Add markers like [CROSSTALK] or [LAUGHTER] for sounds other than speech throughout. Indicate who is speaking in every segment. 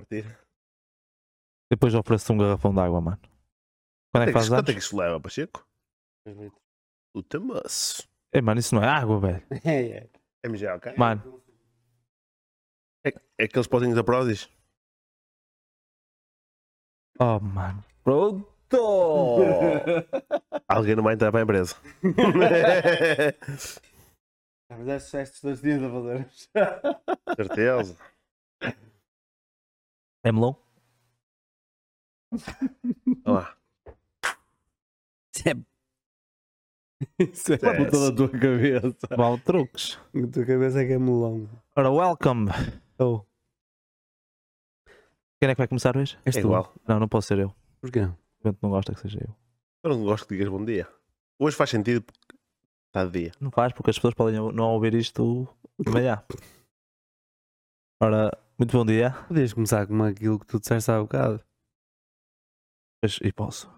Speaker 1: partida.
Speaker 2: Depois ofereço-te um garrafão de água, mano. Quando
Speaker 3: Quanto é
Speaker 2: é que
Speaker 3: que
Speaker 2: fazes
Speaker 3: isso- quanto é que
Speaker 2: anos?
Speaker 3: isso leva, Pacheco?
Speaker 1: Dois litros.
Speaker 3: Puta moço.
Speaker 2: Ei, mano, isso não é água, velho.
Speaker 1: [LAUGHS] É, é.
Speaker 3: MGLK.
Speaker 2: Mano,
Speaker 3: É aqueles pozinhos da Prodis?
Speaker 2: oh, mano.
Speaker 1: Pronto! Oh.
Speaker 3: [LAUGHS] Alguém não vai entrar para a empresa.
Speaker 1: Já fizeste estes dois dias a fazer.
Speaker 3: Certeza.
Speaker 2: É melão?
Speaker 3: Olha lá.
Speaker 1: Isso é. Isso é a puta
Speaker 3: Yes.
Speaker 1: da tua cabeça.
Speaker 2: Vale truques.
Speaker 1: A tua cabeça é que é melão.
Speaker 2: Ora, welcome.
Speaker 1: Oh,
Speaker 2: Quem é que vai começar hoje?
Speaker 1: és
Speaker 3: É
Speaker 1: tu.
Speaker 3: igual.
Speaker 2: Não, não posso ser eu.
Speaker 1: Porquê?
Speaker 2: O vento não gosta que seja eu.
Speaker 3: Eu não gosto que digas bom dia. Hoje faz sentido porque está de dia.
Speaker 2: Não faz, porque as pessoas podem não ouvir isto amanhã. Ora, muito bom dia.
Speaker 1: Podias começar com aquilo que tu disseste há bocado.
Speaker 2: Pois, E posso.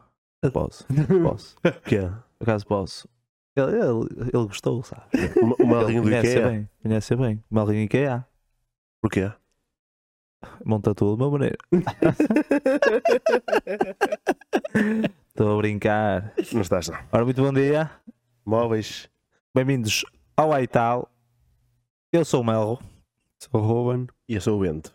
Speaker 2: Posso. Posso.
Speaker 3: O que é?
Speaker 2: Por acaso posso. Ele, ele, ele gostou, sabe?
Speaker 3: Uma, uma linha do
Speaker 2: Conhece-a
Speaker 3: Ikea?
Speaker 2: bem. Conhece bem. Malinho IKEA.
Speaker 3: Porquê?
Speaker 2: Monta tudo de uma maneira. Estou a brincar.
Speaker 3: Não estás, não.
Speaker 2: Ora, muito bom dia.
Speaker 3: Móveis.
Speaker 2: Bem-vindos ao Aital. Eu sou o Melro.
Speaker 1: [LAUGHS] Sou Ruben.
Speaker 3: E eu sou o Bento.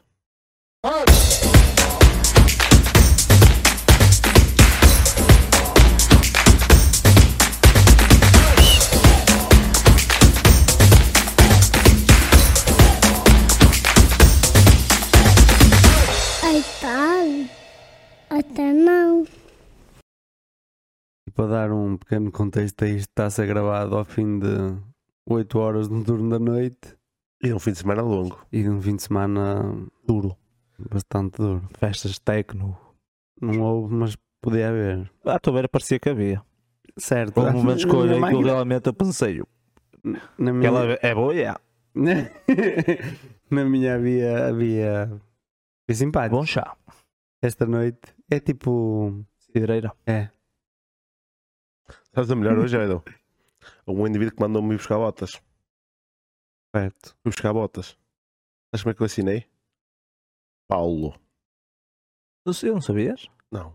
Speaker 4: Aital? Até não.
Speaker 1: E para dar um pequeno contexto a isto, está-se a gravado ao fim de 8 horas no turno da noite
Speaker 3: E um fim de semana longo.
Speaker 1: e de um fim de semana
Speaker 2: Duro.
Speaker 1: bastante duro.
Speaker 2: Festas tecno.
Speaker 1: Não houve, mas podia haver.
Speaker 2: À tua beira parecia que havia.
Speaker 1: Certo.
Speaker 2: Houve uma escolha
Speaker 1: Na
Speaker 2: em que eu
Speaker 1: minha
Speaker 2: realmente eu pensei.
Speaker 1: máquina- na minha,
Speaker 2: Ela é boa, é.
Speaker 1: [LAUGHS] na minha havia. havia... Foi simpático.
Speaker 2: é Bom chá.
Speaker 1: Esta noite é tipo.
Speaker 2: Cidreira.
Speaker 1: É.
Speaker 3: Sabes a melhor hoje, Edo? Um indivíduo que mandou-me ir buscar botas.
Speaker 1: Correto.
Speaker 3: Fui buscar botas. Sabes como é que eu assinei? Paulo.
Speaker 2: Não sei, não sabias?
Speaker 3: Não,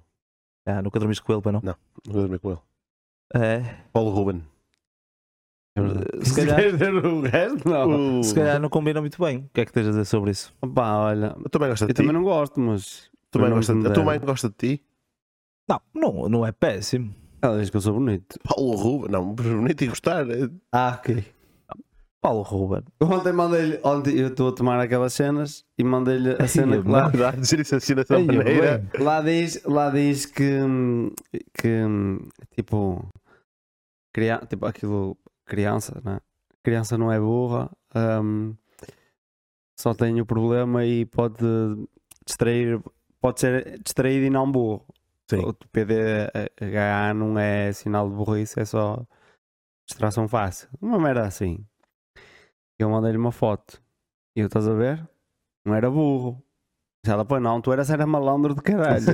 Speaker 2: Ah, nunca dormiste com ele, para não?
Speaker 3: não vou dormir com ele.
Speaker 2: É. eh,
Speaker 3: Paulo Ruben.
Speaker 1: É verdade.
Speaker 2: Se [LAUGHS]
Speaker 3: [LAUGHS]
Speaker 2: calhar,
Speaker 1: queres dizer o resto, não.
Speaker 3: Uh,
Speaker 2: se calhar não combina muito bem. O que é que tens a dizer sobre isso?
Speaker 1: Pá, olha.
Speaker 3: Eu também gosto de
Speaker 1: Eu
Speaker 3: ti.
Speaker 1: também não gosto, mas.
Speaker 3: Tu também
Speaker 1: não
Speaker 3: gosta de-
Speaker 1: me
Speaker 3: A tua
Speaker 1: dera.
Speaker 3: mãe gosta de ti.
Speaker 2: Não, não, não é péssimo.
Speaker 1: Ela diz que eu sou bonito.
Speaker 3: Paulo Ruben. Não, mas bonito e gostar. É [LAUGHS]
Speaker 1: Ah, ok.
Speaker 2: Paulo Ruben.
Speaker 1: Ontem mandei-lhe, ontem eu estou a tomar aquelas cenas e mandei-lhe a cena que lá,
Speaker 3: Dá a dizer isso assim dessa
Speaker 2: Ei,
Speaker 3: maneira.
Speaker 2: bem.
Speaker 1: [LAUGHS] lá diz, lá diz que, hum, que hum, tipo, cria, tipo aquilo, criança, né? Criança não é burra, hum, só tem o problema e pode distrair, pode ser distraído e não burro.
Speaker 3: Sim.
Speaker 1: O PDHA não é sinal de burrice, é só distração fácil. Uma merda assim. Eu mandei-lhe uma foto. E eu, estás a ver? Não era burro. Já ela, pô, não, tu eras era malandro de
Speaker 2: [LAUGHS]
Speaker 1: caralho.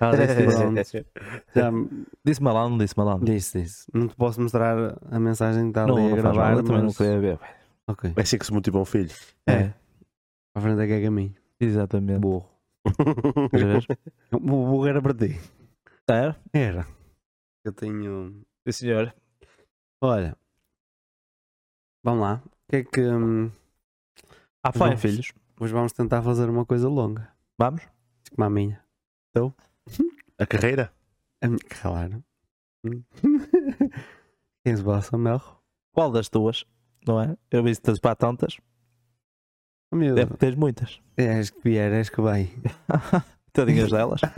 Speaker 2: Ah, disse, disse.
Speaker 1: Já
Speaker 2: disse malandro, disse malandro.
Speaker 1: disse isso. Não te posso mostrar a mensagem que está ali
Speaker 2: Não,
Speaker 1: a
Speaker 2: não faz
Speaker 1: gravar,
Speaker 2: mal, eu também não
Speaker 1: mas-
Speaker 2: queria ver. velho.
Speaker 1: Ok.
Speaker 3: É assim que se motiva um filho.
Speaker 1: É. À frente é que é caminho.
Speaker 2: exatamente.
Speaker 1: [LAUGHS] Burro.
Speaker 2: Queres ver?
Speaker 1: O burro era para ti.
Speaker 2: [LAUGHS] É?
Speaker 1: Era. Eu tenho...
Speaker 2: Sim, senhor.
Speaker 1: Olha. Vamos lá. O que é que... hum,
Speaker 2: Ah, foi,
Speaker 1: Não.
Speaker 2: filhos.
Speaker 1: Hoje vamos tentar fazer uma coisa longa.
Speaker 2: Vamos?
Speaker 1: Como a minha.
Speaker 3: A carreira?
Speaker 1: A minha...
Speaker 2: [LAUGHS]
Speaker 1: Claro. Quem se basta, Melro?
Speaker 2: Qual das tuas? Não é? Eu vi-te das patantas.
Speaker 1: Oh, meu
Speaker 2: Deve
Speaker 1: Deus.
Speaker 2: que tens muitas.
Speaker 1: É, és que vier, és que vai.
Speaker 2: Tadinhas delas.
Speaker 1: [LAUGHS]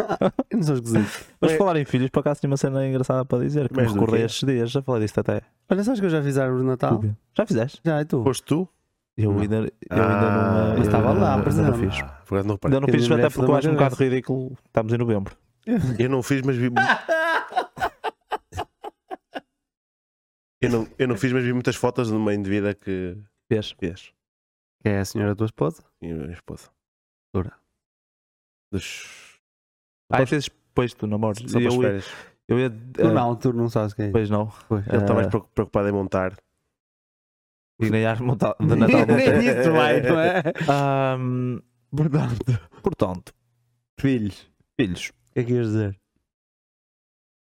Speaker 1: Eu não sou esquisito.
Speaker 2: Mas
Speaker 3: Ué.
Speaker 2: falar em filhos, por acaso tinha uma cena engraçada para dizer. Que me
Speaker 3: Mas do
Speaker 2: recordei
Speaker 3: quê?
Speaker 2: estes dias. Já falei disto até.
Speaker 1: Olha, sabes que eu já fiz árvore de Natal?
Speaker 2: Já fizeste?
Speaker 1: Já, e tu?
Speaker 3: Foste tu?
Speaker 2: Eu
Speaker 1: Ah. Não.
Speaker 2: ainda, eu ainda
Speaker 3: Ah,
Speaker 2: não. eh,
Speaker 1: mas estava lá,
Speaker 2: ainda não
Speaker 1: presente.
Speaker 2: fiz.
Speaker 3: Ah, por acaso não reparei.
Speaker 2: Ainda não
Speaker 1: Que
Speaker 2: fiz,
Speaker 1: nem
Speaker 2: até
Speaker 1: deve
Speaker 2: porque
Speaker 1: dar
Speaker 2: eu
Speaker 1: uma
Speaker 2: acho um bocado
Speaker 1: cabeça.
Speaker 2: ridículo. Estamos em novembro.
Speaker 3: Eu não fiz, mas vi. Eu não, eu não fiz, mas vi muitas fotos de uma indivídua que
Speaker 2: Vês?
Speaker 3: fez.
Speaker 1: Que é a senhora tua esposa?
Speaker 3: E a minha esposa.
Speaker 1: Dura.
Speaker 3: Dos.
Speaker 2: Ah, e fizes depois tu namoras.
Speaker 3: Só para as
Speaker 2: Eu, ia-
Speaker 3: férias.
Speaker 2: eu ia.
Speaker 1: Tu
Speaker 2: eh,
Speaker 1: não, tu não sabes quem é.
Speaker 2: Depois não.
Speaker 1: Pois.
Speaker 3: Ele está
Speaker 2: eh,
Speaker 3: mais preocu- preocupado em montar.
Speaker 2: E nem às monta- de Natal. [LAUGHS]
Speaker 1: Nem isso vai, não é?
Speaker 2: Ahm,
Speaker 1: Portanto,
Speaker 2: portanto,
Speaker 1: Filhos.
Speaker 2: Filhos,
Speaker 1: O que é que ias dizer?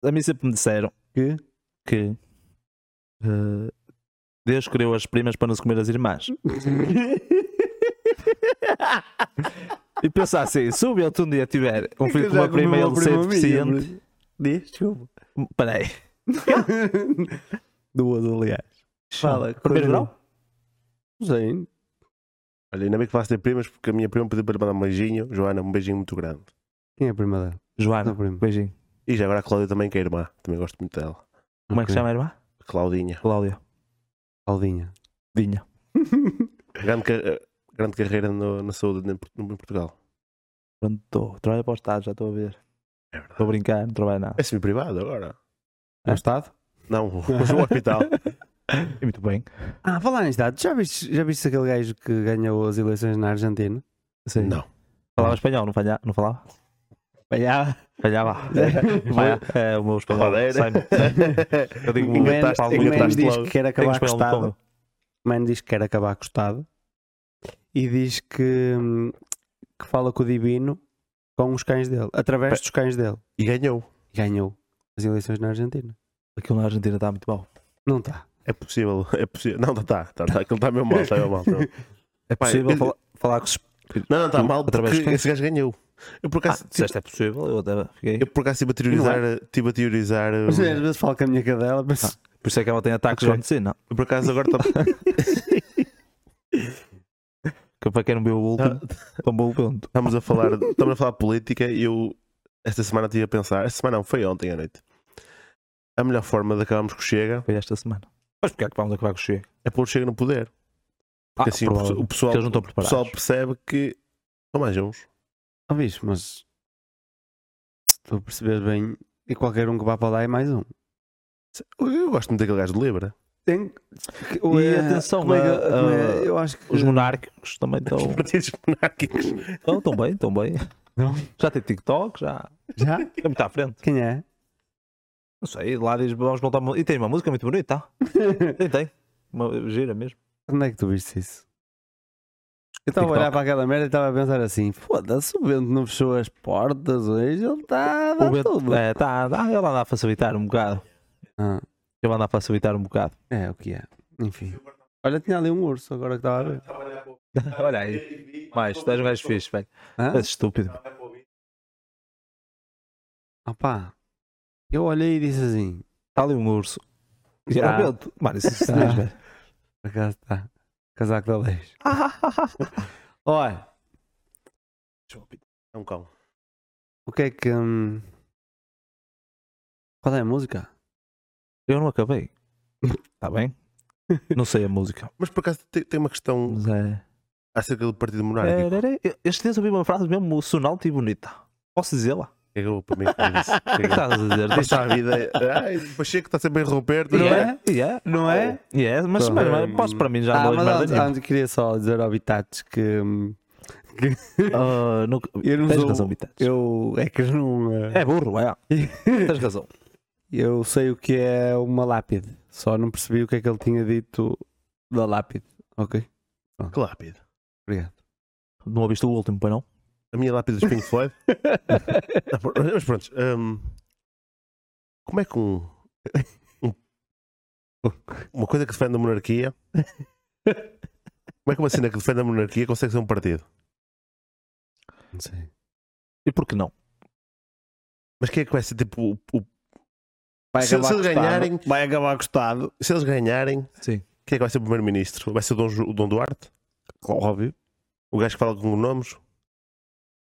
Speaker 2: a mim sempre me disseram
Speaker 1: Que?
Speaker 2: que
Speaker 1: Ah.
Speaker 2: eh, Deus criou as primas para nos comer as irmãs. E pensar assim, se o Bento um dia tiver um filho com uma prima e ele ser deficiente.
Speaker 1: Diz,
Speaker 2: [LAUGHS]
Speaker 1: desculpa.
Speaker 2: Peraí,
Speaker 1: Duas, aliás.
Speaker 2: fala, primeiro
Speaker 1: Coisa-
Speaker 2: grau?
Speaker 1: Sim.
Speaker 3: Olha, ainda bem que vais ter primas, porque a minha prima pediu para lhe mandar um beijinho. Joana, um beijinho muito grande.
Speaker 1: Quem é a prima dela?
Speaker 2: Joana, um
Speaker 1: Não, prima.
Speaker 2: beijinho.
Speaker 3: E já agora a Cláudia também, que é irmã. Também gosto muito dela.
Speaker 2: Como é que
Speaker 1: Ok.
Speaker 2: se chama Ah. a irmã?
Speaker 3: Claudinha.
Speaker 2: Cláudia.
Speaker 1: Aldinha.
Speaker 2: Dinha.
Speaker 3: Grande, ca- eh, grande carreira no- na saúde em Port- em Portugal.
Speaker 2: Pronto, estou. Trabalho para o Estado, já estou a ver.
Speaker 3: É
Speaker 2: Estou a
Speaker 3: verdade.
Speaker 2: brincar, não
Speaker 3: [LAUGHS]
Speaker 2: trabalho nada.
Speaker 3: É semi-privado agora.
Speaker 1: É Estado?
Speaker 3: Não, [LAUGHS] mas o hospital.
Speaker 2: E muito bem.
Speaker 1: Ah, falar em Estado. Já viste, já viste aquele gajo que ganhou as eleições na Argentina?
Speaker 2: Sim.
Speaker 3: Não. [LAUGHS]
Speaker 2: Falava espanhol, não, falha, não falava?
Speaker 1: Falhava.
Speaker 2: Falhava. Falha. É o meu espanhol.
Speaker 3: Rodeira.
Speaker 2: sai-me. Eu
Speaker 1: [LAUGHS]
Speaker 2: digo
Speaker 1: O man,
Speaker 2: engataste-
Speaker 1: o man
Speaker 2: engataste
Speaker 1: diz
Speaker 2: logo.
Speaker 1: que quer
Speaker 2: Tenho
Speaker 1: acabar com o
Speaker 2: espanhol no
Speaker 1: Estado.
Speaker 2: tom.
Speaker 1: O man diz que quer acabar com o Estado. E diz que, hum, que fala com o Divino com os cães dele. Através dos cães dele.
Speaker 3: E ganhou.
Speaker 1: Ganhou as eleições na Argentina.
Speaker 2: Aquilo na Argentina está muito mal.
Speaker 1: Não tá. está.
Speaker 3: É possível, [LAUGHS] é possível. Não, está, está, tá, aquilo está mesmo mal, está mesmo mal. tá mesmo mal.
Speaker 2: É
Speaker 3: Pá,
Speaker 2: possível
Speaker 3: eu-
Speaker 2: fala- falar com os.
Speaker 3: Não, não, está mal,
Speaker 2: Através
Speaker 3: porque
Speaker 2: de quem?
Speaker 3: esse gajo ganhou. Eu por
Speaker 2: Ah,
Speaker 3: acaso, tive-
Speaker 2: disseste é possível, eu até fiquei.
Speaker 3: eu por acaso estive a teorizar,
Speaker 2: é?
Speaker 3: estive a teorizar,
Speaker 1: [LAUGHS] Mas é. às
Speaker 3: hum,
Speaker 1: vezes falo com a minha cadela, mas
Speaker 2: Por isso é que ela tem ataques
Speaker 1: Ok.
Speaker 2: onde sim, não?
Speaker 3: eu por acaso agora tá-
Speaker 2: Que para quem não viu o último,
Speaker 3: tá-
Speaker 2: tombou o ponto.
Speaker 3: estamos a falar, estamos a falar de política e eu esta semana estive a pensar, esta semana não, foi ontem à noite. A melhor forma de acabarmos com o Chega
Speaker 2: Foi esta semana. Mas porque é que vamos acabar com o Chega?
Speaker 3: é pôr o Chega no poder.
Speaker 2: Ah,
Speaker 3: Porque assim o, pessoal- o
Speaker 2: provavelmente.
Speaker 3: pessoal,
Speaker 2: Porque eles não estão
Speaker 3: o pessoal
Speaker 2: preparados.
Speaker 3: percebe que são mais uns.
Speaker 1: Ah, bicho, mas se tu percebes bem, e qualquer um que vá para lá é mais um.
Speaker 3: Eu gosto muito daquele gajo de Libra.
Speaker 1: Tem...
Speaker 2: E atenção,
Speaker 1: como é que-
Speaker 2: a-
Speaker 1: como é-
Speaker 2: a-
Speaker 1: eu acho que
Speaker 2: Os monárquicos também [LAUGHS]
Speaker 3: [LAUGHS]
Speaker 2: estão.
Speaker 3: Os partidos monárquicos.
Speaker 2: Estão estão bem, estão bem.
Speaker 1: Não?
Speaker 2: Já tem TikTok, já.
Speaker 1: já
Speaker 2: É muito à frente.
Speaker 1: quem é?
Speaker 2: Não sei, lá diz vamos montar uma... E tem uma música muito bonita, [LAUGHS] tá? Tem, tem. Uma gira mesmo.
Speaker 1: Onde é que tu viste isso? Eu estava a olhar
Speaker 2: TikTok.
Speaker 1: para aquela merda e estava a pensar assim: foda-se, o Bento não fechou as portas hoje, ele está a
Speaker 2: O
Speaker 1: dar
Speaker 2: Bento,
Speaker 1: tudo.
Speaker 2: é, tá, tá, ele anda a facilitar um bocado.
Speaker 1: Ah,
Speaker 2: Ele anda a facilitar um bocado. [LAUGHS]
Speaker 1: é o que é, enfim. Olha, tinha ali um urso agora que estava a ver.
Speaker 2: Olha aí. Mais, tu és um gajo fixe, velho.
Speaker 1: Hã?
Speaker 2: És estúpido.
Speaker 1: Opá, eu olhei e disse assim:
Speaker 2: Está ali um urso. E
Speaker 1: Já.
Speaker 2: era o Bento. Mano, [LAUGHS] isso é se diz,
Speaker 1: Ah.
Speaker 2: velho.
Speaker 1: por acaso está, casaco da Leix. Olha,
Speaker 3: É um cão.
Speaker 1: o que é que. hum, Qual é a música?
Speaker 2: Eu não [LAUGHS] acabei. Está bem? Não sei a música.
Speaker 3: Mas por acaso tem, tem uma questão
Speaker 2: Mas é.
Speaker 3: acerca do Partido Monárquico.
Speaker 2: Tererê. Eu- Este dia ouvi uma frase mesmo sonante e bonita. Posso dizê-la?
Speaker 3: Que é que eu vou para mim falar disso?
Speaker 2: [LAUGHS] O que é que estás a dizer?
Speaker 3: Deixa a vida. Ai, o Pacheco está sempre a romper.
Speaker 1: Não
Speaker 3: Não
Speaker 1: é?
Speaker 3: é?
Speaker 2: E é?
Speaker 1: Não é?
Speaker 2: E é, mas, mas, mas posso para mim [LAUGHS] já
Speaker 1: ah,
Speaker 2: não é
Speaker 1: mas
Speaker 2: merda
Speaker 1: antes,
Speaker 2: nenhuma.
Speaker 1: antes queria só dizer ao Bitates que hum,
Speaker 2: Ah, não-
Speaker 1: eu não
Speaker 2: Tens
Speaker 1: sou.
Speaker 2: razão, Bitates.
Speaker 1: Eu é que não. eh,
Speaker 2: É burro,
Speaker 1: [LAUGHS]
Speaker 2: é. Tens razão.
Speaker 1: Eu sei o que é uma lápide. Só não percebi o que é que ele tinha dito da lápide. Ok?
Speaker 3: Que lápide.
Speaker 2: [LAUGHS]
Speaker 1: Obrigado.
Speaker 2: Não ouviste o último, pois não?
Speaker 3: A minha lápide do Pink Floyd. Não, por- Mas pronto. hum, como é que um, um- Uma coisa que defende a monarquia. Como é que uma cena que defende a monarquia consegue ser um partido?
Speaker 1: Não sei.
Speaker 2: E por que não?
Speaker 3: Mas quem é que vai ser tipo. o- o-
Speaker 1: Vai
Speaker 3: Se-
Speaker 1: acabar
Speaker 3: se
Speaker 1: com o Estado.
Speaker 3: ganharem-
Speaker 1: Vai acabar gostado.
Speaker 3: se eles ganharem,
Speaker 2: Sim.
Speaker 3: quem é que vai ser o primeiro-ministro? Vai ser o Dom, Ju- o Dom Duarte?
Speaker 1: Óbvio.
Speaker 3: O gajo que fala com nomes?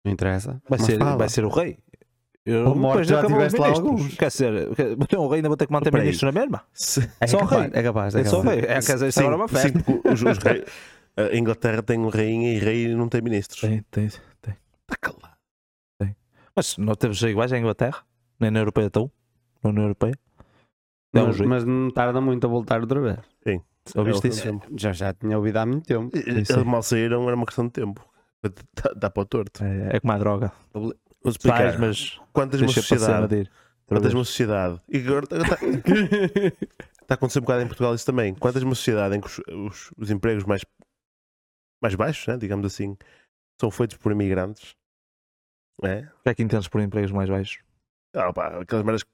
Speaker 1: Não interessa.
Speaker 2: Vai,
Speaker 1: Mas
Speaker 2: ser,
Speaker 1: fala.
Speaker 2: vai ser o rei. Eu,
Speaker 1: Ou
Speaker 2: depois
Speaker 1: morte, já
Speaker 2: acabam os
Speaker 1: tiveste lá
Speaker 2: ministros.
Speaker 1: alguns.
Speaker 2: Quer dizer, quer- então o rei ainda vou ter que manter
Speaker 3: Peraí.
Speaker 2: ministro na mesma?
Speaker 3: Se-
Speaker 1: É
Speaker 2: Só o rei.
Speaker 1: capaz, É capaz.
Speaker 2: É só o
Speaker 1: capaz.
Speaker 2: rei. É, quer dizer, isto
Speaker 3: Sim,
Speaker 2: agora é uma festa.
Speaker 3: sim, porque os- os
Speaker 2: [LAUGHS]
Speaker 3: rei- a Inglaterra tem um rainha e rei não tem ministros. É
Speaker 2: Tem, tem, tem. Está Tá calado. Tem. Mas não temos iguais à Inglaterra? Nem na Europeia estão? Na União Europeia? Dá um
Speaker 1: Mas,
Speaker 2: jeito.
Speaker 1: mas não tarda muito a voltar outra vez. É
Speaker 2: Ouviste isso?
Speaker 1: Já já tinha ouvido há muito tempo.
Speaker 3: Eles
Speaker 2: sim.
Speaker 3: mal saíram, era uma questão de tempo. Dá, dá para o torto.
Speaker 2: É, é como a droga.
Speaker 3: Vou
Speaker 2: Sais,
Speaker 3: explicar.
Speaker 2: mas
Speaker 3: Quantas uma
Speaker 2: deixa passar a
Speaker 3: sociedade.
Speaker 2: dir.
Speaker 3: Quantas uma sociedade. E agora tá, está a acontecer um bocado em Portugal isso também. Quantas uma sociedade em que os, os- os empregos mais, mais baixos, né, digamos assim, são feitos por imigrantes É?
Speaker 2: O que é que entendes por empregos mais baixos?
Speaker 3: Ah, pá, aquelas merdas.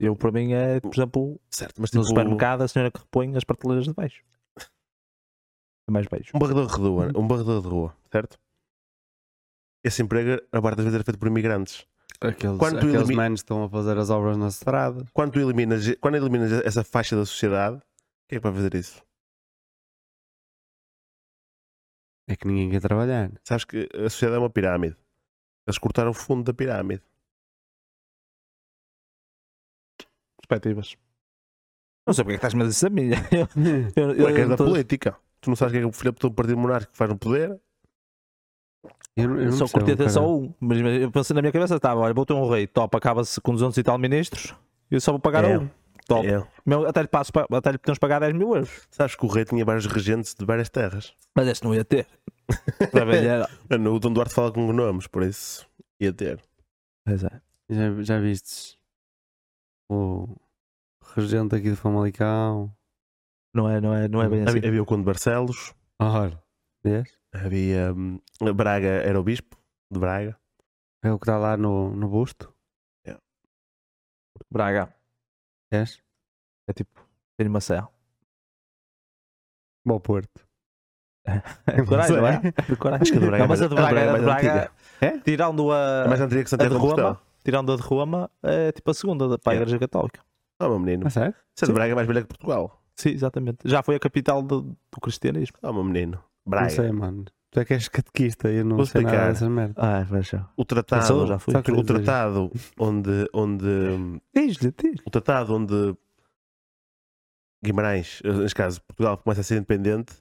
Speaker 2: Eu, para mim, é, por exemplo,
Speaker 3: Certo, mas
Speaker 2: no
Speaker 3: tipo.
Speaker 2: supermercado, a senhora que repõe as prateleiras de baixo. É mais baixo.
Speaker 3: Um barrador de rua, um barrador de rua, certo? Esse emprego, a parte das vezes, era feito por imigrantes.
Speaker 1: Aqueles,
Speaker 3: Quando tu
Speaker 1: aqueles
Speaker 3: elimi-
Speaker 1: manos estão a fazer as obras na estrada.
Speaker 3: Quando tu eliminas, quando eliminas essa faixa da sociedade, quem é para fazer isso?
Speaker 1: É que ninguém quer trabalhar.
Speaker 2: [LAUGHS]
Speaker 3: Sabes que a sociedade é uma pirâmide. Eles cortaram o fundo da pirâmide.
Speaker 2: Perspectivas. Não sei porque é que estás-me a dizer a mim. [LAUGHS] Eu, eu,
Speaker 3: Ué, que é da
Speaker 2: tô-
Speaker 3: política. Tu não sabes quem é o filho do partido monárquico que faz no poder?
Speaker 1: Eu, não- eu
Speaker 2: eu
Speaker 1: não
Speaker 2: só
Speaker 1: percebo
Speaker 2: curti
Speaker 1: um
Speaker 2: até só
Speaker 1: caralho.
Speaker 2: um. Mas mas eu pensei na minha cabeça, estava, olha, botou um rei, top, acaba-se com 200 e tal ministros, eu só vou pagar
Speaker 3: É.
Speaker 2: a um. Top.
Speaker 3: É.
Speaker 2: Mesmo- Até, lhe passo, pa- até lhe podemos pagar 10 mil euros.
Speaker 3: Sabes que o rei tinha vários regentes de várias terras.
Speaker 2: Mas este não ia ter. Para velhar.
Speaker 3: Mano, o Dom Duarte fala com nomes, por isso ia ter.
Speaker 2: [LAUGHS] Pois é.
Speaker 1: Já, já vistes o regente aqui de Famalicão?
Speaker 2: Não é, não é, não é bem assim.
Speaker 3: Havia, havia o Conde de Barcelos,
Speaker 1: Ora, vês?
Speaker 3: havia. hum, Braga era o bispo de Braga.
Speaker 1: É o que está lá no, no busto.
Speaker 2: assim. Braga.
Speaker 1: Vês?
Speaker 2: É tipo, tenho uma céu. [LAUGHS]
Speaker 1: Bom Porto.
Speaker 2: É de Corais, não é?
Speaker 1: Não sei.
Speaker 2: É de Corais.
Speaker 3: Acho que a de Braga
Speaker 2: Não, mas
Speaker 3: é
Speaker 2: a de Braga,
Speaker 3: mais-
Speaker 2: a
Speaker 3: a
Speaker 2: de
Speaker 3: de Braga é mais
Speaker 2: Braga, tirando a,
Speaker 3: É mais antiga que
Speaker 2: a de
Speaker 3: Santiago de
Speaker 2: Roma,
Speaker 3: Compostela.
Speaker 2: tirando a de Roma, é tipo a segunda da, para a
Speaker 3: É.
Speaker 2: Igreja Católica.
Speaker 3: Toma, menino.
Speaker 1: Ah, sério?
Speaker 3: Se a de Braga é mais velha que Portugal.
Speaker 2: Sim, exatamente. Já foi a capital do, do cristianismo.
Speaker 3: Toma, menino.
Speaker 1: Não
Speaker 3: Braga.
Speaker 1: sei, mano. Tu é que és catequista e eu não
Speaker 3: Vou
Speaker 1: sei nada
Speaker 3: explicar.
Speaker 1: dessas merdas.
Speaker 2: Ah, vai já.
Speaker 3: O
Speaker 2: Passou,
Speaker 3: tratado.
Speaker 2: já fui.
Speaker 1: Só que-
Speaker 3: O tratado onde, onde hum,
Speaker 2: Diz-lhe, diz
Speaker 3: o tratado onde Guimarães, eh, neste caso Portugal, começa a ser independente,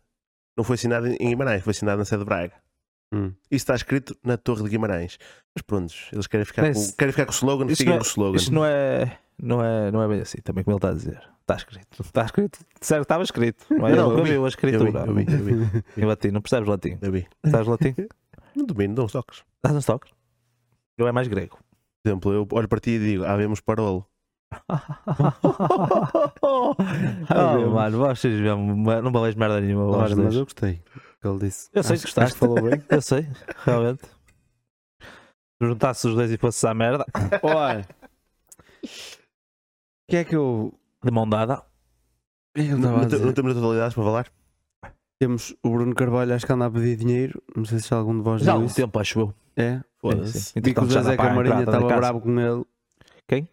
Speaker 3: não foi assinado em Guimarães, foi assinado na sede de Braga.
Speaker 1: Hum.
Speaker 3: Isso está escrito na Torre de Guimarães. Mas pronto, eles querem ficar,
Speaker 2: Mas-
Speaker 3: com, querem ficar com o slogan,
Speaker 2: Isso
Speaker 3: sigam
Speaker 2: não é-
Speaker 3: com o slogan.
Speaker 2: Isto não é, não, é, não é bem assim, também como ele está a dizer. Está escrito. Está escrito. Certo, estava escrito. Não
Speaker 3: Não,
Speaker 2: é? Ele
Speaker 3: eu
Speaker 2: nunca
Speaker 3: vi,
Speaker 2: viu a
Speaker 3: Eu vi,
Speaker 2: escritura.
Speaker 3: eu vi, eu
Speaker 1: [LAUGHS]
Speaker 3: vi,
Speaker 2: Em latim, não percebes latim?
Speaker 3: eu
Speaker 2: [LAUGHS]
Speaker 3: vi.
Speaker 2: Sabes latim?
Speaker 3: Não domino, dou uns toques.
Speaker 2: Dás uns toques? Eu é mais grego.
Speaker 3: Por exemplo, eu olho para ti e digo, "Ah, havemos parolo.
Speaker 2: oh,
Speaker 1: Deus.
Speaker 2: mano, vocês mesmo, mano, não valês merda nenhuma.
Speaker 1: Olha,
Speaker 2: vocês.
Speaker 1: mas eu gostei. do que Ele disse.
Speaker 2: Eu sei
Speaker 1: Acho-
Speaker 2: que gostaste.
Speaker 1: acho
Speaker 2: [LAUGHS]
Speaker 1: falou bem.
Speaker 2: Eu sei, realmente. Se Juntasse os dois e fosse à merda,
Speaker 1: Olha. O que é que eu. é
Speaker 2: de mão dada.
Speaker 3: Não,
Speaker 1: Eu estava a
Speaker 2: é-
Speaker 3: te- não
Speaker 1: dizer.
Speaker 3: temos atualidades para falar?
Speaker 1: Temos o Bruno Carvalho, acho que anda a pedir dinheiro. Não sei se algum de vós
Speaker 2: Já há
Speaker 1: viu
Speaker 2: algum
Speaker 1: isso.
Speaker 2: tempo, acho eu. Então,
Speaker 1: É.
Speaker 3: Foda-se.
Speaker 1: Vi que o
Speaker 2: é
Speaker 1: Zezé Camarinha
Speaker 2: tá
Speaker 1: estava bravo com ele.
Speaker 2: Quem?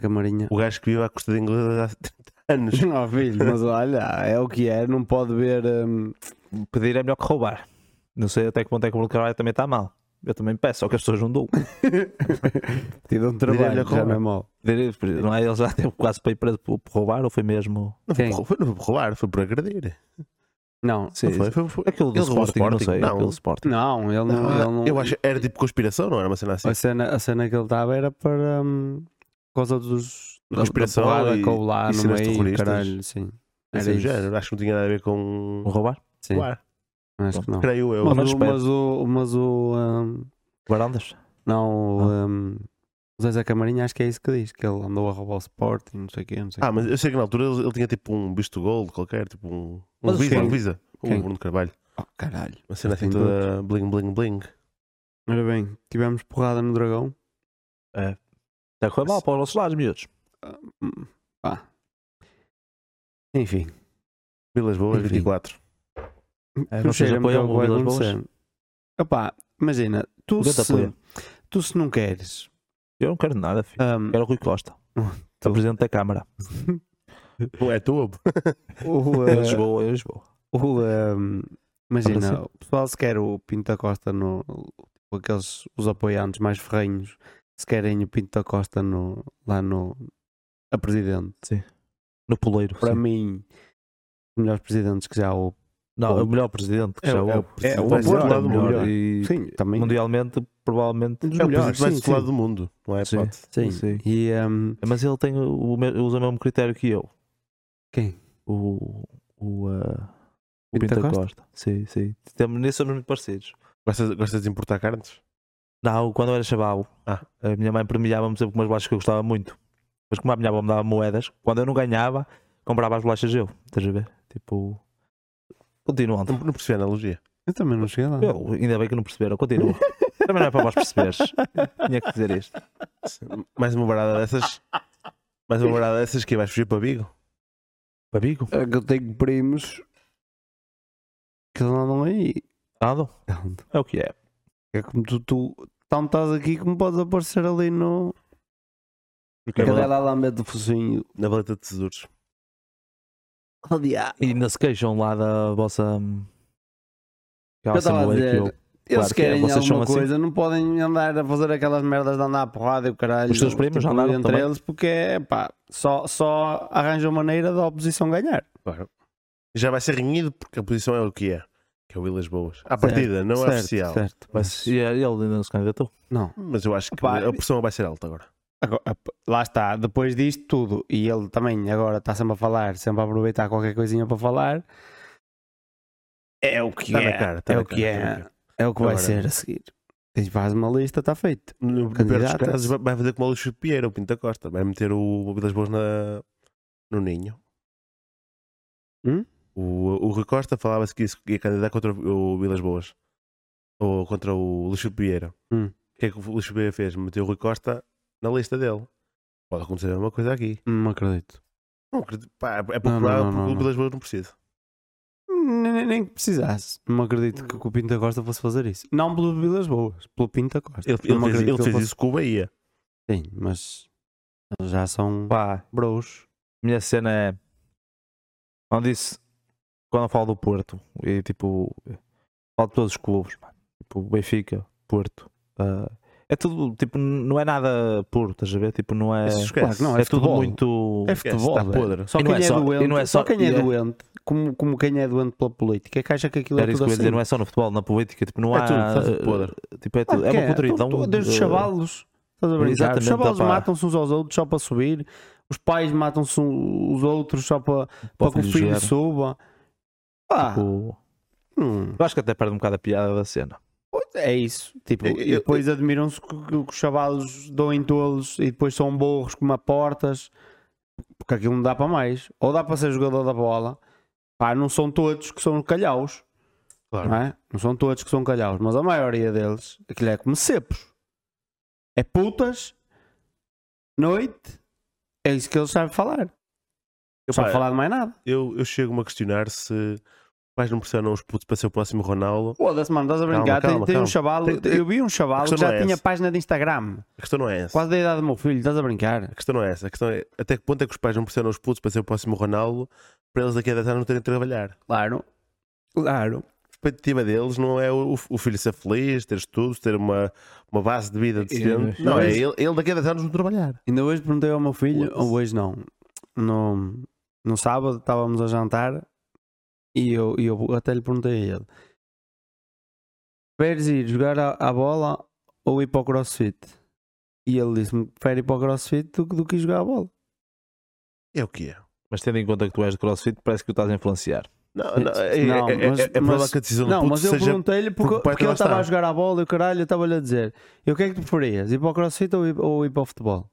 Speaker 3: [LAUGHS]
Speaker 1: Camarinha.
Speaker 3: O gajo que vive à custa de inglês há 30 anos.
Speaker 1: Não, filho, mas olha, é o que é. Não pode ver. hum, [LAUGHS]
Speaker 2: Pedir é melhor que roubar. Não sei até que ponto é que o Bruno Carvalho também está mal. Eu também peço, só que as pessoas não dão.
Speaker 1: Te
Speaker 3: Diria-lhe
Speaker 1: dão
Speaker 3: a
Speaker 1: trabalho, já
Speaker 3: cobra.
Speaker 1: não é mau.
Speaker 2: Pedir, Não é? Ele já teve quase para ir preso por por roubar ou foi mesmo.
Speaker 3: Não foi,
Speaker 1: Quem?
Speaker 3: por, foi- não foi por roubar, foi por agredir.
Speaker 1: Não.
Speaker 2: Sim,
Speaker 3: Não foi, foi, foi.
Speaker 2: Aquilo do
Speaker 3: Ele roubou o
Speaker 2: Sporting, não
Speaker 3: Sporting,
Speaker 2: sei.
Speaker 3: não.
Speaker 2: Aquilo do Sporting.
Speaker 1: Não, ele não. ele não-
Speaker 3: Eu acho que era tipo conspiração, não era uma cena assim.
Speaker 1: A cena, a cena que ele estava era para. hum, por causa dos.
Speaker 3: Da
Speaker 1: da- da
Speaker 3: conspiração
Speaker 1: porrada
Speaker 3: e-
Speaker 1: que houve lá
Speaker 3: e
Speaker 1: no
Speaker 3: cenas
Speaker 1: meio,
Speaker 3: terroristas.
Speaker 1: caralho, sim.
Speaker 3: Assim,
Speaker 1: Era
Speaker 3: do
Speaker 1: isso.
Speaker 3: género. Acho que não tinha nada a ver com
Speaker 2: Vou roubar?
Speaker 1: Sim,
Speaker 3: o ar.
Speaker 1: acho que não.
Speaker 3: Creio eu.
Speaker 1: Mas,
Speaker 2: Mas
Speaker 1: o,
Speaker 2: espero.
Speaker 1: mas o. Mas o hum,
Speaker 2: Varandas?
Speaker 1: não, o.
Speaker 2: Ah.
Speaker 1: hum, o Zezé Camarinha, acho que é isso que diz, que ele andou a roubar o Sporting, não sei o quê, não sei o
Speaker 3: Ah, mas eu sei que na altura ele, ele tinha tipo um visto gold qualquer, tipo um, um
Speaker 2: Mas o
Speaker 3: visa,
Speaker 2: quê?
Speaker 3: um visa.
Speaker 1: Quem?
Speaker 3: Um Bruno Carvalho.
Speaker 2: Ah,
Speaker 1: quê. Oh, caralho.
Speaker 3: Uma cena assim
Speaker 1: Tem
Speaker 3: toda bling bling bling.
Speaker 1: Ora bem, tivemos porrada no Dragão.
Speaker 2: Está a correr mal para os nossos lados, miúdos.
Speaker 1: Ah, hum, pá. Enfim.
Speaker 3: Vilas Boas,
Speaker 1: Enfim.
Speaker 3: 24.
Speaker 2: É,
Speaker 1: não
Speaker 2: vocês
Speaker 1: cheira-me que é
Speaker 2: apoiam
Speaker 1: o
Speaker 2: o
Speaker 1: que vai
Speaker 2: Vilas Boas?
Speaker 1: acontecer. Opá, imagina, tu
Speaker 2: O Beto
Speaker 1: se,
Speaker 2: apoia.
Speaker 1: tu se não queres.
Speaker 2: Eu não quero nada, filho.
Speaker 1: hum,
Speaker 2: Quero o Rui
Speaker 1: [LAUGHS]
Speaker 2: Costa.
Speaker 1: Tu.
Speaker 2: O Presidente da Câmara.
Speaker 3: Não é tu? Bob?
Speaker 1: [LAUGHS] o,
Speaker 2: Em
Speaker 1: eh,
Speaker 2: É Lisboa, em Lisboa.
Speaker 1: O, ehm, imagina,
Speaker 2: Parece.
Speaker 1: o pessoal se quer o Pinto da Costa no. o- Aqueles, os apoiantes mais ferrenhos, se querem o Pinto da Costa no, lá no. a presidente.
Speaker 2: No Poleiro.
Speaker 1: Para
Speaker 2: sim.
Speaker 1: mim, os melhores presidentes que já houve.
Speaker 2: Não, é o melhor Presidente que
Speaker 3: É
Speaker 2: já
Speaker 3: o- é o
Speaker 2: houve.
Speaker 3: presidente
Speaker 1: o
Speaker 2: Vai ser
Speaker 1: melhor,
Speaker 2: o
Speaker 1: é o
Speaker 2: melhor.
Speaker 1: melhor.
Speaker 2: E
Speaker 1: Sim, também.
Speaker 2: mundialmente, provavelmente.
Speaker 1: um dos
Speaker 3: É o
Speaker 1: melhores,
Speaker 3: presidente mais
Speaker 1: sim,
Speaker 3: do lado do mundo, não é?
Speaker 2: Sim.
Speaker 3: Pato?
Speaker 1: sim, sim.
Speaker 2: Sim.
Speaker 1: E, ehm,
Speaker 2: Mas ele tem o, o me- usa o mesmo critério que eu.
Speaker 1: Quem?
Speaker 2: O. O. ah, o
Speaker 1: Pinto da
Speaker 2: Pinta Costa. Sim, sim. Temos, nisso somos muito parecidos.
Speaker 3: Gostas, gostas de importar carnes?
Speaker 2: Não, quando eu era chaval,
Speaker 3: Ah.
Speaker 2: a minha mãe premiava-me sempre com umas bolachas que eu gostava muito. Mas como a minha avó me dava moedas, quando eu não ganhava, comprava as bolachas eu. Estás a ver? Tipo. Continuando.
Speaker 3: Não, não percebi a analogia.
Speaker 1: eu também não cheguei lá. [LAUGHS]
Speaker 2: Eu, ainda bem que não perceberam, continua. Também não é para vós perceberes. Tinha que dizer isto.
Speaker 3: Mais uma barada dessas. Mais uma barada dessas que é, vais fugir para Bigo?
Speaker 2: Para Bigo?
Speaker 1: É que eu tenho primos que eles andam aí.
Speaker 2: Nada. É o que é.
Speaker 1: É como tu, tu tanto estás aqui como podes aparecer ali no. Cadela lá mete o focinho.
Speaker 3: é Na baleta de tesouros.
Speaker 1: Oh, diabo.
Speaker 2: E ainda se queixam lá da vossa. hum, Que um
Speaker 1: Eu estava a
Speaker 2: assembleia que
Speaker 1: dizer,
Speaker 2: eu-
Speaker 1: Eles
Speaker 2: Claro que é,
Speaker 1: querem
Speaker 2: vocês são
Speaker 1: alguma
Speaker 2: assim.
Speaker 1: coisa, não podem andar a fazer aquelas merdas de andar a porrada e o caralho.
Speaker 2: Os teus primos
Speaker 1: tipo,
Speaker 2: andaram
Speaker 1: entre
Speaker 2: também?
Speaker 1: eles, porque é pá, só, só arranjam maneira da oposição ganhar.
Speaker 3: Já vai ser renhido porque a posição é o que é. Que é o Ilhas Boas. À partida, não é
Speaker 1: Certo,
Speaker 3: oficial.
Speaker 1: Certo.
Speaker 2: Mas, e ele ainda não se candidatou.
Speaker 1: Não.
Speaker 3: Mas eu acho que
Speaker 1: Pá,
Speaker 3: a pressão vai ser alta agora.
Speaker 1: Agora, ap- lá está, depois disto tudo, e ele também agora está sempre a falar, sempre a aproveitar qualquer coisinha para falar. É o que
Speaker 3: Está
Speaker 1: é.
Speaker 3: na cara. Está
Speaker 1: é
Speaker 3: na
Speaker 1: o que
Speaker 3: cara, está na
Speaker 1: é.
Speaker 3: cara.
Speaker 1: É o que vai
Speaker 3: Agora-
Speaker 1: ser a seguir. Tens faz uma lista, está feito.
Speaker 3: No pior dos
Speaker 1: Candidata-se.
Speaker 3: casos, vai- vai fazer como o Luís Pinheiro, o Pinto da Costa. Vai meter o Ilhas Boas na... no ninho.
Speaker 1: Hum?
Speaker 3: O, o Rui Costa falava-se que isso ia candidatar contra o Vilas Boas. Ou contra o Luís Pinheiro.
Speaker 1: Hum.
Speaker 3: O que é que o Luís Pinheiro fez? Meteu o Rui Costa na lista dele. Pode acontecer a mesma coisa aqui.
Speaker 1: Não acredito.
Speaker 3: Não, acredito- pá, é pouco
Speaker 1: Não, não,
Speaker 3: provável
Speaker 1: não, não,
Speaker 3: porque o
Speaker 1: não.
Speaker 3: Vilas Boas não precisa.
Speaker 1: Nem, nem- nem que precisasse. Não acredito que, que o Pinto da Costa fosse fazer isso. Não pelo Vilas Boas, pelo Pinto da Costa.
Speaker 3: Ele,
Speaker 1: Não
Speaker 3: ele fez,
Speaker 1: acredito
Speaker 3: ele
Speaker 1: que
Speaker 3: fez
Speaker 1: fosse-
Speaker 3: isso com o Bahia.
Speaker 1: Sim, mas eles já são
Speaker 2: Pá,
Speaker 1: bros.
Speaker 2: minha cena é. Não disse. Quando eu falo do Porto, e tipo. Falo de todos os clubes, mano. Tipo, Benfica, Porto. ah, é tudo, tipo, não é nada puro, estás a ver? Tipo, não é.
Speaker 3: Isso esquece.
Speaker 1: Claro que não,
Speaker 2: é
Speaker 1: é,
Speaker 2: tudo
Speaker 1: futebol.
Speaker 2: muito.
Speaker 1: É futebol.
Speaker 3: Está
Speaker 1: velho.
Speaker 3: podre.
Speaker 1: Só
Speaker 2: E não
Speaker 1: quem
Speaker 2: é
Speaker 1: é,
Speaker 2: só- e
Speaker 1: doente,
Speaker 2: não é
Speaker 1: só,
Speaker 2: só-
Speaker 1: quem é,
Speaker 2: e é-
Speaker 1: doente, como, como quem é doente pela política, é que acha que aquilo
Speaker 2: Era
Speaker 1: é
Speaker 2: isso
Speaker 1: tudo
Speaker 2: que eu ia
Speaker 1: assim.
Speaker 2: dizer, não é só no futebol, na política, tipo, não
Speaker 3: É
Speaker 2: há.
Speaker 3: tudo, está tudo podre.
Speaker 2: Tipo, é,
Speaker 1: Claro
Speaker 2: tudo, é
Speaker 1: que
Speaker 2: uma
Speaker 1: é.
Speaker 2: podridão.
Speaker 1: Então, tu- Desde os
Speaker 2: de-
Speaker 1: chavalos, estás a brincar? Os
Speaker 2: Exatamente,
Speaker 1: chavalos
Speaker 2: opá.
Speaker 1: matam-se uns aos outros só para subir, os pais matam-se um- os outros só para, para que o
Speaker 2: filho
Speaker 1: filho
Speaker 2: gerar.
Speaker 1: suba. Pá,
Speaker 2: Tipo,
Speaker 1: hum.
Speaker 2: eu acho que até perde um bocado a piada da cena.
Speaker 1: Pois, É isso. Tipo,
Speaker 3: Eu-
Speaker 1: e
Speaker 3: eu-
Speaker 1: depois admiram-se que, que- que os chavalos dão em tolos e depois são burros como a portas, porque aquilo não dá para mais. Ou dá para ser jogador da bola. Pá, não são todos que são calhaus,
Speaker 3: Claro.
Speaker 1: não é? Não são todos que são calhaus, mas a maioria deles, aquilo é como cepos. É putas, noite, é isso que eles sabem falar.
Speaker 3: Eu,
Speaker 1: Só
Speaker 3: pá,
Speaker 1: falar de mais nada.
Speaker 3: eu, eu chego-me a questionar se os pais não pressionam os putos para ser o próximo Ronaldo.
Speaker 1: Foda-se, mano, estás a
Speaker 3: Calma,
Speaker 1: brincar. Tem-
Speaker 3: calma,
Speaker 1: tem,
Speaker 3: calma.
Speaker 1: um chaval,
Speaker 3: Tem- tem-
Speaker 1: eu vi um
Speaker 3: a
Speaker 1: chaval que
Speaker 3: questão
Speaker 1: já
Speaker 3: não é
Speaker 1: tinha
Speaker 3: essa.
Speaker 1: página de Instagram,
Speaker 3: A questão não é essa.
Speaker 1: quase da idade do meu filho, estás a brincar.
Speaker 3: A questão não é essa. A questão é até que ponto é que os pais não pressionam os putos para ser o próximo Ronaldo para eles daqui a 10 anos não terem de trabalhar.
Speaker 1: Claro. Claro.
Speaker 3: A perspectiva deles não é o, o filho ser feliz, ter estudos, ter uma, uma base de vida decente.
Speaker 2: Eu-
Speaker 3: Não, é
Speaker 1: mas-
Speaker 3: ele, ele daqui a 10 anos não trabalhar.
Speaker 1: Ainda hoje perguntei ao meu filho,
Speaker 3: Foda-se.
Speaker 1: ou hoje não, no, no sábado estávamos a jantar e eu, e eu até lhe perguntei a ele: Preferes ir jogar a, a bola ou ir para o crossfit? E ele disse-me: Prefere ir para o crossfit do, que- do que ir jogar a bola.
Speaker 3: É o que é.
Speaker 2: Mas tendo em conta que tu és de crossfit, parece que o estás a influenciar.
Speaker 3: Não, não, é,
Speaker 1: Não,
Speaker 3: é, é,
Speaker 1: mas-
Speaker 3: é, é provável
Speaker 1: mas-
Speaker 3: que a decisão do
Speaker 1: Não,
Speaker 3: puto
Speaker 1: mas eu
Speaker 3: seja.
Speaker 1: perguntei-lhe
Speaker 3: porque
Speaker 1: porque,
Speaker 3: o pai tá
Speaker 1: porque ele
Speaker 3: lá
Speaker 1: estava
Speaker 3: está.
Speaker 1: a jogar a bola e o caralho, eu estava-lhe a dizer: E o que é que tu preferias? Ir para o crossfit ou ir, ou ir para o futebol?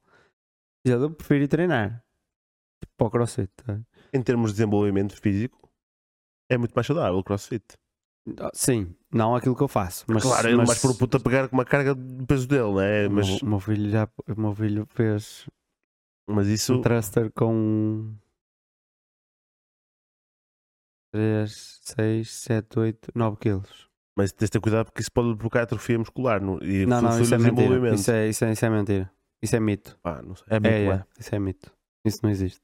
Speaker 1: E ele: Eu prefiro ir treinar para o crossfit. tá?
Speaker 3: em termos de desenvolvimento físico, é muito mais saudável o crossfit.
Speaker 1: Ah, Sim, não aquilo que eu faço. Mas,
Speaker 3: claro, ele
Speaker 1: mas,
Speaker 3: mais por o puto a pegar com uma carga do peso dele, né?
Speaker 1: o
Speaker 3: Mas,
Speaker 1: meu- o meu filho já o meu filho fez
Speaker 3: mas
Speaker 1: um
Speaker 3: isso.
Speaker 1: thruster com 3, 6, 7, 8, 9 quilos.
Speaker 3: Mas tens de ter cuidado porque isso pode provocar atrofia muscular no, e
Speaker 1: Não, não,
Speaker 3: funciona
Speaker 1: isso é
Speaker 3: o
Speaker 1: mentira.
Speaker 3: desenvolvimento.
Speaker 1: Isso é, isso, é, isso é mentira. Isso é mito.
Speaker 3: Pá, não sei.
Speaker 2: É muito
Speaker 1: É,
Speaker 2: bem.
Speaker 1: é, isso é mito. Isso não existe.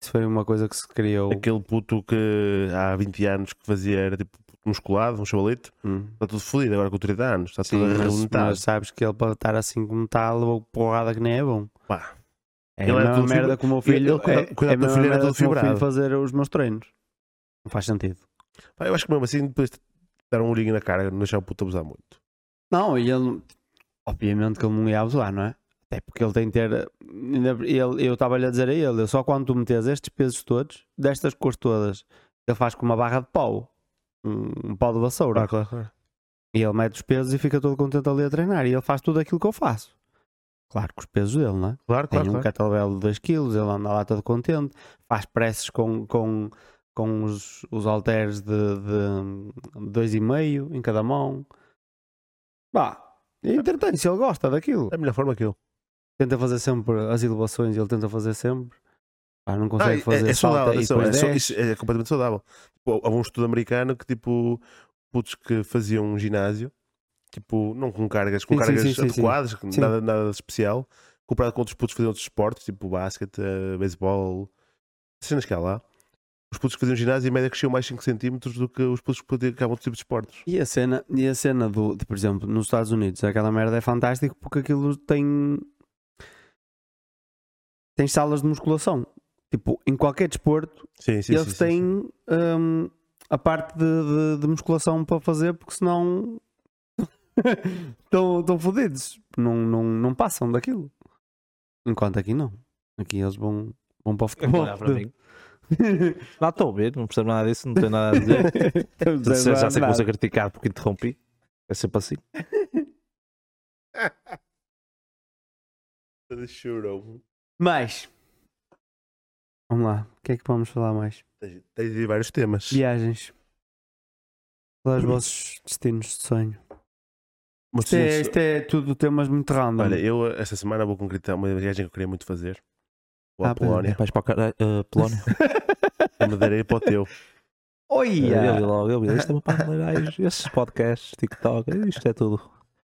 Speaker 1: Isso foi uma coisa que se criou.
Speaker 3: Aquele puto que há 20 anos que fazia era tipo puto musculado, um chavalito,
Speaker 1: Hum.
Speaker 3: está tudo fodido agora com 30 anos, está
Speaker 1: Sim,
Speaker 3: tudo
Speaker 1: mas,
Speaker 3: arrebentado.
Speaker 1: mas sabes que ele para estar assim como está, levou porrada que nem é bom.
Speaker 3: Pá,
Speaker 1: É
Speaker 3: Ele
Speaker 1: a
Speaker 3: era assim,
Speaker 1: mesma
Speaker 3: todo fibra-
Speaker 1: merda como o
Speaker 3: Ele-
Speaker 1: meu filho.
Speaker 3: ele, cuidado-
Speaker 1: é-
Speaker 3: cuidado
Speaker 1: é a
Speaker 3: da
Speaker 1: mesma
Speaker 3: filha, era
Speaker 1: merda
Speaker 3: todo
Speaker 1: como o meu filho
Speaker 3: fibrado.
Speaker 1: fazer os meus treinos. Não faz sentido.
Speaker 3: pá, eu acho que mesmo assim depois de dar um olhinho na cara, não deixar o puto abusar muito.
Speaker 1: Não, e ele. Obviamente que ele não ia abusar, não é? Até porque ele tem que ter. ainda- Ele, eu estava-lhe a dizer a ele: eu só quando tu metes estes pesos todos, destas cores todas, ele faz com uma barra de pau, um, um pau de vassoura.
Speaker 3: claro, claro.
Speaker 1: E ele mete os pesos e fica todo contente ali a treinar. E ele faz tudo aquilo que eu faço. Claro, com os pesos dele, não é?
Speaker 3: Claro,
Speaker 1: Tem
Speaker 3: claro,
Speaker 1: um
Speaker 3: claro.
Speaker 1: kettlebell de 2 kg, ele anda lá todo contente, faz presses com, com, com os, os halteres de 2,5 em cada mão. Pá, entretanto, se ele gosta daquilo,
Speaker 3: É a melhor forma que eu.
Speaker 1: tenta fazer sempre as elevações, ele tenta fazer sempre. Pá, não consegue
Speaker 3: Ah, é-
Speaker 1: fazer
Speaker 3: é,
Speaker 1: salta
Speaker 3: saudável,
Speaker 1: e
Speaker 3: atenção, é,
Speaker 1: depois
Speaker 3: só-
Speaker 1: desce.
Speaker 3: isso é completamente saudável. Tipo, há um estudo americano que tipo putos que faziam um ginásio, tipo, não com cargas, com
Speaker 1: Sim, sim,
Speaker 3: cargas
Speaker 1: sim, sim, sim.
Speaker 3: adequadas,
Speaker 1: Sim.
Speaker 3: Nada, nada de especial, comparado com outros putos que faziam outros esportes, tipo basquete, eh, beisebol, cenas que há lá. Os putos que faziam ginásio em média cresciam mais 5 cm do que os putos que praticavam outro tipo de esportes.
Speaker 1: E a cena, e a cena do, de, por exemplo, nos Estados Unidos, aquela merda é fantástica porque aquilo tem. tem salas de musculação. Tipo, em qualquer desporto,
Speaker 3: Sim, sim,
Speaker 1: eles têm hum, a parte de, de- de musculação para fazer porque senão. [LAUGHS] estão, estão fodidos. Não, não, não passam daquilo. Enquanto aqui não. Aqui eles vão, vão para
Speaker 2: Vão
Speaker 1: o futebol.
Speaker 2: É olhar para mim.
Speaker 1: [LAUGHS]
Speaker 2: Lá estou a ver, não percebo nada disso, não tenho nada a dizer. Já sei- já sei que vou ser criticado porque interrompi. É sempre assim.
Speaker 3: Chorou.
Speaker 1: Mas. Vamos lá. O que é que vamos falar mais?
Speaker 3: Tens tens de vários temas.
Speaker 1: é Viagens. Lá os vossos destinos de sonho.
Speaker 3: Mas
Speaker 1: Isto é,
Speaker 3: sim,
Speaker 1: isto é tudo temas muito random.
Speaker 3: Olha, eu eh, esta semana vou concretar uma viagem que eu queria muito fazer. Vou à
Speaker 1: Ah, pois é.
Speaker 3: Polónia.
Speaker 2: Vais para o caralho. ah, [LAUGHS] Polónia.
Speaker 3: A Madeira e para o teu.
Speaker 2: Eu vi
Speaker 1: Olha!
Speaker 2: logo, eu vi. Isto é uma palmeirais. Esses podcasts, TikTok, isto é tudo.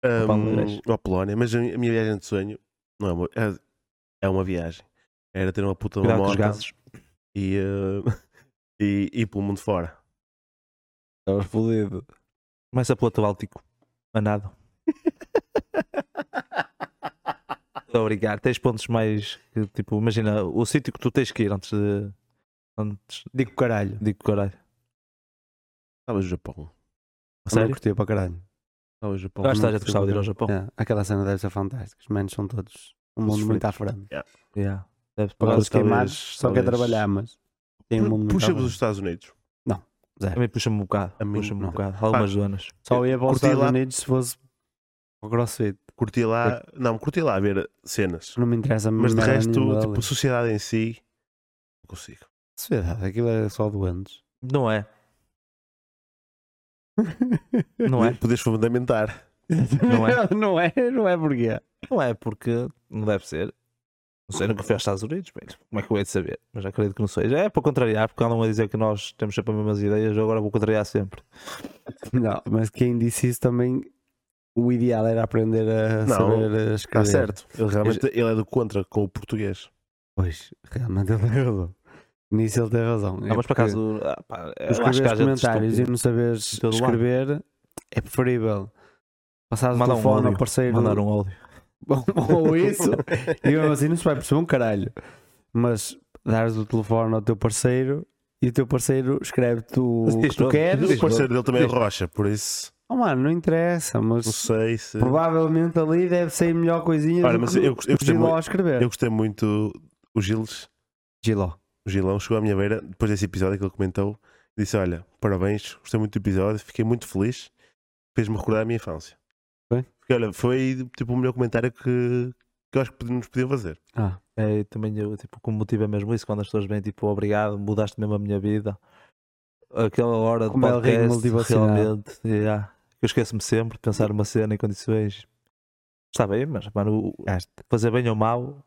Speaker 3: Um,
Speaker 2: Palmeiras.
Speaker 3: ou à Polónia. Mas a minha a minha viagem de sonho não é uma, é- é uma viagem. Era ter uma puta de uma
Speaker 2: Cuidado com os
Speaker 3: moto
Speaker 2: gases.
Speaker 3: e, eh, [LAUGHS] e ir pelo mundo fora.
Speaker 2: Estavas fodido. Começa pelo Báltico. A nada. Estou a brincar. Tens pontos mais. que, Tipo, imagina o sítio que tu tens que ir antes de. Antes.
Speaker 1: Digo caralho.
Speaker 2: Digo caralho.
Speaker 3: Estava no Ah, Japão.
Speaker 2: A
Speaker 1: Sério?
Speaker 2: sério?
Speaker 1: curtiu para caralho.
Speaker 3: Estava no Japão.
Speaker 2: Eu acho que
Speaker 1: não
Speaker 2: a gente
Speaker 1: curti
Speaker 2: gostava de ir
Speaker 1: para
Speaker 2: ao Japão.
Speaker 1: É, aquela cena deve ser fantástica. Os manos são todos um
Speaker 3: Todos
Speaker 1: mundo muito à
Speaker 3: fritos.
Speaker 1: frente.
Speaker 2: Yeah. Deve
Speaker 1: Agora
Speaker 2: pagar
Speaker 1: os queimados só quer
Speaker 3: talvez-
Speaker 1: trabalhar, mas tem um mundo
Speaker 3: Pu-
Speaker 1: muito à
Speaker 3: Puxa-vos
Speaker 1: frente.
Speaker 3: os Estados Unidos.
Speaker 2: Também puxa-me um bocado.
Speaker 3: A mim,
Speaker 2: Puxa-me um
Speaker 3: não.
Speaker 2: bocado. Algumas zonas.
Speaker 1: Só ia para os
Speaker 3: Curti
Speaker 1: Estados
Speaker 3: lá.
Speaker 1: Unidos se fosse para o CrossFit.
Speaker 3: Curti lá. Não, curti lá a ver cenas.
Speaker 1: Não me interessa
Speaker 3: Mas de
Speaker 1: merda
Speaker 3: resto,
Speaker 1: nenhuma
Speaker 3: tipo,
Speaker 1: ali.
Speaker 3: a sociedade em si, não consigo.
Speaker 1: Sociedade, aquilo é só [LAUGHS] doentes.
Speaker 2: Não é? Não
Speaker 3: [LAUGHS]
Speaker 2: é?
Speaker 3: Podes fundamentar. tá
Speaker 2: Não é?
Speaker 1: [LAUGHS] não é, não é porquê.
Speaker 2: Não é porque não deve ser. Não sei, nunca fui aos Estados Unidos, velho. Como é que eu hei de saber? Mas já acredito que não seja. É para contrariar, porque andam a dizer que nós temos sempre as mesmas ideias, eu agora vou contrariar sempre.
Speaker 1: Não, mas quem disse isso também, o ideal era aprender a
Speaker 3: Não,
Speaker 1: saber
Speaker 2: tá
Speaker 1: a
Speaker 3: Está
Speaker 1: escrever.
Speaker 3: certo. Ele realmente ele é do contra com o português.
Speaker 1: Pois, realmente ele tem razão. Nisso ele tem razão.
Speaker 2: Ah, mas por acaso, ah, pá, eu acho que há
Speaker 1: escrever É os
Speaker 2: gente
Speaker 1: comentários e
Speaker 2: estúpida.
Speaker 1: não saberes
Speaker 2: Em todo lado.
Speaker 1: escrever é preferível. Passar o
Speaker 2: Mandar um
Speaker 1: telefone ao
Speaker 2: áudio,
Speaker 1: parceiro
Speaker 2: Mandar um áudio.
Speaker 1: [LAUGHS] ou isso, e mesmo assim não se vai perceber um caralho. Mas dares o telefone ao teu parceiro e o teu parceiro escreve-te o
Speaker 2: Mas
Speaker 1: que
Speaker 2: diz
Speaker 1: tu
Speaker 2: todo,
Speaker 1: queres.
Speaker 3: O
Speaker 2: diz
Speaker 3: parceiro dele também é Rocha, por isso
Speaker 1: Oh, mano, não interessa,
Speaker 3: não
Speaker 1: mas
Speaker 3: sei se.
Speaker 1: provavelmente ali deve ser a melhor coisinha
Speaker 3: Ora,
Speaker 1: do
Speaker 3: mas
Speaker 1: que
Speaker 3: eu, eu, gostei
Speaker 1: Giló
Speaker 3: muito,
Speaker 1: a escrever.
Speaker 3: eu gostei muito. O Giles,
Speaker 1: Giló.
Speaker 3: o Gilão, chegou à minha beira depois desse episódio que ele comentou e disse: Olha, parabéns, gostei muito do episódio, fiquei muito feliz, fez-me recordar a minha infância.
Speaker 1: Foi?
Speaker 3: Porque, olha, foi tipo o melhor comentário que, que eu acho que nos podiam fazer.
Speaker 1: Ah,
Speaker 2: É, e também eu, tipo, como motivo é mesmo isso, quando as pessoas vêm, tipo, obrigado, mudaste mesmo a minha vida. Aquela hora
Speaker 1: Como
Speaker 2: de
Speaker 1: ela ri
Speaker 2: podcast,
Speaker 1: motivacional.
Speaker 2: realmente, yeah. eu esqueço-me sempre de pensar numa cena em condições. Está bem, mas, mano, o-
Speaker 1: gaste.
Speaker 2: fazer bem ou mal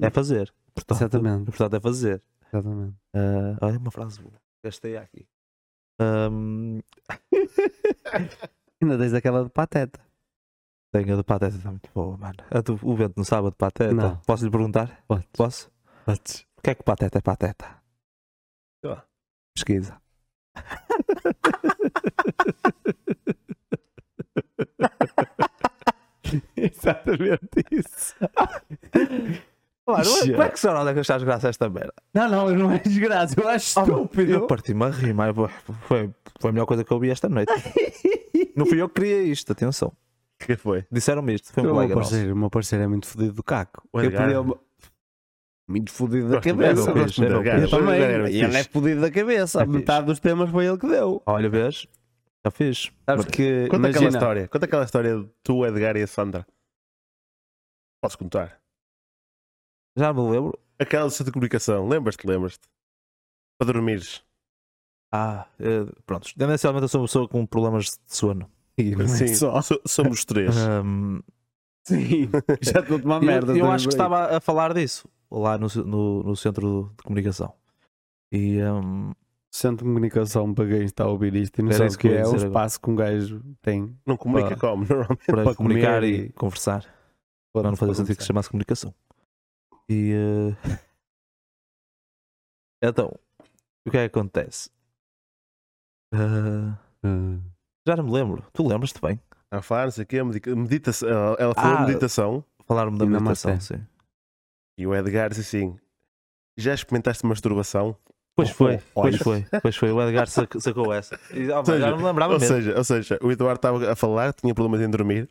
Speaker 2: é fazer. Portanto,
Speaker 1: Exatamente.
Speaker 2: o importante é fazer.
Speaker 1: Exatamente.
Speaker 2: Ah, olha uma frase boa. Gastei aqui. Ahm, [LAUGHS]
Speaker 1: Ainda desde aquela de pateta.
Speaker 2: tenho a de pateta, está muito boa, mano. A do- o vento no sábado, pateta.
Speaker 1: Não.
Speaker 2: Posso lhe perguntar?
Speaker 1: Podes.
Speaker 2: Posso? O que é que pateta
Speaker 3: [LAUGHS]
Speaker 2: é pateta?
Speaker 3: Sei lá.
Speaker 2: Pesquisa.
Speaker 1: Exatamente isso.
Speaker 2: Claro,
Speaker 1: Já.
Speaker 2: como é que será onde é que estás graças a esta merda? Oh,
Speaker 1: Não, não, não é desgraça. Eu acho
Speaker 3: Oh,
Speaker 2: Eu
Speaker 1: estúpido.
Speaker 2: parti-me a rir, mas foi, foi a melhor coisa que eu vi esta noite. Não fui eu que queria isto, atenção.
Speaker 3: O que foi?
Speaker 2: Disseram-me isto, foi um
Speaker 1: O meu
Speaker 2: colega nosso.
Speaker 1: parceiro, o meu parceiro é muito fodido do caco.
Speaker 3: O
Speaker 1: eu
Speaker 3: Edgar.
Speaker 1: podia uma- Muito fodido da
Speaker 3: Gosto muito,
Speaker 1: cabeça.
Speaker 3: eu gosto muito do
Speaker 1: Eu
Speaker 3: Edgar.
Speaker 1: também.
Speaker 3: O Edgar era
Speaker 1: E ele é
Speaker 3: fixe.
Speaker 1: fodido da cabeça.
Speaker 2: É
Speaker 1: A metade dos temas foi ele que deu.
Speaker 2: Olha, vês? Já fiz.
Speaker 1: Sabes que.
Speaker 3: Conta aquela
Speaker 1: imagina-
Speaker 3: história. Conta aquela história de tu, Edgar e a Sandra. Posso contar?
Speaker 2: Já me lembro.
Speaker 3: Aquela do centro de comunicação, lembras-te, lembras-te? Para dormires.
Speaker 2: Ah, eh, pronto. Tendencialmente eu sou uma pessoa com problemas de sono.
Speaker 1: E não é
Speaker 3: Sim,
Speaker 1: só. [LAUGHS]
Speaker 3: so- somos três.
Speaker 2: Ahm,
Speaker 1: Sim, já estou uma
Speaker 2: eu-
Speaker 1: merda.
Speaker 2: Eu,
Speaker 1: também
Speaker 2: acho que
Speaker 1: por aí.
Speaker 2: estava a falar disso lá no, ce- no, no centro de comunicação. E ahm,
Speaker 1: Centro de comunicação para quem está a ouvir isto e não
Speaker 2: Era
Speaker 1: sei
Speaker 2: isso
Speaker 1: o que
Speaker 2: que eu ia
Speaker 1: é, o
Speaker 2: dizer agora.
Speaker 1: espaço que um gajo tem.
Speaker 3: Não comunica
Speaker 2: pá.
Speaker 3: como, [LAUGHS] normalmente.
Speaker 2: para,
Speaker 1: Para
Speaker 2: comunicar
Speaker 1: comer
Speaker 2: e
Speaker 1: e-
Speaker 2: conversar. para não fazer
Speaker 3: é.
Speaker 2: sentido que se chamasse comunicação. E eh, [LAUGHS] então, o que é que acontece? Ah,
Speaker 1: Ah,
Speaker 2: já não me lembro. Tu lembras-te bem?
Speaker 3: A falar, não sei o quê, medita- meditação. Ela- Ela falou
Speaker 2: Ah.
Speaker 3: meditação
Speaker 2: Falaram-me da
Speaker 1: E
Speaker 2: meditação,
Speaker 1: namastê.
Speaker 2: sim.
Speaker 3: e o Edgar disse assim: Já experimentaste masturbação?
Speaker 2: Pois
Speaker 3: Oh,
Speaker 2: foi,
Speaker 3: oh,
Speaker 2: pois
Speaker 3: olha.
Speaker 2: foi, pois foi. O Edgar sac- sacou essa. E, ah,
Speaker 3: Ou seja,
Speaker 2: já não me lembrava
Speaker 3: Ou
Speaker 2: mesmo.
Speaker 3: seja, ou seja, o Eduardo estava a falar, tinha problemas em dormir.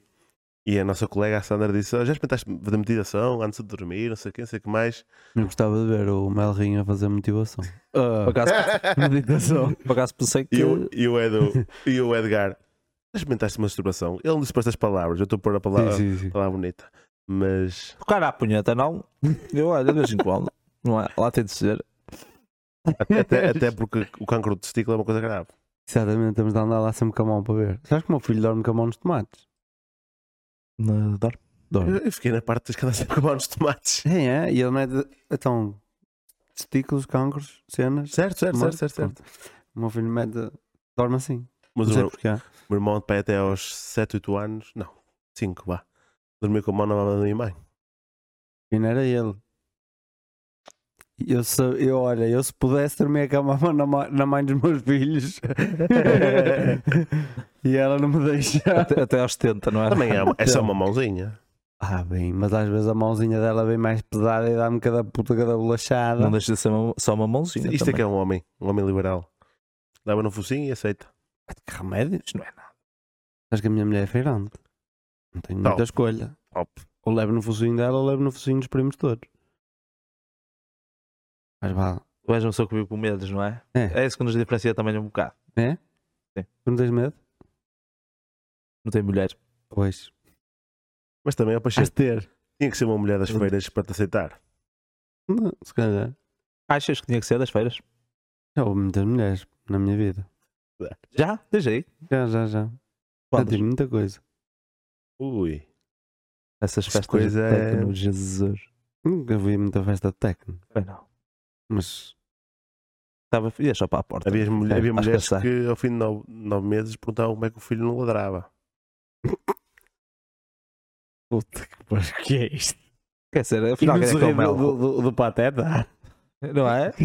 Speaker 3: E a nossa colega, a Sandra, disse: "Oh, Já experimentaste da meditação antes de dormir? Não sei o quê, não sei o que mais.
Speaker 1: Eu gostava de ver o Melrinho a fazer motivação.
Speaker 2: Por,
Speaker 3: [LAUGHS]
Speaker 2: acaso,
Speaker 1: [LAUGHS] Meditação.
Speaker 2: por acaso pensei que.
Speaker 3: E o, e o, Edu, e o Edgar, já experimentaste masturbação? Ele não disse para estas palavras, eu estou a pôr a palavra,
Speaker 1: Sim, sim, sim.
Speaker 3: palavra bonita. Mas
Speaker 2: Tocar à punheta, não? [LAUGHS] Eu olha, de vez em quando. Não é? Lá tem de ser.
Speaker 3: até, até,
Speaker 1: [LAUGHS]
Speaker 3: até porque o cancro do testículo é uma coisa grave.
Speaker 1: Exatamente, temos de andar lá sempre com a mão para ver. Sabes que o meu filho dorme com a mão nos tomates?
Speaker 2: Na- Dor.
Speaker 3: Eu, [LAUGHS]
Speaker 2: Dor.
Speaker 3: eu fiquei na parte das cadastras com mão nos tomates.
Speaker 1: Sim, é, e ele mete. Então, testículos, cancros, cenas.
Speaker 3: Certo, certo, certo,
Speaker 1: tomates,
Speaker 3: certo. certo.
Speaker 1: pronto. O meu filho mete. Dorme assim.
Speaker 3: Mas
Speaker 1: Não
Speaker 3: o
Speaker 1: sei
Speaker 3: meu,
Speaker 1: porquê.
Speaker 3: meu irmão de pai até aos 7, 8 anos, não, 5, vá, dormiu com a mão na mão da minha mãe.
Speaker 1: E não era ele. Eu, se, eu olha, eu se pudesse dormir com a mama [LAUGHS] na, ma- na mãe dos meus filhos e ela não me deixa.
Speaker 2: Até, até aos 70, não é?
Speaker 3: Também é,
Speaker 1: [LAUGHS]
Speaker 3: é só uma mãozinha.
Speaker 1: Ah, bem, mas às vezes a mãozinha dela vem mais pesada e dá-me cada puta, cada bolachada.
Speaker 2: Não deixa de ser uma- só uma mãozinha.
Speaker 3: é Isto é
Speaker 2: também.
Speaker 3: que é um homem, um homem liberal. Dava no focinho e aceita.
Speaker 1: Que remédio?
Speaker 2: Isto não é nada.
Speaker 1: Sabes que a minha mulher é feirante. Não tenho muita
Speaker 3: Top.
Speaker 1: escolha.
Speaker 3: Top.
Speaker 1: Ou levo no focinho dela ou levo no focinho dos primos todos. Mas vá,
Speaker 2: Tu és uma pessoa que vive com medos, não é?
Speaker 1: É.
Speaker 2: isso que nos diferencia também um bocado.
Speaker 1: tu não tens medo?
Speaker 2: Não tem mulher.
Speaker 1: Pois.
Speaker 3: Mas também, ó, Pacheco,
Speaker 1: Vais ter. Hum.
Speaker 3: tinha que ser uma mulher das feiras para te aceitar.
Speaker 1: Não, Se calhar.
Speaker 2: Achas que tinha que ser das feiras?
Speaker 1: Já houve muitas mulheres na minha vida.
Speaker 2: Já? Desde aí?
Speaker 1: Já, já, já. Já
Speaker 2: Quantas?
Speaker 1: tive muita coisa.
Speaker 3: Ui.
Speaker 2: Essas
Speaker 3: Essa
Speaker 2: festas
Speaker 3: coisa
Speaker 2: de
Speaker 3: é-
Speaker 2: techno, Jesus.
Speaker 1: Nunca vi muita festa de techno,
Speaker 2: Bem, não.
Speaker 1: mas
Speaker 2: Estava... Ia só para a porta.
Speaker 3: Havia, mulher-
Speaker 1: É,
Speaker 3: havia
Speaker 2: acho que
Speaker 3: mulheres
Speaker 2: eu sei.
Speaker 3: que ao fim de nove, nove meses perguntavam como é que o filho não ladrava.
Speaker 1: puta que pois que é isto?
Speaker 2: Quer dizer,
Speaker 1: E
Speaker 2: afinal,
Speaker 1: não
Speaker 2: quem é
Speaker 1: se
Speaker 2: que é o
Speaker 1: ri do,
Speaker 2: Mel?
Speaker 1: do, do, é do pateta?
Speaker 2: Não é?
Speaker 1: [LAUGHS]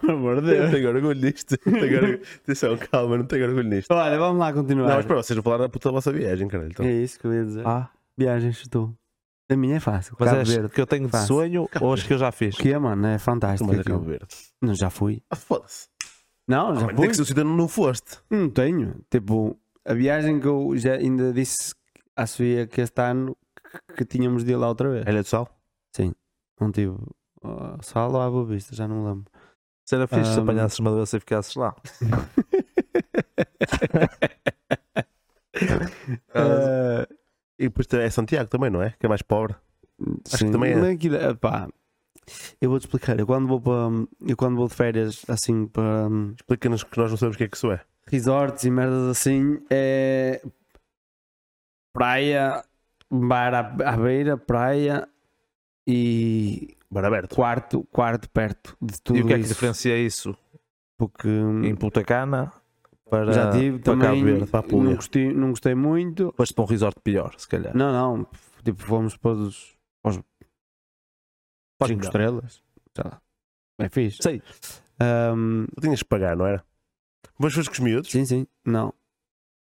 Speaker 1: Por amor de
Speaker 3: Eu
Speaker 1: Deus.
Speaker 3: tenho orgulho nisto. Tenho
Speaker 1: [LAUGHS]
Speaker 3: orgulho- Atenção, calma, não tenho orgulho nisto.
Speaker 1: [LAUGHS] Olha, vamos lá
Speaker 3: Não,
Speaker 1: continuar.
Speaker 3: mas para vocês não falaram da puta da vossa viagem, caralho. Então,
Speaker 1: é isso que eu ia dizer.
Speaker 2: Ah,
Speaker 1: Viagens, estou. A minha é fácil.
Speaker 2: mas
Speaker 1: Cabo
Speaker 2: és
Speaker 1: Verde.
Speaker 2: que eu tenho de
Speaker 1: Fácil.
Speaker 2: sonho ou as que eu já fiz?
Speaker 1: O que é, mano? É fantástico.
Speaker 3: mas a
Speaker 1: aquilo.
Speaker 3: Cabo Verde.
Speaker 1: Não, já fui.
Speaker 3: Ah, foda-se.
Speaker 1: Não,
Speaker 3: Ah,
Speaker 1: já
Speaker 3: mas
Speaker 1: fui.
Speaker 3: tem que ser o sítio onde não foste.
Speaker 1: Não tenho. Tipo, a viagem que eu já ainda disse à Sofia que este ano que, que tínhamos de ir lá outra vez. Então,
Speaker 3: Ilha do Sal?
Speaker 1: Não tive. Uh, sal ou à boa vista, já não me lembro.
Speaker 2: Se era fixe se
Speaker 1: Ahm.
Speaker 2: apanhasses uma doença e ficasses lá.
Speaker 1: Ah,
Speaker 3: E depois tem- é Santiago também, não é? Que é mais pobre.
Speaker 1: Acho
Speaker 3: que também é.
Speaker 1: eu vou te explicar. Eu quando vou para, eu quando vou de férias assim para hum,
Speaker 3: Explica-nos que nós não sabemos o que é que isso é.
Speaker 1: resorts e merdas assim é praia, bar à, à beira, praia e
Speaker 3: Bar aberto.
Speaker 1: quarto, quarto perto de tudo
Speaker 2: E o que é que
Speaker 1: isso.
Speaker 2: diferencia isso
Speaker 1: Porque hum,
Speaker 2: em Punta Cana para,
Speaker 1: já tive
Speaker 2: para
Speaker 1: também,
Speaker 2: Cabo Verde?
Speaker 3: para a Puglia.
Speaker 1: não gostei, não gostei muito.
Speaker 2: Foste para um resort pior, se calhar.
Speaker 1: Não, não, tipo fomos para os
Speaker 2: Pode
Speaker 1: 5
Speaker 2: não.
Speaker 1: estrelas, sei lá. É fixe.
Speaker 2: Sei.
Speaker 1: Hum,
Speaker 3: Tu tinhas de pagar, não era? Mas foste com os miúdos?
Speaker 1: sim, sim, não.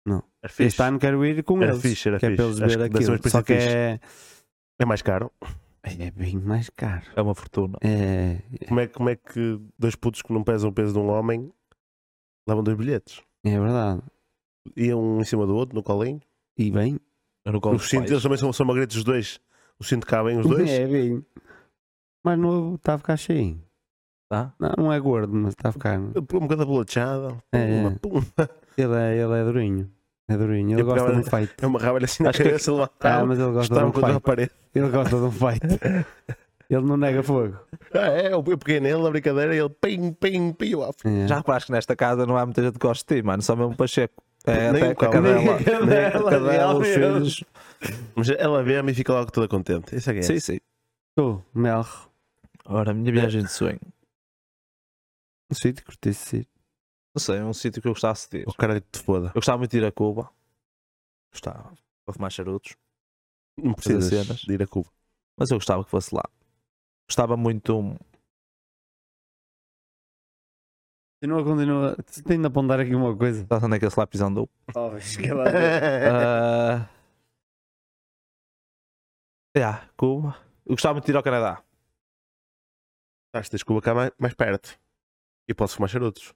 Speaker 3: Era fixe.
Speaker 1: Este ano quero ir com
Speaker 3: Era
Speaker 1: eles.
Speaker 3: fixe, era
Speaker 1: que é
Speaker 3: fixe.
Speaker 1: para eles
Speaker 3: Acho que
Speaker 1: verem
Speaker 3: deve ser uma
Speaker 1: aquilo. Só que é,
Speaker 3: É mais caro.
Speaker 1: é bem mais caro.
Speaker 2: É uma fortuna.
Speaker 1: É, é-
Speaker 3: Como é, como é que dois putos que não pesam o peso de um homem levam dois bilhetes?
Speaker 1: é verdade.
Speaker 3: Iam um em cima do outro, no colinho.
Speaker 1: E bem.
Speaker 2: Eu não
Speaker 3: O
Speaker 2: colo os
Speaker 3: cinto,
Speaker 2: pais.
Speaker 3: eles também são, são magretos os dois. O cinto cabem os dois.
Speaker 1: [LAUGHS] É bem. Mas novo está a ficar cheio.
Speaker 2: Tá?
Speaker 1: Não, não é gordo, mas está a ficar.
Speaker 3: Pô, Um bocado abolachado.
Speaker 1: É,
Speaker 3: Uma-
Speaker 1: é.
Speaker 3: pum.
Speaker 1: Ele é, ele é durinho. É durinho. Ele
Speaker 3: Eu
Speaker 1: gosta de um
Speaker 3: pegava- [LAUGHS]
Speaker 1: fight.
Speaker 3: Eu amarrava-lhe assim na
Speaker 2: Acho que-
Speaker 3: cabeça,
Speaker 1: Ah,
Speaker 3: levantava.
Speaker 1: mas ele gosta de
Speaker 3: Estava
Speaker 1: um
Speaker 3: contra a
Speaker 1: fight.
Speaker 3: parede.
Speaker 1: Ele gosta de um fight.
Speaker 3: [LAUGHS]
Speaker 1: Ele não nega fogo.
Speaker 3: Ah, é, eu eu peguei nele na brincadeira e ele pim, pim, pim. eu, ah, f-
Speaker 1: É.
Speaker 2: Já reparaste que nesta casa não há muita gente que gosta de ti, mano. Só mesmo Pacheco. É,
Speaker 3: Nem
Speaker 2: até
Speaker 3: o
Speaker 2: com a
Speaker 3: cão.
Speaker 2: cadela.
Speaker 3: Nem a
Speaker 2: Nem a
Speaker 1: cadela,
Speaker 2: cadela, os
Speaker 1: realmente.
Speaker 2: filhos.
Speaker 3: Mas ela vê-me e fica logo toda contente. Isso é que é.
Speaker 2: Sim, sim.
Speaker 1: Estou, mel.
Speaker 2: Ora, a minha viagem de sonho.
Speaker 1: Um sítio curtíssimo.
Speaker 2: Não sei, é um sítio que eu gostasse de ir.
Speaker 3: O caralho que te foda.
Speaker 2: Eu gostava muito de ir a Cuba. Gostava. Para fumar charutos.
Speaker 3: Não precisas
Speaker 2: cenas.
Speaker 3: de ir a Cuba.
Speaker 2: Mas eu gostava que fosse lá. Gostava muito. hum,
Speaker 1: Continua, continua. Tenho de apontar aqui
Speaker 3: [LAUGHS]
Speaker 1: uma coisa.
Speaker 2: Sabe onde é que esse lápis andou?
Speaker 1: Talvez, [LAUGHS]
Speaker 3: É.
Speaker 2: Ah, yeah, Cuba. Eu gostava muito de ir ao Canadá.
Speaker 3: Estás tens Cuba cá mais, mais perto. E posso fumar charutos.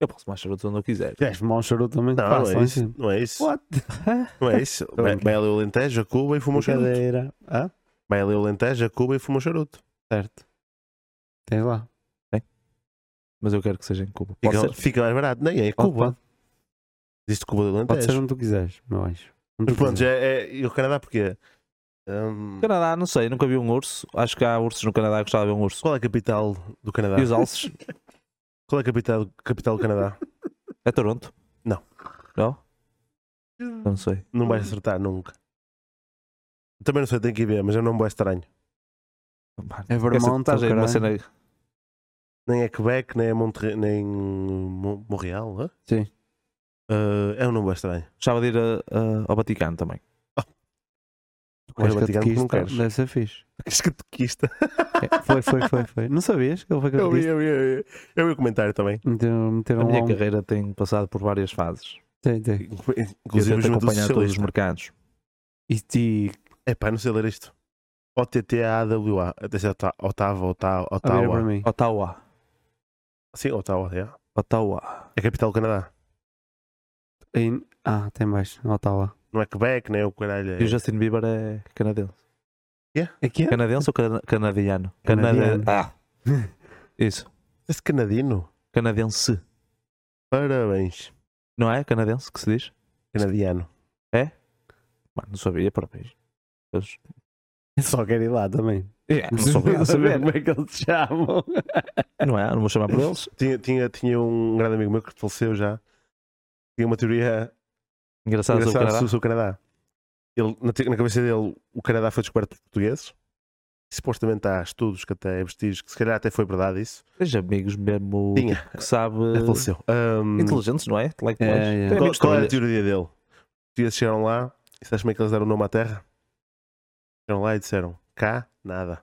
Speaker 2: Eu posso fumar charutos onde eu quiser.
Speaker 1: Queres fumar um charuto também?
Speaker 3: Não,
Speaker 1: Pá,
Speaker 3: não
Speaker 1: só
Speaker 3: é
Speaker 1: assim.
Speaker 3: isso. Não é isso.
Speaker 1: What?
Speaker 3: Não é [LAUGHS] isso. Vai- Vai ali ao Alentejo, a Cuba e fuma um charuto.
Speaker 1: Brincadeira. Ah,
Speaker 3: Vai ali ao Alentejo, a Cuba e fuma um charuto.
Speaker 1: certo. Tens lá.
Speaker 2: Mas eu quero que seja em Cuba. Pode
Speaker 3: Fica,
Speaker 2: ser?
Speaker 3: fica mais barato. Nem é em
Speaker 1: Pode-
Speaker 3: Cuba.
Speaker 1: Pode,
Speaker 3: Existe Cuba do
Speaker 1: pode ser
Speaker 3: Alentejo.
Speaker 1: onde tu quiseres, meu anjo. Onde
Speaker 3: Mas
Speaker 1: tu
Speaker 3: pronto,
Speaker 1: quiseres.
Speaker 3: é, é, e o Canadá porquê? Hum,
Speaker 2: Canadá, não sei. Nunca vi um urso. Acho que há ursos no Canadá. eu Gostava de ver um urso.
Speaker 3: qual é a capital do Canadá?
Speaker 2: E os alces?
Speaker 3: Qual é a capital, capital do Canadá?
Speaker 2: É Toronto?
Speaker 3: Não.
Speaker 2: Não? Eu Não sei.
Speaker 3: Não vais acertar nunca. Também não sei, tenho que ir ver, mas é um nome bem estranho.
Speaker 2: Mano,
Speaker 1: É
Speaker 2: esquece-
Speaker 1: Vermont,
Speaker 2: estás aí numa
Speaker 1: caralho.
Speaker 2: cena aí.
Speaker 3: Nem é Quebec, nem é Monterre... nem Mo- Montreal, hã?
Speaker 1: Sim.
Speaker 3: Ah, é um nome bem estranho.
Speaker 2: Gostava de ir a- a- ao Vaticano também.
Speaker 1: Tu queres
Speaker 3: Olha, Vaticano que não
Speaker 1: catequista?
Speaker 3: queres.
Speaker 1: Deve ser fixe.
Speaker 3: [LAUGHS] Escatequista.
Speaker 1: É, Foi, foi, foi, foi. Não sabias que ele foi
Speaker 3: Eu vi,
Speaker 1: catequista?
Speaker 3: eu vi, eu vi. Eu vi o comentário também.
Speaker 1: Então,
Speaker 2: A
Speaker 1: meteram lá
Speaker 2: minha
Speaker 1: um...
Speaker 2: carreira tem passado por várias fases.
Speaker 1: Tem, tem.
Speaker 3: Inclusive,
Speaker 2: eu
Speaker 3: os
Speaker 2: tento acompanhar todos os
Speaker 3: socialista.
Speaker 2: mercados.
Speaker 1: E ti...
Speaker 3: É pá, não sei ler isto. O-T-T-A-W-A. Até se é Ota- Otava, Otava,
Speaker 1: Abriram para
Speaker 3: Ottawa.
Speaker 1: mim.
Speaker 2: Ottawa.
Speaker 3: Sim, Ottawa, é.
Speaker 2: Ottawa.
Speaker 3: É a capital do Canadá.
Speaker 1: Em- Ah, tem baixo. Ottawa.
Speaker 3: Não é Quebec, nem é o caralho.
Speaker 2: E
Speaker 3: É...
Speaker 2: o Justin Bieber é canadense.
Speaker 1: Aqui é?
Speaker 2: Canadense ou cana- canadiano?
Speaker 1: Canadiano.
Speaker 2: Canada- Ah. Isso.
Speaker 3: Esse canadino?
Speaker 2: Canadense.
Speaker 3: Parabéns.
Speaker 2: Não é? Canadense que se diz?
Speaker 3: Canadiano.
Speaker 2: Mano, não sabia, parabéns. Mas-
Speaker 1: é? Só quero ir lá também.
Speaker 2: É, não sabia,
Speaker 1: [LAUGHS]
Speaker 2: não sabia.
Speaker 1: como é que eles se chamam.
Speaker 2: Não é? Não vou chamar por eles.
Speaker 3: Tinha, tinha, tinha um grande amigo meu que faleceu já. Tinha uma teoria
Speaker 2: Engraçado, sobre o
Speaker 3: engraçada
Speaker 2: Canadá.
Speaker 3: sobre o Canadá. Ele, na, te- na cabeça dele, o Canadá foi descoberto por portugueses. E supostamente há estudos que até vestígios que se calhar até foi verdade isso.
Speaker 2: Tens amigos mesmo
Speaker 3: Tinha.
Speaker 2: tipo, que sabe.
Speaker 3: Até faleceu. Ahm,
Speaker 2: Inteligentes, não é? Intelectuais.
Speaker 1: É, é.
Speaker 2: Tem
Speaker 3: qual,
Speaker 2: amigos
Speaker 3: qual era a
Speaker 2: que não-
Speaker 3: teoria dele? Os portugueses chegaram lá e sabes como é que eles deram o nome à terra? Chegaram lá e disseram: cá, nada.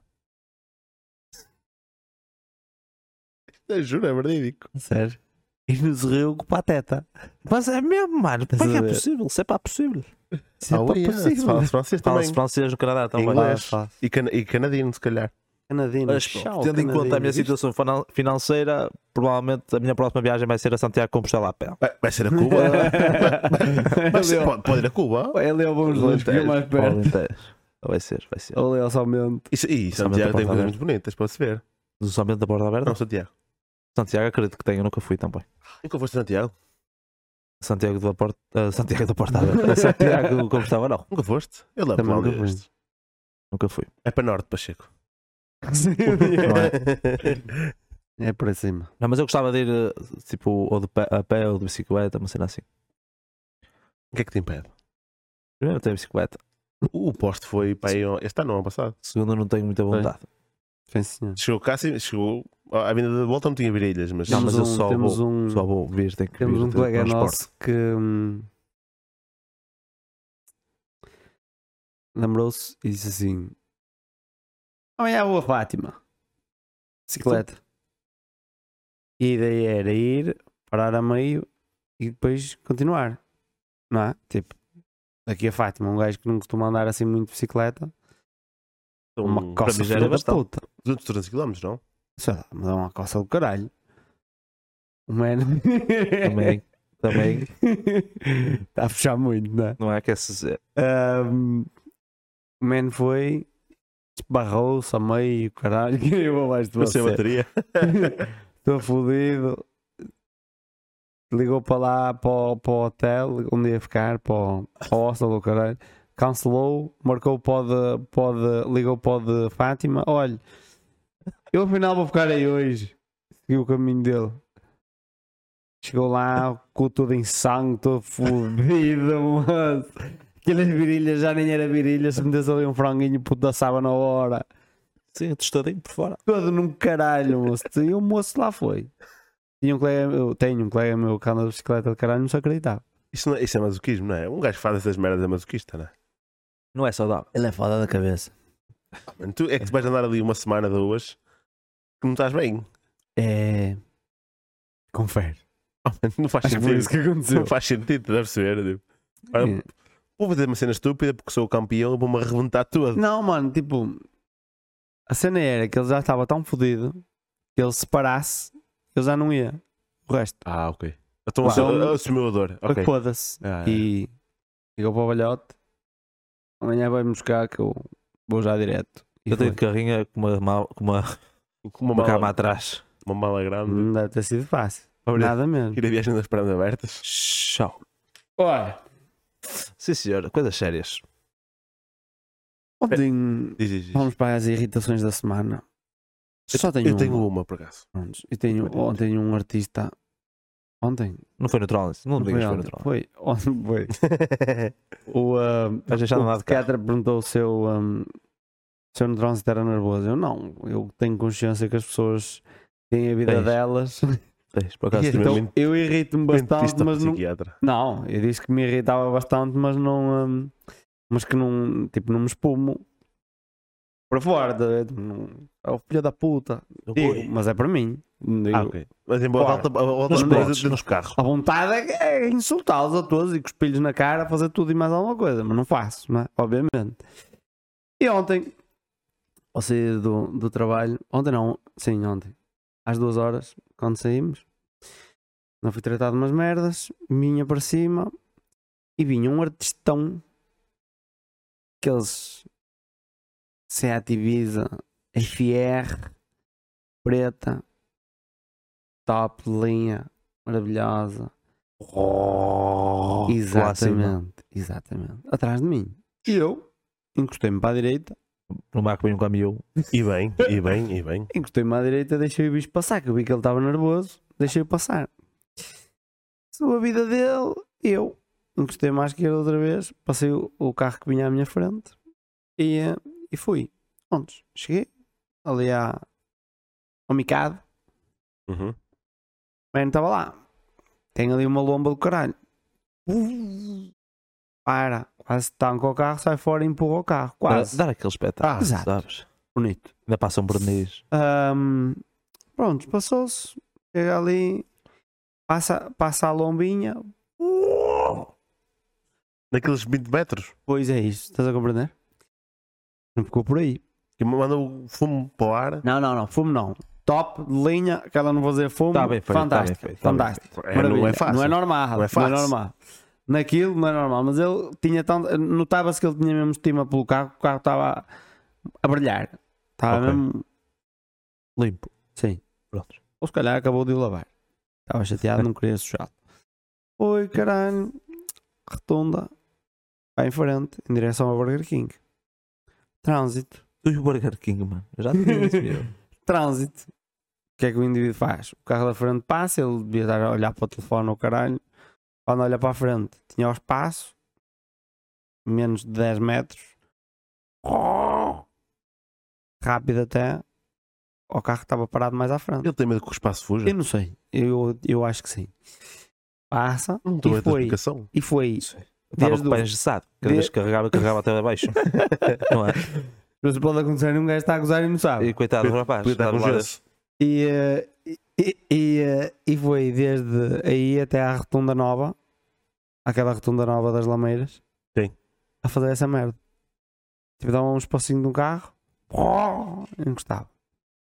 Speaker 3: [LAUGHS] Eu Juro, é verídico.
Speaker 1: Sério? E nos riu com pateta.
Speaker 2: Mas é mesmo, mano. Como é que é
Speaker 1: Estás a ver?
Speaker 2: possível? Se é pá possível.
Speaker 1: Isso é
Speaker 3: Ah,
Speaker 1: pá
Speaker 3: yeah, se
Speaker 1: possível.
Speaker 3: Fala-se francês também.
Speaker 2: Fala-se francês no Canadá tá também.
Speaker 3: Inglês.
Speaker 1: Fala, fala.
Speaker 3: E, cana e canadino, se calhar.
Speaker 1: Canadino.
Speaker 2: Mas, pronto,
Speaker 1: Tchau,
Speaker 2: tendo em
Speaker 1: canadino.
Speaker 2: conta a minha
Speaker 1: Isto-
Speaker 2: situação finan- financeira, provavelmente a minha próxima viagem vai ser a Santiago de Compostela a pé.
Speaker 3: Vai, vai ser a Cuba. Vai ser-
Speaker 1: Ele
Speaker 3: pode, pode ir a Cuba.
Speaker 1: é- Ele é o bom
Speaker 3: Alentejo.
Speaker 1: que é mais perto.
Speaker 2: Vai ser, vai ser.
Speaker 1: Ele é
Speaker 2: [LAUGHS]
Speaker 1: o somente.
Speaker 3: Isso, e
Speaker 2: Somente a
Speaker 3: Santiago
Speaker 2: Porta
Speaker 3: tem coisas
Speaker 2: Aberta.
Speaker 3: muito bonitas, pode-se ver.
Speaker 2: Somente da Borda Aberta?
Speaker 3: Não, Santiago.
Speaker 1: Oh.
Speaker 2: Santiago, acredito que tenho, nunca fui também.
Speaker 3: Nunca foste a Santiago?
Speaker 2: Santiago da Porta, ah, Santiago da Porta Aberta.
Speaker 1: [LAUGHS]
Speaker 2: Santiago de Compostela, não,
Speaker 3: Nunca foste? Eu lembro
Speaker 1: Também
Speaker 3: lá
Speaker 1: nunca fui.
Speaker 3: onde
Speaker 2: nunca fui.
Speaker 3: É para norte, Pacheco.
Speaker 1: É para cima.
Speaker 2: Não, mas eu gostava de ir, eh, tipo, ou de pé, a pé ou de bicicleta, uma cena assim.
Speaker 3: O que é que te impede?
Speaker 2: Primeiro, não tenho bicicleta.
Speaker 3: O posto foi para aí. Este ano, ano passado.
Speaker 2: Segundo, não tenho muita vontade.
Speaker 1: Sim, senhor.
Speaker 3: Chegou cá, sim, chegou. À vinda da volta não tinha virilhas, mas.
Speaker 2: Não, mas eu
Speaker 1: um-
Speaker 2: só
Speaker 1: temos
Speaker 2: vou-
Speaker 1: um-
Speaker 2: Só vou vir, tenho que
Speaker 1: Temos
Speaker 2: vir
Speaker 1: um
Speaker 2: de
Speaker 1: colega
Speaker 2: transporte.
Speaker 1: nosso que hum, lembrou-se e disse assim: Amanhã vou a Fátima, bicicleta. E a ideia era ir, parar a meio e depois continuar, não é? Tipo, aqui a Fátima, um gajo que não costuma andar assim muito de bicicleta,
Speaker 3: São
Speaker 1: uma coça
Speaker 2: Hum, já era
Speaker 1: filha da
Speaker 2: bastante.
Speaker 1: puta
Speaker 3: para 200, 300 km, não?
Speaker 1: sei lá, me dá uma coça do caralho. O man
Speaker 2: Também,
Speaker 1: [LAUGHS]
Speaker 2: também,
Speaker 1: está a fechar muito, não é?
Speaker 2: não é que é se dizer.
Speaker 1: Ahm, o man foi, esbarrou-se a meio, caralho, [LAUGHS] que eu vou abaixo de
Speaker 3: Não
Speaker 2: é
Speaker 3: sei a
Speaker 1: você.
Speaker 3: bateria.
Speaker 1: Estou fodido. Ligou para lá, para, o- para o hotel, onde ia ficar, para o, para o hostel do caralho. Cancelou, marcou para o de, para o de- ligou para o de Fátima. Olha, eu afinal vou ficar aí hoje. Seguiu o caminho dele. Chegou lá, com todo em sangue, todo fodido, mano. Aquelas virilhas já nem era virilha, se metes ali um franguinho, puto assava na hora.
Speaker 2: Sim, tostadinho por fora.
Speaker 1: Todo num caralho, moço. E o moço lá foi. Tinha um colega meu, tenho um colega meu que anda de bicicleta de caralho, não se acreditava.
Speaker 3: Isso, não- isso é masoquismo, não é? Um gajo que faz essas merdas é masoquista, não é?
Speaker 2: Não é saudável.
Speaker 5: Ele é foda da cabeça.
Speaker 3: Ah, mano, tu é que vais andar ali uma semana, duas, que não estás bem. [LAUGHS]
Speaker 1: É. Confere.
Speaker 3: Não faz
Speaker 1: Acho que foi
Speaker 3: sentido.
Speaker 1: isso que aconteceu.
Speaker 3: Não faz sentido, deve ser. Tipo. Olha,
Speaker 1: É.
Speaker 3: Vou fazer uma cena estúpida porque sou o campeão e vou-me arrebentar todo.
Speaker 1: Não, mano, tipo. A cena era que ele já estava tão fodido que ele se parasse, ele já não ia. O resto.
Speaker 3: Ah, ok. Então
Speaker 1: Claro.
Speaker 3: assu- assumiu a dor.
Speaker 1: Foi
Speaker 3: Ok.
Speaker 1: Foda-se.
Speaker 3: Ah, é.
Speaker 1: E ligou para o balhote. Amanhã vai-me buscar que eu vou já direto. E
Speaker 2: Eu
Speaker 1: foi.
Speaker 2: tenho carrinha com uma, mal- com uma,
Speaker 3: Com uma,
Speaker 2: uma cama
Speaker 3: mala,
Speaker 2: atrás.
Speaker 3: uma mala grande.
Speaker 1: Não deve ter sido fácil.
Speaker 3: Obrigado.
Speaker 1: Nada mesmo.
Speaker 3: Ir a viagem das pernas abertas.
Speaker 2: Tchau.
Speaker 1: Olha,
Speaker 2: Sim, senhora, coisas sérias.
Speaker 1: ontem
Speaker 3: Diz, diz, diz.
Speaker 1: vamos para as irritações da semana.
Speaker 3: é- Eu
Speaker 1: Só
Speaker 3: te-
Speaker 1: tenho
Speaker 3: Eu tenho um.
Speaker 1: uma.
Speaker 3: uma, por acaso.
Speaker 1: Prontos. Eu tenho, ontem um artista. Ontem?
Speaker 2: Não foi no Trolls. Não, digas
Speaker 1: foi,
Speaker 2: que foi no
Speaker 1: ontem.
Speaker 2: Trolls.
Speaker 1: foi ontem. Foi.
Speaker 2: [LAUGHS]
Speaker 1: O, um,
Speaker 2: Mas deixaram
Speaker 1: o
Speaker 2: lá de cá.
Speaker 1: psiquiatra perguntou se eu, um, se eu no trânsito era nervoso. Eu não. Eu tenho consciência que as pessoas têm a vida
Speaker 2: Tens.
Speaker 1: delas. [LAUGHS]
Speaker 2: Tens, por acaso.
Speaker 3: E
Speaker 2: tive-
Speaker 1: Então
Speaker 3: mente-
Speaker 1: eu irrito-me bastante,
Speaker 3: Dentista,
Speaker 1: mas não.
Speaker 3: psiquiatra.
Speaker 1: Não, eu disse que me irritava bastante, mas não. um, mas que não. Tipo, não me espumo para fora. tá a ver? Tipo, não- É o filho da puta. Digo, mas é para mim. Não digo-
Speaker 3: Ah, ok. Mas em boa
Speaker 1: Ora,
Speaker 3: alta, a volta
Speaker 1: nos
Speaker 3: coisa
Speaker 1: podes.
Speaker 3: dentro dos carros.
Speaker 1: A vontade é- é insultá-los a todos e cuspir-lhes na cara, fazer tudo e mais alguma coisa, mas não faço, não é? obviamente. E ontem, ao sair do, do trabalho, ontem não, sim, ontem, às duas horas, quando saímos, não fui tratado de umas merdas, vinha para cima e vinha um artistão, aqueles Seat Ibiza, FR, preta, top de linha, maravilhosa.
Speaker 2: Oh, clássico.
Speaker 1: exatamente, exatamente. Atrás de mim. E eu encostei-me para a direita,
Speaker 2: No Marco vem um caminhão.
Speaker 3: E bem, e bem, e bem.
Speaker 1: encostei-me à direita, deixei o bicho passar, que eu vi que ele estava nervoso, deixei-o passar. Sou a vida dele, eu encostei-me à esquerda outra vez, passei o, o carro que vinha à minha frente e, eh, e fui. Onde? Cheguei ali à, ao Micado.
Speaker 3: Uhum.
Speaker 1: Mano, estava lá. Tem ali uma lomba do caralho. Para. Quase tanca o carro, sai fora e empurra o carro. Quase.
Speaker 2: Dar, dar aquele espetáculo,
Speaker 1: Ah, exato.
Speaker 2: sabes?
Speaker 1: Bonito.
Speaker 2: Ainda passa um verniz.
Speaker 1: Ahm, pronto, passou-se. Chega ali. Passa, passa a lombinha.
Speaker 3: Naqueles 20 metros
Speaker 1: Pois é isto. Estás a compreender? Não ficou por aí.
Speaker 3: que me manda o fumo para o ar.
Speaker 1: Não, não, não. Fumo não. Top de linha. Aquela não vou dizer fumo.
Speaker 2: Está bem feito. tá bem
Speaker 1: Um Fantástico.
Speaker 2: feito, tá bem
Speaker 1: fantástico.
Speaker 3: É, não
Speaker 1: Maravilha.
Speaker 3: é fácil.
Speaker 1: Não é normal.
Speaker 3: Não é fácil.
Speaker 1: normal. Naquilo não é normal. Mas ele tinha tanto. Notava-se que ele tinha mesmo estima pelo carro, que o carro estava a brilhar. Estava
Speaker 2: Ok.
Speaker 1: mesmo.
Speaker 2: feito. Limpo.
Speaker 1: Sim.
Speaker 2: Pronto.
Speaker 1: Ou se calhar acabou de o lavar. Estava chateado, não queria sujá-lo. Oi, caralho. Retunda. Vai em frente, em direção ao Burger King. Trânsito.
Speaker 2: Tu e o Burger King, mano. Eu já te vi isso,
Speaker 1: [LAUGHS]
Speaker 2: meu.
Speaker 1: Trânsito. O que é que o indivíduo faz? O carro da frente passa, ele devia estar a olhar para o telefone ou caralho. Quando olha para a frente, tinha o espaço, menos de 10 metros. Rápido até. O carro estava parado mais à frente.
Speaker 3: Ele tem medo que o espaço fuja.
Speaker 1: Eu não sei. Eu, eu acho que sim. Passa
Speaker 3: Não estou a
Speaker 1: e
Speaker 3: ter
Speaker 1: foi.
Speaker 3: explicação.
Speaker 1: E foi.
Speaker 2: Estava
Speaker 1: Desde
Speaker 2: com o pé engessado. Cada
Speaker 1: de-
Speaker 2: vez que carregava, carregava até
Speaker 1: [LAUGHS]
Speaker 2: abaixo. Não é?
Speaker 1: Mas pode acontecer um gajo está a gozar e não sabe.
Speaker 2: E coitado do rapaz.
Speaker 3: Podia estar
Speaker 2: está
Speaker 3: com
Speaker 2: do lado-
Speaker 3: gesso.
Speaker 1: E, eh, e, e, eh, e foi desde aí até à Rotunda Nova, aquela Rotunda Nova das Lameiras,
Speaker 3: Sim.
Speaker 1: a fazer essa merda. Tipo, dava um espacinho de um carro, encostava.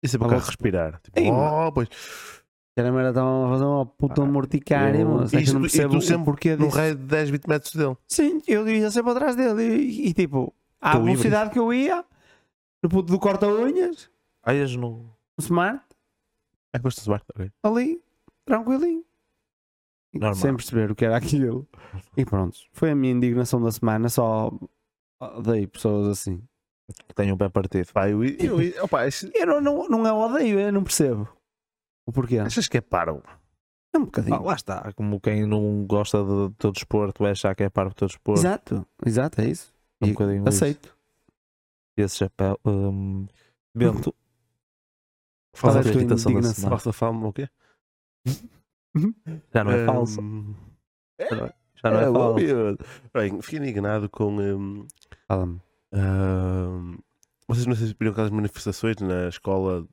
Speaker 3: Isso é para o
Speaker 1: Agora-
Speaker 3: carro respirar. Tipo,
Speaker 1: Ei,
Speaker 3: oh, pois.
Speaker 1: Que era merda, estavam a fazer uma puta
Speaker 3: Ah,
Speaker 1: morticária,
Speaker 3: eu-
Speaker 1: mano. É que
Speaker 3: isto-
Speaker 1: eu não
Speaker 3: e
Speaker 1: percebo
Speaker 3: tu
Speaker 1: o
Speaker 3: sempre
Speaker 1: porquê
Speaker 3: Num
Speaker 1: disso.
Speaker 3: raio de 10, 20 metros dele.
Speaker 1: Sim, eu ia sempre atrás dele. E, e, tipo, à
Speaker 2: Teu
Speaker 1: velocidade que eu ia, no puto do corta-unhas,
Speaker 2: Olhas no.
Speaker 1: no smart,
Speaker 3: É que gosto de smart. ok.
Speaker 1: ali, tranquilinho. E
Speaker 2: Normal.
Speaker 1: Sem perceber o que era aquilo. E pronto, foi a minha indignação da semana, só odeio pessoas assim.
Speaker 2: Tenho um pé partido.
Speaker 3: Pá, eu, eu, eu- opa, isso-
Speaker 1: Eu não, não, não é odeio, eu não percebo o porquê.
Speaker 3: achas que é paro?
Speaker 1: É um bocadinho.
Speaker 2: Ah, lá está, como quem não gosta de- do teu desporto vai achar que é parvo do teu desporto.
Speaker 1: exato, exato, é isso.
Speaker 2: É um
Speaker 1: E
Speaker 2: bocadinho isso.
Speaker 1: Aceito.
Speaker 2: Esse chapéu. hum, Bento,
Speaker 1: Qual
Speaker 2: faz
Speaker 1: é
Speaker 2: a
Speaker 1: a tua
Speaker 2: tua irritação da
Speaker 1: indignação?
Speaker 2: semana.
Speaker 3: Nossa fama, o quê?
Speaker 2: Já não é
Speaker 3: Hum,
Speaker 2: falso. Já não é,
Speaker 3: é
Speaker 2: falso.
Speaker 3: óbvio. Bem, fiquei indignado com. hum,
Speaker 1: Fala-me.
Speaker 3: hum, vocês não sei se viram aquelas manifestações na escola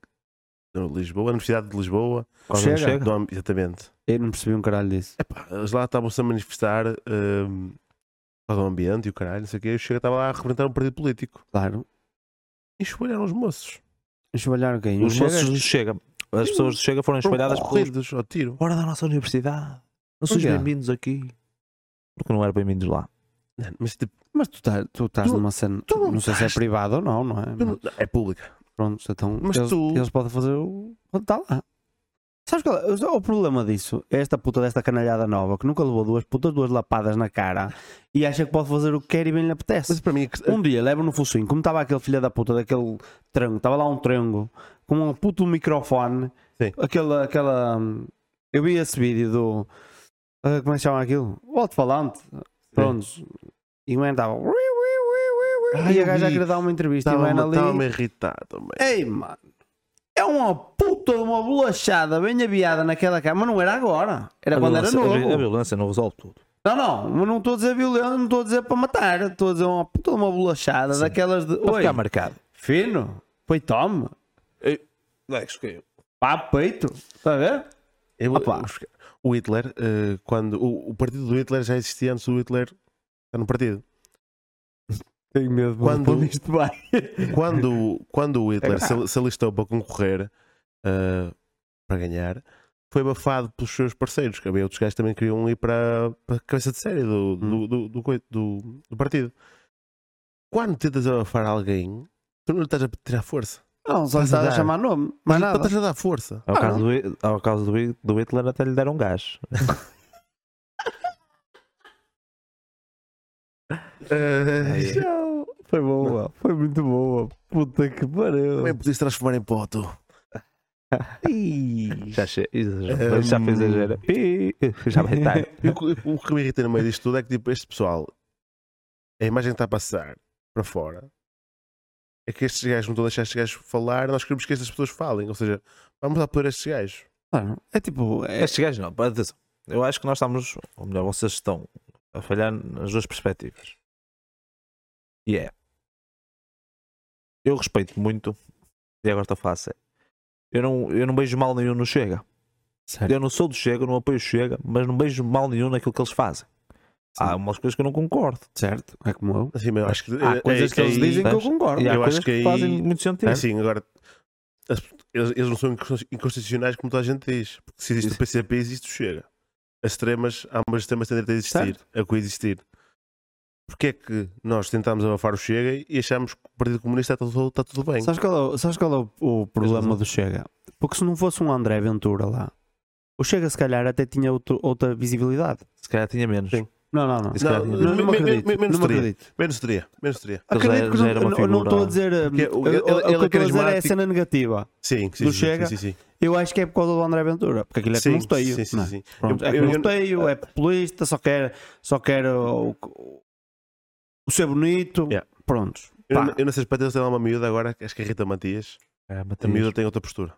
Speaker 3: de Lisboa, na Universidade de Lisboa.
Speaker 2: Quando
Speaker 1: Chega.
Speaker 2: chega.
Speaker 3: Do am- exatamente.
Speaker 1: Eu não percebi um caralho disso.
Speaker 3: Epá, eles lá estavam-se a manifestar hum, por causa do ambiente e o caralho, não sei o quê. E o Chega estava lá a representar um partido político.
Speaker 1: É Claro.
Speaker 3: E espalharam os moços.
Speaker 1: Esbalhar quem?
Speaker 2: Os moços do Chega. As pessoas do Chega foram
Speaker 3: Foram
Speaker 2: espalhadas pelos
Speaker 3: corridos ao tiro.
Speaker 2: fora da nossa universidade. Não sois
Speaker 1: Olha.
Speaker 2: bem-vindos aqui. Porque não eram bem-vindos lá.
Speaker 3: Não, mas tipo,
Speaker 1: Mas tu, tá, tu estás
Speaker 3: Tu-
Speaker 1: numa cena.
Speaker 3: tu não
Speaker 1: não sei se é
Speaker 3: estás-
Speaker 1: privado ou não, não é?
Speaker 3: tu não- é público.
Speaker 1: Pronto, então
Speaker 3: Mas
Speaker 1: eles,
Speaker 3: tu-
Speaker 1: eles podem fazer o. Está lá. Sabes qual é? O- O problema disso é esta puta desta canalhada nova que nunca levou duas putas, duas lapadas na cara e acha que pode fazer o que quer e bem lhe
Speaker 3: Mas
Speaker 1: apetece.
Speaker 3: para mim, é que-
Speaker 1: Um dia leva no focinho, como estava aquele filho da puta daquele trango, estava lá um trango com um puto microfone,
Speaker 3: Sim.
Speaker 1: aquela. aquela hum, eu vi esse vídeo do. ah, como é que chama aquilo? O alto-falante. Prontos. E o man estava.
Speaker 3: Ah,
Speaker 1: E a
Speaker 3: eu
Speaker 1: gaja a
Speaker 3: vi.
Speaker 1: querer dar uma entrevista. e o man
Speaker 3: estava-me
Speaker 1: ali.
Speaker 3: estava-me a irritar também.
Speaker 1: Ei, mano. É uma puta de uma bolachada bem aviada naquela cama. Mas não era agora. Era
Speaker 2: a,
Speaker 1: É quando era
Speaker 2: violência, a vi- a
Speaker 1: novo.
Speaker 2: violência não resolve tudo.
Speaker 1: Não, não. mas Não estou a dizer violento, não estou a dizer para matar. Estou a dizer uma puta de uma bolachada daquelas de.
Speaker 2: Para
Speaker 1: Oi,
Speaker 2: ficar marcado.
Speaker 1: fino. Foi tome.
Speaker 3: é
Speaker 1: Pá, peito. Está a ver?
Speaker 3: Eu-
Speaker 1: Opa.
Speaker 3: os- o Hitler, eh, quando o, o partido do Hitler já existia antes do Hitler estar no partido.
Speaker 1: Tenho medo de
Speaker 3: Quando-
Speaker 1: quando isto vai.
Speaker 3: Quando, quando o Hitler se, se alistou para concorrer eh, para ganhar, foi abafado pelos seus parceiros, que havia outros gajos que também queriam ir para, para a cabeça de série do, do, do, do coi- do- do partido. Quando tentas abafar alguém, tu não lhe estás a tirar força.
Speaker 1: Não, só
Speaker 3: Estás a
Speaker 1: estás a
Speaker 3: dar.
Speaker 1: chamar nome. Mas
Speaker 3: Tu
Speaker 1: nada.
Speaker 3: estás a dar força.
Speaker 2: Ao
Speaker 1: Ah,
Speaker 2: caso, do, Hi- ao caso do, Hi- do Hitler até lhe deram um gás. É.
Speaker 3: Eh,
Speaker 2: [LAUGHS]
Speaker 1: Tchau. Foi boa. Foi muito boa. Puta que
Speaker 3: também
Speaker 1: pariu.
Speaker 3: podias é transformar em poto.
Speaker 2: Já, che-
Speaker 3: Hum.
Speaker 2: exagero, já fez exagero. Pi, [LAUGHS] Já vai tarde.
Speaker 3: E o que- o que me irrita no meio disto tudo é que tipo, este pessoal, a imagem que está a passar para fora é que estes gajos não estão a deixar estes gajos falar, nós queremos que estas pessoas falem, ou seja, vamos dar poder a estes gajos.
Speaker 1: Claro, É tipo.
Speaker 2: [LAUGHS]
Speaker 1: É,
Speaker 2: Estes gajos não, pá, atenção. Eu acho que nós estamos, ou melhor, vocês estão a falhar nas duas perspectivas. E é. Eu respeito muito, e agora estou a falar sério. Eu não, eu não vejo mal nenhum no Chega.
Speaker 1: Sério.
Speaker 2: Eu não sou do Chega, não apoio o Chega, mas não vejo mal nenhum naquilo que eles fazem. Há umas coisas que eu não concordo.
Speaker 1: Certo. É como eu.
Speaker 3: Assim, mas eu acho que,
Speaker 1: Há
Speaker 3: é-
Speaker 1: coisas
Speaker 3: é
Speaker 1: que eles
Speaker 3: aí-
Speaker 1: dizem que eu
Speaker 2: sabes?
Speaker 1: concordo.
Speaker 2: E há
Speaker 3: Eu
Speaker 2: coisas
Speaker 3: acho que
Speaker 2: que,
Speaker 3: aí-
Speaker 2: fazem muito sentido.
Speaker 3: é assim, agora as- eles, eles não são inconsti- inconstitucionais como toda a gente diz, porque se existe o
Speaker 2: Isso.
Speaker 3: PCP, existe o Chega. As extremas, ambas as extremas têm direito a existir, a coexistir. Porquê é que nós tentámos abafar o Chega e achamos que o Partido Comunista está tudo, está tudo bem?
Speaker 1: Sabes qual é, o- sabes qual é o, o problema do Chega? Porque se não fosse um André Ventura lá, o Chega se calhar até tinha outro- outra visibilidade.
Speaker 2: Se calhar tinha menos.
Speaker 3: Sim.
Speaker 1: Não, não, não.
Speaker 2: Isso
Speaker 3: Não,
Speaker 2: calhar tinha
Speaker 3: me-
Speaker 1: Não,
Speaker 2: menos.
Speaker 1: não me
Speaker 3: me- me-
Speaker 1: acredito.
Speaker 3: me- menos
Speaker 1: não me
Speaker 3: teria.
Speaker 1: acredito.
Speaker 3: Menos teoria, menos teoria.
Speaker 2: Ele já-
Speaker 1: Acredito que
Speaker 2: já
Speaker 1: não,
Speaker 2: era uma
Speaker 1: eu não estou a
Speaker 2: figura-
Speaker 1: dizer. hum,
Speaker 3: Porque ele-
Speaker 1: eu- eu-
Speaker 3: ele-
Speaker 1: O que eu
Speaker 3: ele é
Speaker 1: estou a dizer é a
Speaker 3: carismático.
Speaker 1: cena negativa.
Speaker 3: Sim, sim,
Speaker 1: Do
Speaker 3: sim,
Speaker 1: Chega?
Speaker 3: sim, sim, sim.
Speaker 1: Eu acho que é por causa do André Ventura, porque aquilo é
Speaker 3: Sim,
Speaker 1: como esteio.
Speaker 3: sim, sim,
Speaker 1: não é?
Speaker 3: sim.
Speaker 1: Pronto,
Speaker 3: Eu-
Speaker 1: é
Speaker 3: eu-
Speaker 1: como
Speaker 3: eu-
Speaker 1: esteio, é populista, só quer, só quer o, o- o ser bonito.
Speaker 3: Yeah.
Speaker 1: Prontos.
Speaker 3: Eu,
Speaker 1: Pá.
Speaker 3: eu não sei se para ter lá uma miúda agora, que acho que é a Rita Matias.
Speaker 2: Ah, mas
Speaker 3: A
Speaker 2: tem-
Speaker 3: miúda tem outra postura.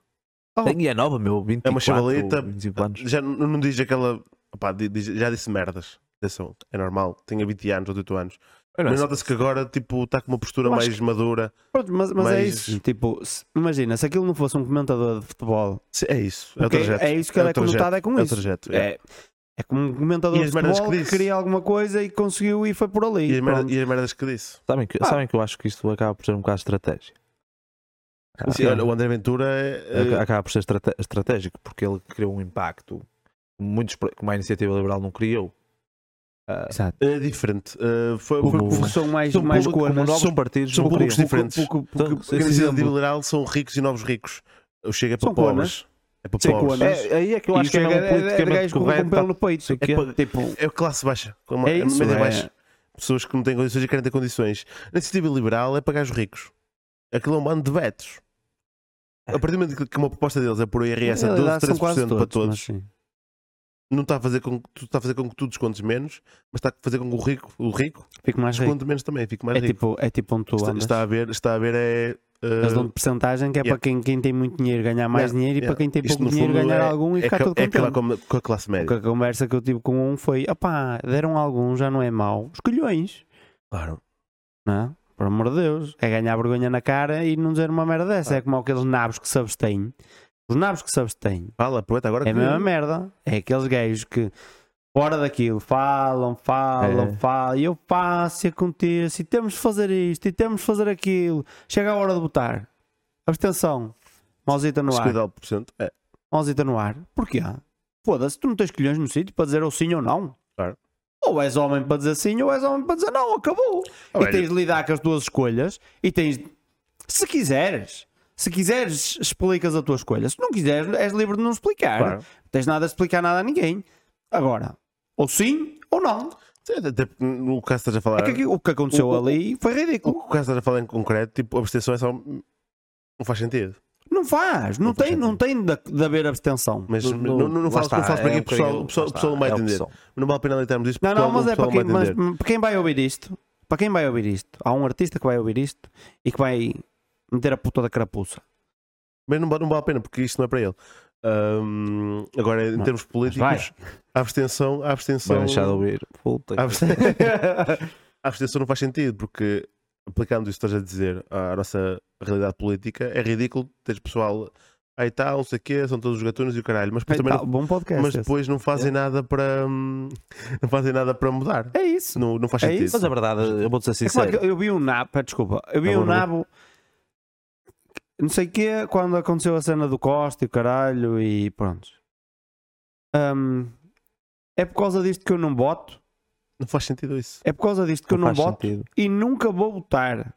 Speaker 2: tem- E é nova, meu. 24,
Speaker 3: É uma chavaleta.
Speaker 2: 25 anos.
Speaker 3: Já n- não diz aquela. opá, di- diz- já disse merdas. Atenção, é normal. Tinha 20 anos, 18 anos. Mas nota-se que agora tipo, está com uma postura
Speaker 1: Eu acho
Speaker 3: mais madura.
Speaker 1: Pronto, mas, mas é
Speaker 3: Mas-
Speaker 1: isso. Tipo, se- imagina, se aquilo não fosse um comentador de futebol,
Speaker 3: Se- É isso. É o
Speaker 1: ok?
Speaker 3: trajeto.
Speaker 1: é isso que
Speaker 3: É
Speaker 1: ela
Speaker 3: o
Speaker 1: é conotada é com
Speaker 3: É o
Speaker 1: isso.
Speaker 3: trajeto. é.
Speaker 1: É, é como um comentador
Speaker 3: E
Speaker 1: de
Speaker 3: as merdas
Speaker 1: futebol
Speaker 3: que
Speaker 1: que
Speaker 3: disse?
Speaker 1: queria alguma coisa e conseguiu e foi por ali.
Speaker 3: E as, merda-
Speaker 1: Pronto.
Speaker 3: e as merdas que disse.
Speaker 2: Sabem que, sabem que eu acho que isto acaba por ser um bocado estratégia. Tá.
Speaker 3: Sim, olha, o André Ventura é.
Speaker 2: Ac- Acaba por ser estrate- estratégico, porque ele criou um impacto que muitos, pro- como a iniciativa liberal não criou. Ah,
Speaker 1: Exato.
Speaker 3: é- é diferente. Eh, foi,
Speaker 2: Como-
Speaker 3: foi,
Speaker 1: Porque são mais,
Speaker 3: são
Speaker 1: mais
Speaker 2: como-
Speaker 1: cores.
Speaker 2: como novos
Speaker 3: é? são-
Speaker 2: partidos
Speaker 3: são
Speaker 2: não
Speaker 3: públicos
Speaker 2: criam.
Speaker 3: diferentes.
Speaker 1: Pouco- pouco-
Speaker 2: Então,
Speaker 1: pouco-
Speaker 3: A
Speaker 2: Esse
Speaker 3: iniciativa
Speaker 2: exemplo.
Speaker 3: liberal são ricos e novos ricos. O Chega é para
Speaker 1: São
Speaker 3: pobres. É para
Speaker 1: Sim,
Speaker 3: pobres.
Speaker 1: conas.
Speaker 3: É,
Speaker 2: É, aí é que eu
Speaker 1: E
Speaker 2: acho que é
Speaker 1: chega-
Speaker 2: não
Speaker 1: é- é de
Speaker 2: politicamente
Speaker 1: gajo com- com
Speaker 2: correto.
Speaker 1: pelo no
Speaker 2: Sei
Speaker 1: peito.
Speaker 2: que é.
Speaker 1: É, tipo,
Speaker 3: é classe baixa. com uma-
Speaker 1: é isso.
Speaker 3: média
Speaker 1: é.
Speaker 3: baixa. Pessoas que não têm condições e querem ter condições. A iniciativa liberal é para gajos ricos. Aquilo é um bando de vetos. A partir do momento que- que uma proposta deles é por IRS a
Speaker 1: Na realidade,
Speaker 3: 12,
Speaker 1: são quase
Speaker 3: 13% para
Speaker 1: todos, mas
Speaker 3: todos,
Speaker 1: sim.
Speaker 3: não está a fazer com que tu está a fazer com que tu descontes menos, mas está a fazer com que o rico, o rico
Speaker 1: Fico mais rico.
Speaker 3: desconte menos também, fique mais
Speaker 1: É
Speaker 3: rico.
Speaker 1: tipo, é tipo onde tu
Speaker 3: está,
Speaker 1: andas.
Speaker 3: está a ver, está a ver é eh,
Speaker 1: Eles dão porcentagem que é
Speaker 3: yeah.
Speaker 1: para quem, quem tem muito dinheiro ganhar mais
Speaker 3: Yeah,
Speaker 1: dinheiro e
Speaker 3: yeah.
Speaker 1: para quem tem
Speaker 3: Isto,
Speaker 1: pouco
Speaker 3: no
Speaker 1: dinheiro
Speaker 3: fundo,
Speaker 1: ganhar
Speaker 3: é-
Speaker 1: algum e
Speaker 3: é,
Speaker 1: ficar
Speaker 3: ca-
Speaker 1: todo
Speaker 3: é aquela
Speaker 1: contente.
Speaker 3: com, com a classe média.
Speaker 1: Porque a conversa que eu tive com um foi: opá, deram algum, já não é mau. Os colhões,
Speaker 3: Claro.
Speaker 1: não é? Por amor de Deus, é ganhar vergonha na cara e não dizer uma merda dessa. É como aqueles nabos que se abstêm. Os nabos que se abstêm
Speaker 3: Fala, aproveita agora
Speaker 1: é a
Speaker 3: que
Speaker 1: mesma merda. É aqueles gajos que fora daquilo falam, falam,
Speaker 2: É.
Speaker 1: falam. E eu faço e acontece. E temos de fazer isto e temos de fazer aquilo. Chega a hora de votar. Abstenção. Mãozita no ar.
Speaker 3: 50%. É,
Speaker 1: Mãozita no ar. Porquê? Foda-se, tu não tens colhões no sítio para dizer ou sim ou não.
Speaker 3: Claro.
Speaker 1: Ou és homem para dizer sim, ou és homem para dizer não, acabou.
Speaker 3: Ah,
Speaker 1: e
Speaker 3: velho.
Speaker 1: tens de lidar com as tuas escolhas e tens. Se quiseres, se quiseres, explicas a tua escolha. Se não quiseres, és livre de não explicar.
Speaker 3: claro.
Speaker 1: Não tens nada a explicar nada a ninguém. Agora, ou sim ou não.
Speaker 3: Sim, até porque no caso que estás a
Speaker 1: É
Speaker 3: falar,
Speaker 1: que aqui- o que aconteceu
Speaker 3: O- o-
Speaker 1: ali foi
Speaker 3: o
Speaker 1: ridículo.
Speaker 3: que o caso que estás a falar em concreto, tipo, a abstenção é só não faz sentido.
Speaker 1: Não faz, não,
Speaker 3: Não faz
Speaker 1: tem, não tem de, de haver abstenção.
Speaker 3: Mas
Speaker 2: No-
Speaker 3: não,
Speaker 2: no-
Speaker 3: não, não
Speaker 2: lá
Speaker 3: faço, não
Speaker 2: está,
Speaker 3: faço para
Speaker 2: é
Speaker 3: aqui,
Speaker 2: um
Speaker 3: o pessoal,
Speaker 2: bocadinho-
Speaker 3: o pessoal,
Speaker 2: lá
Speaker 3: o pessoal não
Speaker 2: está,
Speaker 3: vai
Speaker 2: é
Speaker 3: entender.
Speaker 2: opção.
Speaker 3: Não vale a pena analisarmos isto,
Speaker 1: Não,
Speaker 3: porque
Speaker 1: não,
Speaker 3: o
Speaker 1: mas é
Speaker 3: pessoal
Speaker 1: para quem,
Speaker 3: vai
Speaker 1: mas,
Speaker 3: entender.
Speaker 1: para quem vai ouvir isto. Para quem vai ouvir isto, há um artista que vai ouvir isto e que vai meter a puta da carapuça.
Speaker 3: Mas não, vale- não vale a pena, porque isto não é para ele. Ahm, agora, em
Speaker 1: Não,
Speaker 3: termos políticos,
Speaker 1: vai.
Speaker 3: a abstenção, a abstenção,
Speaker 2: Vai deixar de ouvir. Puta que-
Speaker 3: a absten- [LAUGHS] a abstenção não faz sentido, porque aplicando isto que estás a dizer à nossa realidade política, é ridículo teres pessoal aí tal, não sei o quê, são todos os gatunos e o caralho, mas depois, também
Speaker 1: Tá,
Speaker 3: não,
Speaker 1: bom podcast.
Speaker 3: mas
Speaker 1: esse.
Speaker 3: depois não fazem nada para hum, [LAUGHS] não fazem nada para mudar.
Speaker 1: É isso.
Speaker 3: Não, não faz
Speaker 1: É
Speaker 3: sentido.
Speaker 1: isso.
Speaker 2: Mas a verdade, eu vou-te ser
Speaker 1: É claro
Speaker 2: sincero.
Speaker 1: que eu vi um nabo, pá, desculpa, eu vi
Speaker 3: Tá
Speaker 2: Não,
Speaker 1: um
Speaker 2: não, não.
Speaker 1: nabo, não sei o quê, quando aconteceu a cena do Costa e o caralho e pronto. Hum, é por causa disto que eu não voto,
Speaker 3: Não faz sentido isso.
Speaker 1: é por causa disto que eu não
Speaker 2: faz
Speaker 1: voto
Speaker 2: sentido.
Speaker 3: É.
Speaker 1: e nunca vou votar.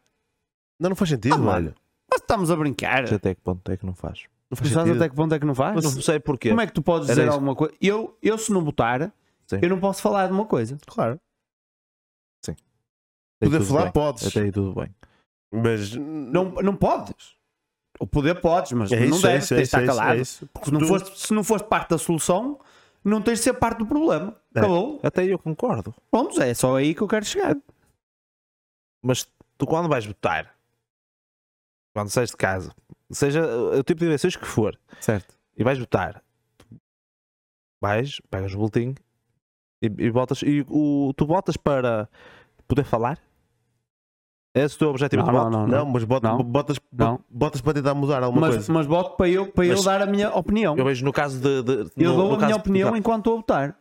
Speaker 3: Não, não faz sentido,
Speaker 1: Ah, mano.
Speaker 3: velho.
Speaker 1: Nós estamos a brincar.
Speaker 2: Mas Até que ponto é que não faz?
Speaker 3: Não faz
Speaker 1: Mas sabes
Speaker 3: sentido.
Speaker 1: até que ponto é que não faz?
Speaker 2: Mas não sei porquê.
Speaker 1: Como é que tu podes
Speaker 2: Era
Speaker 1: dizer
Speaker 2: isso.
Speaker 1: alguma coisa? Eu, eu, se não votar,
Speaker 2: Sim.
Speaker 1: eu não posso falar de uma coisa.
Speaker 3: Claro.
Speaker 2: Até aí
Speaker 3: Poder
Speaker 2: tudo
Speaker 3: falar
Speaker 2: bem.
Speaker 3: podes,
Speaker 2: Até aí tudo bem.
Speaker 3: mas
Speaker 1: Não, não podes. O poder podes, mas
Speaker 3: é
Speaker 1: não
Speaker 3: isso, é
Speaker 1: deves,
Speaker 3: isso,
Speaker 1: tens
Speaker 3: é isso,
Speaker 1: de estar
Speaker 3: é isso,
Speaker 1: calado.
Speaker 3: é isso. Porque
Speaker 1: Se não,
Speaker 3: tu-
Speaker 1: foste, se não foste parte da solução, não tens de ser parte do problema.
Speaker 3: É.
Speaker 1: Acabou.
Speaker 2: Até aí eu concordo.
Speaker 1: Pronto, é só aí que eu quero chegar.
Speaker 2: Mas tu quando vais votar, quando sais de casa, seja uh, o tipo de eleições que for,
Speaker 1: Certo.
Speaker 2: e vais votar, tu vais, pegas o boletim e, e votas. E o, tu votas para poder falar? Esse é o teu objetivo
Speaker 1: Não,
Speaker 2: de voto?
Speaker 1: não, não,
Speaker 3: Não, mas bota-
Speaker 1: Não.
Speaker 3: botas,
Speaker 1: Não.
Speaker 3: botas para tentar mudar alguma
Speaker 1: Mas,
Speaker 3: coisa.
Speaker 1: mas voto para eu, para eu
Speaker 2: Mas-
Speaker 1: dar a minha opinião.
Speaker 2: Eu
Speaker 1: Eu,
Speaker 2: vejo no caso de. de- no-
Speaker 1: dou
Speaker 2: no caso
Speaker 1: a minha
Speaker 2: de
Speaker 1: opinião
Speaker 2: Portugal.
Speaker 1: enquanto estou a votar.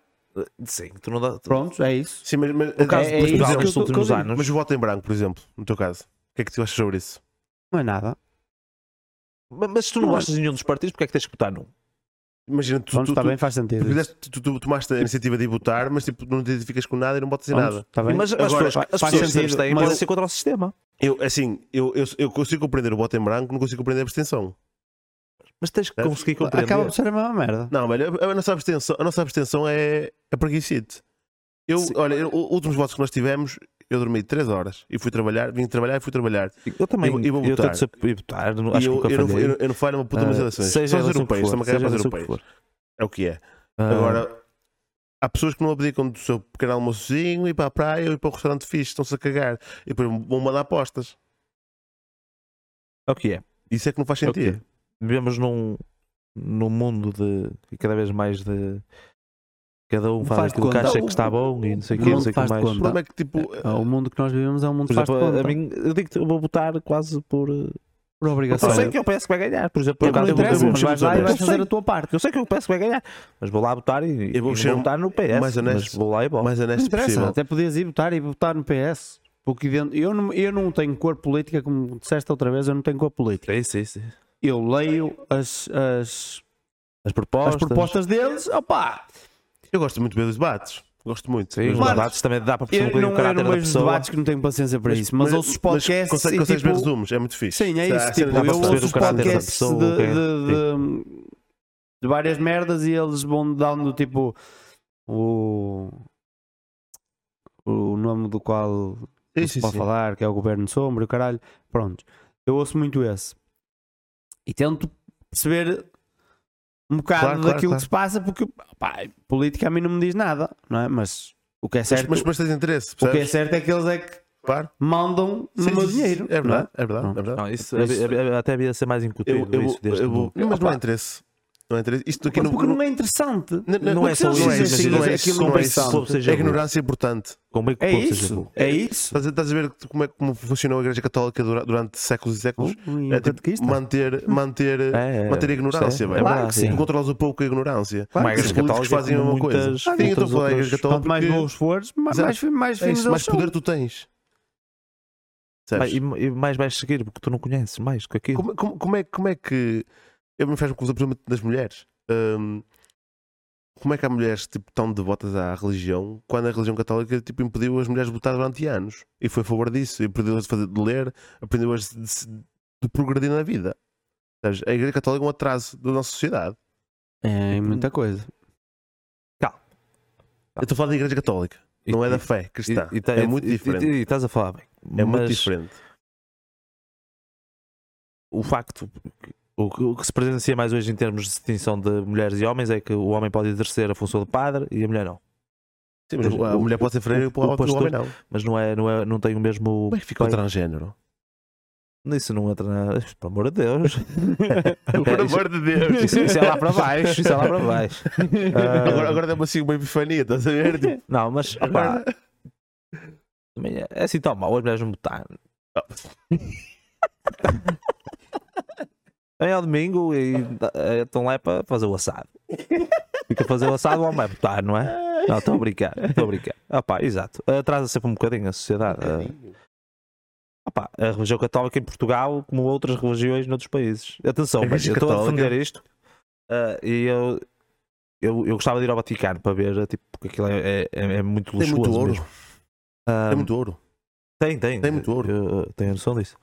Speaker 2: Sim, tu não dá. tu-
Speaker 1: Pronto, é isso.
Speaker 3: Sim, mas, mas,
Speaker 2: No caso
Speaker 1: é
Speaker 2: de Portugal
Speaker 1: isso que eu
Speaker 2: nos
Speaker 1: tô-
Speaker 2: últimos
Speaker 1: que eu digo.
Speaker 2: anos.
Speaker 3: mas o voto em branco, por exemplo, no teu caso. O que é que tu achas sobre isso?
Speaker 1: Não é nada.
Speaker 2: Ma- Mas se tu não gostas de nenhum dos partidos, porque é que tens que votar num?
Speaker 3: Imagina, tu,
Speaker 1: Pronto,
Speaker 3: tu,
Speaker 1: está
Speaker 3: tu-
Speaker 1: bem, faz
Speaker 3: tu
Speaker 1: sentido.
Speaker 3: fizeste- tu- tu- tu tomaste a iniciativa de ir votar, mas tipo, não te identificas com nada e não votas em nada.
Speaker 1: Está Tá bem.
Speaker 2: Mas as
Speaker 3: Agora,
Speaker 2: pessoas, as
Speaker 1: faz
Speaker 2: pessoas que
Speaker 1: sentido,
Speaker 2: têm
Speaker 1: mas
Speaker 2: podem
Speaker 1: eu-
Speaker 2: ser contra o sistema.
Speaker 3: Eu, assim, eu, eu, eu consigo compreender o voto em branco, não consigo compreender a abstenção.
Speaker 2: Mas tens que
Speaker 3: Certo?
Speaker 2: conseguir compreender.
Speaker 1: Acaba por ser a mesma merda.
Speaker 3: Não, velho, a, a nossa abstenção, a nossa abstenção é, é preguiçite. Eu,
Speaker 2: Sim.
Speaker 3: olha, eu- os últimos votos que nós tivemos, eu dormi 3 horas e fui trabalhar, vim trabalhar e fui trabalhar.
Speaker 2: Eu também
Speaker 3: Eu- eu vou
Speaker 2: eu
Speaker 3: votar.
Speaker 2: tento sempre ir votar. não-
Speaker 3: e
Speaker 2: Acho
Speaker 3: eu,
Speaker 2: que nunca
Speaker 3: eu, não,
Speaker 2: falhei.
Speaker 3: eu, eu não falho uma puta nas
Speaker 2: Ah,
Speaker 3: eleições.
Speaker 2: seja
Speaker 3: São
Speaker 2: a
Speaker 3: os
Speaker 2: eleição que
Speaker 3: europeus,
Speaker 2: for,
Speaker 3: um também quero
Speaker 2: seja
Speaker 3: para
Speaker 2: a
Speaker 3: os
Speaker 2: eleição que
Speaker 3: europeus.
Speaker 2: for.
Speaker 3: É o que é.
Speaker 2: Ah,
Speaker 3: Agora, há pessoas que não abdicam do seu pequeno almoçozinho, ir para a praia ou ir para o restaurante fixe, estão-se a cagar. E depois vão mandar apostas.
Speaker 2: é o que é.
Speaker 3: Isso é que não faz
Speaker 2: É o que
Speaker 3: sentido.
Speaker 2: é. Vivemos num, num mundo de e cada vez mais de cada um
Speaker 1: Não
Speaker 2: faz
Speaker 1: faz de
Speaker 2: aquilo que
Speaker 1: conta.
Speaker 2: acha
Speaker 1: O-
Speaker 2: que está bom e não sei o
Speaker 1: o
Speaker 2: que, não
Speaker 1: mundo
Speaker 2: sei o que
Speaker 1: faz de
Speaker 2: mais.
Speaker 3: O
Speaker 1: conta.
Speaker 3: problema é que, tipo,
Speaker 1: O mundo que nós vivemos é um mundo
Speaker 2: Por
Speaker 1: que faz de
Speaker 2: exemplo, a- a
Speaker 1: conta.
Speaker 2: mim, eu digo eu vou votar quase por. eh,
Speaker 1: Por
Speaker 2: Eu
Speaker 1: obrigação.
Speaker 2: sei que é o PS que vai ganhar, por exemplo.
Speaker 1: Eu
Speaker 2: por
Speaker 1: não
Speaker 2: acaso, eu vou- eu
Speaker 1: interessa,
Speaker 2: vou
Speaker 1: mas
Speaker 2: ser
Speaker 1: vais
Speaker 2: muito
Speaker 1: lá e vais
Speaker 2: honesto.
Speaker 1: fazer a tua parte.
Speaker 2: Eu sei que é o PS vai ganhar, mas vou lá votar e,
Speaker 3: Eu vou
Speaker 2: e
Speaker 3: ser
Speaker 2: vou votar no PS. mais honesto,
Speaker 3: honesto.
Speaker 2: mas vou lá e vou.
Speaker 3: é mais
Speaker 1: Não
Speaker 3: honesto
Speaker 1: interessa,
Speaker 3: possível.
Speaker 1: até podias ir votar e votar no PS. Porque dentro- eu, não, eu não tenho cor política, como disseste outra vez, eu não tenho cor política.
Speaker 2: É isso, é isso.
Speaker 1: Eu leio as, as,
Speaker 2: As
Speaker 1: as
Speaker 2: propostas.
Speaker 1: propostas deles, opá!
Speaker 3: Eu gosto muito de ver os debates. Gosto muito.
Speaker 2: Sim,
Speaker 3: Mas-
Speaker 2: os
Speaker 1: Claro.
Speaker 2: debates também dá para
Speaker 1: Eu
Speaker 2: perceber
Speaker 1: não
Speaker 2: o
Speaker 1: eu
Speaker 2: caráter
Speaker 1: não
Speaker 2: da
Speaker 1: vejo os
Speaker 2: pessoa.
Speaker 1: debates que não tenho paciência para isso, mas, ouço os podcasts.
Speaker 3: mas consegue-
Speaker 1: e,
Speaker 3: consegues ver
Speaker 1: tipo,
Speaker 3: resumos, é muito fixe.
Speaker 1: Sim, é
Speaker 3: Tá,
Speaker 1: isso.
Speaker 3: cena
Speaker 1: Tipo,
Speaker 3: dá para
Speaker 1: eu
Speaker 3: perceber
Speaker 1: ouço
Speaker 2: o
Speaker 1: os
Speaker 2: caráter da
Speaker 1: podcasts de,
Speaker 2: pessoa, o que é.
Speaker 1: de- de- de várias merdas e eles vão dando tipo o, o nome do qual
Speaker 3: Sim,
Speaker 1: não se
Speaker 3: sim,
Speaker 1: pode
Speaker 3: sim.
Speaker 1: falar, que é o governo sombra, e o caralho. Pronto, eu ouço muito esse e tento perceber um bocado
Speaker 2: Claro, claro,
Speaker 1: daquilo
Speaker 2: claro.
Speaker 1: que se passa, porque pá, política a mim não me diz nada, não é? Mas o que é
Speaker 3: Mas,
Speaker 1: certo,
Speaker 3: mas, mas tens interesse,
Speaker 1: o que é
Speaker 3: percebes?
Speaker 1: certo é que eles é que
Speaker 3: Claro.
Speaker 1: mandam no
Speaker 3: Sim,
Speaker 1: meu
Speaker 3: sim, sim.
Speaker 1: dinheiro.
Speaker 3: É
Speaker 1: não
Speaker 3: verdade, é verdade, é verdade.
Speaker 2: Não, isso,
Speaker 1: Mas-
Speaker 2: é- é- é- até havia de ser mais incutido.
Speaker 3: Eu, eu,
Speaker 2: isso desde
Speaker 3: eu,
Speaker 2: o-
Speaker 3: eu, mas não há
Speaker 2: Opa,
Speaker 3: interesse. Não há interesse. Isto aqui
Speaker 1: Porque
Speaker 3: não,
Speaker 1: não é interessante.
Speaker 3: Não,
Speaker 2: não é
Speaker 1: porque
Speaker 2: só
Speaker 1: não
Speaker 2: isso,
Speaker 1: dizem
Speaker 2: mas
Speaker 1: assim,
Speaker 2: não
Speaker 1: mas
Speaker 2: é
Speaker 1: é
Speaker 2: isso,
Speaker 1: aquilo não
Speaker 2: não é
Speaker 1: é
Speaker 2: isso.
Speaker 1: interessante.
Speaker 2: Seja
Speaker 3: é
Speaker 2: bom.
Speaker 3: ignorância importante.
Speaker 2: Com bem que
Speaker 1: É
Speaker 2: pouco seja
Speaker 1: isso,
Speaker 2: pouco.
Speaker 1: é isso.
Speaker 3: Estás a, estás a ver como, é, como funcionou a Igreja Católica dura- durante séculos e séculos?
Speaker 1: Ui,
Speaker 3: É
Speaker 1: um
Speaker 3: tipo,
Speaker 1: catequista.
Speaker 3: manter, manter,
Speaker 2: É, é,
Speaker 3: manter a ignorância,
Speaker 2: é,
Speaker 3: velho.
Speaker 2: é
Speaker 1: Claro
Speaker 2: verdade,
Speaker 1: que sim.
Speaker 2: sim.
Speaker 3: Tu controlas o pouco com a ignorância.
Speaker 1: Claro,
Speaker 2: Mas
Speaker 1: que
Speaker 3: Os
Speaker 1: sim.
Speaker 2: a Igreja
Speaker 3: políticos fazem a mesma
Speaker 2: Católica,
Speaker 3: coisa.
Speaker 2: como muitas
Speaker 3: Ah, sim, eu estou a
Speaker 2: outras-
Speaker 3: falar da Igreja
Speaker 2: outras-
Speaker 1: Quanto
Speaker 3: Católica.
Speaker 1: mais
Speaker 3: porque
Speaker 1: bons fores, mais,
Speaker 3: Exato.
Speaker 1: mais, fi- mais
Speaker 3: é
Speaker 1: finos
Speaker 3: isso, mais
Speaker 1: eles são.
Speaker 3: poder tu tens.
Speaker 2: Pá,
Speaker 3: Sabes?
Speaker 2: E, e mais vais seguir, porque tu não conheces mais do que aquilo.
Speaker 3: Como, como- como é, como é que. Eu me faz confusão, por exemplo, das mulheres. Hum, como é que há mulheres tipo, tão devotas à religião quando a religião católica tipo, impediu as mulheres de votar durante anos e foi a favor disso, e impediu-as de, fazer- de ler, aprendeu-as de, se- de progredir na vida? Sabes? A Igreja Católica é um atraso da nossa sociedade.
Speaker 1: É muita coisa.
Speaker 3: Eu estou a falar da Igreja Católica,
Speaker 2: Tá. E-
Speaker 3: não é da
Speaker 2: e-
Speaker 3: fé
Speaker 2: e-
Speaker 3: cristã.
Speaker 2: e tá-
Speaker 3: é
Speaker 2: e-
Speaker 3: muito
Speaker 2: e-
Speaker 3: diferente.
Speaker 2: E, e estás a falar bem.
Speaker 3: é muito
Speaker 2: Mas
Speaker 3: diferente.
Speaker 2: O facto, o que, o que se presencia mais hoje em termos de distinção de mulheres e homens é que o homem pode exercer a função de padre e a mulher não.
Speaker 3: Sim, mas
Speaker 2: mas
Speaker 3: a
Speaker 2: o-
Speaker 3: mulher pode ser freira e
Speaker 2: o-
Speaker 3: o, o,
Speaker 2: o pastor-
Speaker 3: homem não.
Speaker 2: Mas não, é, não, é, não tem o mesmo.
Speaker 3: Como é que fica o
Speaker 2: bem,
Speaker 3: transgénero?
Speaker 2: Isso não entra na. Pelo amor
Speaker 3: [LAUGHS]
Speaker 2: de Deus. [LAUGHS]
Speaker 3: Por
Speaker 2: isso-
Speaker 3: amor de Deus!
Speaker 2: Isso, isso é lá para baixo, isso é lá para baixo.
Speaker 3: [LAUGHS]
Speaker 2: Ah,
Speaker 3: Agora, agora dá-me assim uma epifania, estás a ver? Tipo,
Speaker 2: Não, mas opá,
Speaker 3: agora-
Speaker 2: também é, é assim tão mal, as mulheres não votaram. Vem ao domingo e eh, estão lá para fazer o assado. Fica a fazer o assado, o homem vai votar, não é? Não, estou a brincar, estou a brincar. Opá, exato. Atrasa sempre um bocadinho a sociedade. eh. Opá, a religião católica em Portugal, como outras religiões noutros países. Atenção,
Speaker 3: A
Speaker 2: mas eu
Speaker 3: Igreja
Speaker 2: estou a
Speaker 3: Católica-
Speaker 2: defender isto. eh, e eu, eu, eu gostava de ir ao Vaticano para ver, eh, tipo, porque aquilo é, é, é muito
Speaker 3: Tem
Speaker 2: luxuoso
Speaker 3: muito ouro.
Speaker 2: mesmo. Ah,
Speaker 3: Tem muito ouro.
Speaker 2: tem, tem.
Speaker 3: tem muito ouro.
Speaker 2: Eu, eu tenho noção disso.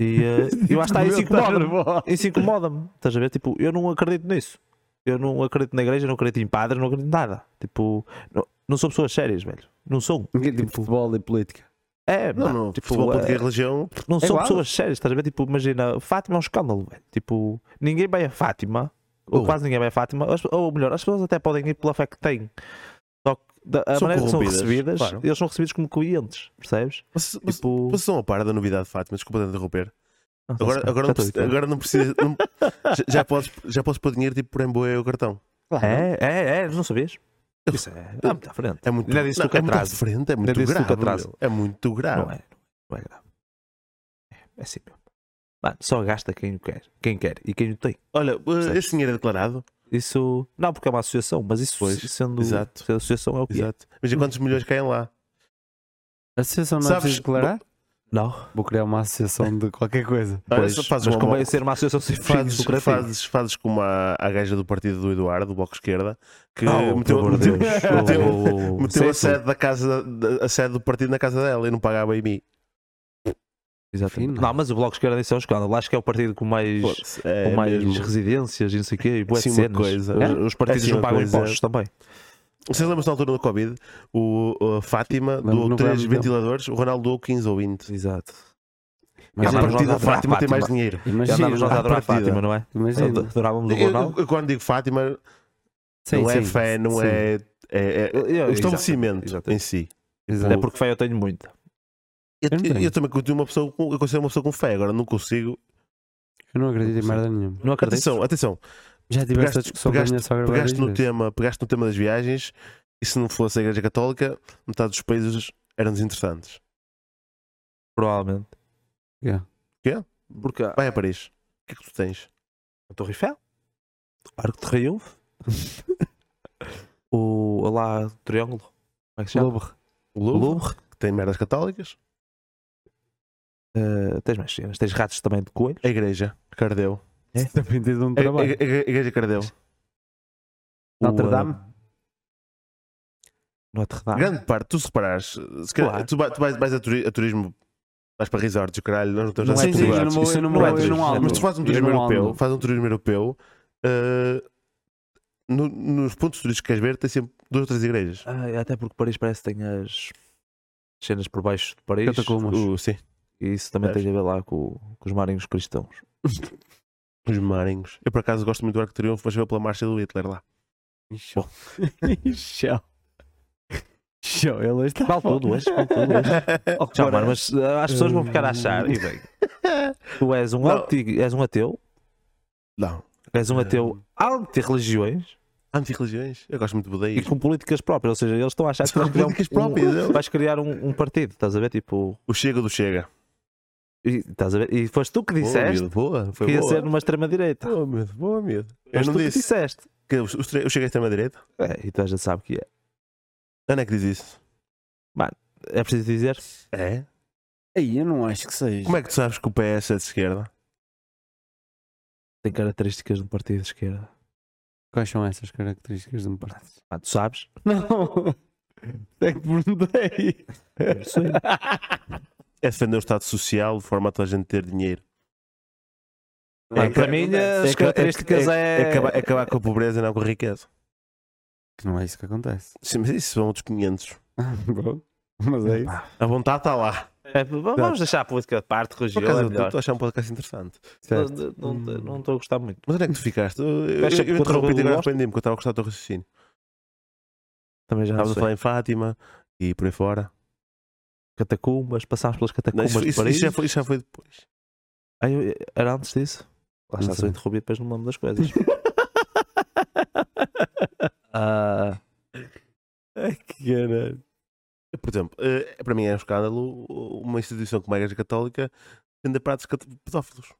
Speaker 2: E eh, eu acho que está, isso
Speaker 1: é
Speaker 2: incomoda-me. Isso incomoda-me. Estás a ver? Tipo, eu não acredito nisso. Eu não acredito na igreja, não acredito em padres, não acredito em nada. Tipo, não, não sou pessoas sérias, velho. Não sou. um.
Speaker 1: Tipo futebol e política.
Speaker 2: É,
Speaker 3: Não,
Speaker 2: pá,
Speaker 3: não,
Speaker 2: tipo,
Speaker 3: futebol, política e
Speaker 2: eh,
Speaker 3: religião.
Speaker 2: não são
Speaker 1: igual.
Speaker 2: pessoas sérias, estás a ver? Tipo, imagina, Fátima é um escândalo, velho. Tipo, ninguém vai a Fátima, ou
Speaker 3: Oh.
Speaker 2: quase ninguém vai a Fátima, ou, as- ou melhor, as pessoas até podem ir pela fé que têm. Só que da a
Speaker 3: São
Speaker 2: maneira que são
Speaker 3: corrompidas,
Speaker 2: recebidas,
Speaker 3: claro.
Speaker 2: eles são recebidos como clientes, percebes?
Speaker 3: Vocês vocês-
Speaker 2: Tipo,
Speaker 3: vocês estão a par da novidade de Fátima, desculpa de interromper.
Speaker 2: não sei se-
Speaker 3: Agora, agora,
Speaker 2: já então.
Speaker 3: não,
Speaker 2: estou
Speaker 3: preci-
Speaker 2: habituado.
Speaker 3: agora não precisa. não- já, já podes, já podes pôr dinheiro tipo por emboé ou cartão.
Speaker 2: É, é, é, não sabias? Isso é, é muito à frente.
Speaker 3: É muito,
Speaker 2: Ainda disse
Speaker 3: não,
Speaker 2: tu que
Speaker 3: é muito à
Speaker 2: atraso.
Speaker 3: frente, é
Speaker 2: Ainda
Speaker 3: muito
Speaker 2: disse tu que
Speaker 3: grave.
Speaker 2: atraso.
Speaker 3: meu. É muito
Speaker 2: Não
Speaker 3: grave.
Speaker 2: é, não é grave. É, é assim mesmo. Mano, só gasta quem o quer, quem quer e quem o tem.
Speaker 3: Olha, uh,
Speaker 2: Certo.
Speaker 3: esse dinheiro é declarado.
Speaker 2: Isso, não, porque é uma associação, mas isso
Speaker 3: Pois,
Speaker 2: se- sendo,
Speaker 3: exato.
Speaker 2: sendo associação é o que é.
Speaker 3: Exato. Veja quantos milhões caem lá.
Speaker 1: A associação não é
Speaker 3: Sabes-
Speaker 1: preciso declarar?
Speaker 2: Não,
Speaker 1: Vou criar uma associação de qualquer coisa.
Speaker 3: Olha,
Speaker 2: pois,
Speaker 3: só fazes
Speaker 2: mas é
Speaker 3: uma
Speaker 2: convém
Speaker 3: mo-
Speaker 2: ser uma associação sem fins
Speaker 3: Fazes,
Speaker 2: lucrativos.
Speaker 3: fazes, fazes como a, a gaja do partido do Eduardo, do Bloco Esquerda, que
Speaker 2: Oh,
Speaker 3: meteu,
Speaker 2: por amor de
Speaker 3: meteu,
Speaker 2: Deus.
Speaker 3: meteu-
Speaker 2: Oh,
Speaker 3: [LAUGHS] meteu a,
Speaker 2: Cecil.
Speaker 3: sede da casa, da- a sede do partido na casa dela e não pagava em mim.
Speaker 2: Exatamente.
Speaker 1: Fino.
Speaker 2: Não, mas o Bloco de Esquerda isso é um escândalo. Acho que é o partido com mais,
Speaker 3: Pô,
Speaker 2: com
Speaker 3: é
Speaker 2: mais
Speaker 3: mesmo.
Speaker 2: residências e não sei o quê. E boas
Speaker 3: Assim uma
Speaker 2: cenas.
Speaker 3: coisa.
Speaker 2: Os, os partidos
Speaker 3: Assim
Speaker 2: não
Speaker 3: uma
Speaker 2: pagam
Speaker 3: coisa.
Speaker 2: impostos também.
Speaker 3: Vocês lembram-se na altura do Covid? O, a Fátima
Speaker 1: Lembro,
Speaker 3: doou
Speaker 1: não
Speaker 3: 3
Speaker 1: lembro, não.
Speaker 3: ventiladores, o Ronaldo doou 15 ou 20.
Speaker 2: Exato.
Speaker 3: A
Speaker 2: mas
Speaker 1: Imagina,
Speaker 2: nós
Speaker 3: partir da
Speaker 2: vamos lá
Speaker 3: Fátima
Speaker 2: à
Speaker 3: tem mais
Speaker 2: Fátima.
Speaker 3: dinheiro.
Speaker 2: Já
Speaker 1: imagina,
Speaker 2: andámos nós a adorar
Speaker 3: à partida.
Speaker 2: Fátima, não é?
Speaker 1: imagina.
Speaker 2: Adorávamos o Ronaldo.
Speaker 3: Eu, eu- quando digo Fátima,
Speaker 1: Sim,
Speaker 3: não é
Speaker 1: sim,
Speaker 3: fé, não
Speaker 1: sim.
Speaker 3: é, é, é-
Speaker 2: Eu- eu-
Speaker 3: é o estabelecimento
Speaker 2: exatamente,
Speaker 3: em si.
Speaker 1: Exato.
Speaker 2: Até porque fé eu tenho muito.
Speaker 3: Eu,
Speaker 1: Eu não
Speaker 3: eu-
Speaker 1: tenho.
Speaker 3: eu também continuo uma pessoa com, eu considero uma pessoa com fé, agora não consigo.
Speaker 1: Eu não acredito em merda nenhuma.
Speaker 2: Não acredito.
Speaker 3: Atenção, atenção.
Speaker 1: Já tive esta
Speaker 3: Pegaste,
Speaker 1: discussão
Speaker 3: pegaste-
Speaker 1: com a minha sogra várias
Speaker 3: pegaste, no
Speaker 1: vezes.
Speaker 3: tema, pegaste no tema das viagens e se não fosse a Igreja Católica, metade dos países eram desinteressantes.
Speaker 2: Provavelmente.
Speaker 1: Yeah.
Speaker 2: Porque a
Speaker 3: Vai a Paris. O que é que tu tens?
Speaker 2: Torre Eiffel, o Arco de Triunfo, [LAUGHS] o lá Triângulo, como é que se chama?
Speaker 1: Lobo.
Speaker 3: O
Speaker 2: O
Speaker 3: Louvre,
Speaker 2: Louvre.
Speaker 3: que tem merdas católicas.
Speaker 2: Eh, tens mais cenas. Tens ratos também de coelho.
Speaker 3: A Igreja, Cardeu.
Speaker 1: Também tens um
Speaker 3: A, a-
Speaker 1: trabalho.
Speaker 3: a- a Igreja Cardeu.
Speaker 1: Notre
Speaker 2: O, eh,
Speaker 1: Dame.
Speaker 2: Notre
Speaker 1: Ah.
Speaker 2: Dame.
Speaker 3: Grande parte, tu se reparares, se calhar,
Speaker 2: Claro.
Speaker 3: tu, vai- tu vais, vais a, turi- a turismo, vais para resorts, o caralho, nós não estamos
Speaker 1: Não
Speaker 3: a
Speaker 1: é
Speaker 2: Sim, sim,
Speaker 1: turismo, eu
Speaker 3: turismo.
Speaker 1: não vou-
Speaker 2: Isso
Speaker 1: eu não
Speaker 2: não
Speaker 1: vou-
Speaker 2: é
Speaker 1: eu não
Speaker 2: turismo.
Speaker 1: ando.
Speaker 3: Mas tu fazes um
Speaker 1: Eu
Speaker 3: turismo
Speaker 1: não
Speaker 3: europeu,
Speaker 1: ando.
Speaker 3: faz um turismo europeu, eh, no- nos pontos turísticos que queres ver, tem sempre duas ou três igrejas.
Speaker 2: Ah, até porque Paris parece que tem as cenas por baixo de Paris.
Speaker 1: Catacumbas.
Speaker 3: Uh, sim.
Speaker 2: E isso também
Speaker 3: Sabes? [LAUGHS]
Speaker 2: tem a ver lá com, com os marinhos cristãos.
Speaker 3: Os Marinhos. Eu por acaso gosto muito do Arco de Triunfo, mas veio pela marcha do Hitler lá.
Speaker 1: Show. Show. Show. Ele tá- está.
Speaker 2: Vale tudo hoje, vale tudo hoje.
Speaker 3: [LAUGHS]
Speaker 2: Já, mano, mas uh, as pessoas vão ficar a achar. E bem, tu és um,
Speaker 3: Não.
Speaker 2: anti, és um ateu,
Speaker 3: Não.
Speaker 2: és um ateu anti-religiões
Speaker 3: Antirreligiões? Eu gosto muito do
Speaker 2: e
Speaker 3: budeísmo.
Speaker 2: com políticas próprias. Ou seja, eles estão a achar que
Speaker 3: São
Speaker 2: vais criar,
Speaker 3: políticas
Speaker 2: um,
Speaker 3: próprias, é
Speaker 2: um,
Speaker 3: eu.
Speaker 2: vais criar um, um partido, estás a ver? Tipo,
Speaker 3: O Chega do Chega.
Speaker 2: e, estás a ver? e foste tu que
Speaker 3: Boa,
Speaker 2: disseste
Speaker 3: miúdo, boa. Foi
Speaker 2: que ia
Speaker 3: boa.
Speaker 2: ser numa extrema-direita.
Speaker 3: Boa, medo. Boa, medo. Eu
Speaker 2: Foste
Speaker 3: não
Speaker 2: tu que
Speaker 3: disse
Speaker 2: disseste.
Speaker 3: que o- o tre- o Chega é extrema-direita.
Speaker 2: É, e tu já sabe que é.
Speaker 3: Ana é que diz isso.
Speaker 2: É preciso dizer.
Speaker 3: É?
Speaker 1: Aí eu não acho que seja.
Speaker 3: Como é que tu sabes que o PS é de esquerda?
Speaker 2: Tem características de um partido de esquerda.
Speaker 1: Quais são essas características de um partido?
Speaker 2: Ah, tu sabes?
Speaker 1: Não. É que perguntei.
Speaker 2: Eu sei.
Speaker 3: É defender o Estado Social de forma a toda a gente ter dinheiro. É
Speaker 2: Mano,
Speaker 3: que-
Speaker 2: para mim, as características é.
Speaker 3: É acabar, é acabar com a pobreza e não com a riqueza.
Speaker 1: [LAUGHS] Que não é isso que acontece.
Speaker 3: Sim, mas isso são outros 500.
Speaker 1: [LAUGHS] Bom, mas é isso.
Speaker 3: A vontade está lá.
Speaker 2: É, vamos deixar a política de parte,
Speaker 3: Por
Speaker 2: religião.
Speaker 3: acaso, eu
Speaker 2: É
Speaker 3: estou
Speaker 2: melhor.
Speaker 3: estou a achar um podcast interessante.
Speaker 2: Não-
Speaker 1: Certo.
Speaker 2: não- Não não estou a gostar muito.
Speaker 3: Mas onde é que tu ficaste? Eu, eu, eu,
Speaker 2: Acha que
Speaker 3: eu
Speaker 2: quando
Speaker 3: interrompi-te
Speaker 2: eu
Speaker 3: agora
Speaker 2: gosto-
Speaker 3: arrependi-me, porque eu estava a gostar do teu raciocínio.
Speaker 2: Também já não
Speaker 3: Estávamos a
Speaker 2: sei.
Speaker 3: falar em Fátima e por aí fora.
Speaker 2: Catacumbas, passámos pelas
Speaker 3: Não,
Speaker 2: catacumbas
Speaker 3: isso,
Speaker 2: de
Speaker 3: isso-
Speaker 2: É
Speaker 3: é
Speaker 2: Paris.
Speaker 3: isso já foi, isso já foi depois.
Speaker 2: Ah, eu- era antes disso? Lá
Speaker 1: Não
Speaker 2: está, sou
Speaker 1: sei.
Speaker 2: interrompido, depois não me lembro das coisas.
Speaker 1: é [LAUGHS]
Speaker 2: Ah,
Speaker 3: Ai, que caralho. Por exemplo, eh, para mim é um escândalo uma instituição como a Igreja Católica tendo pratos cat- pedófilos.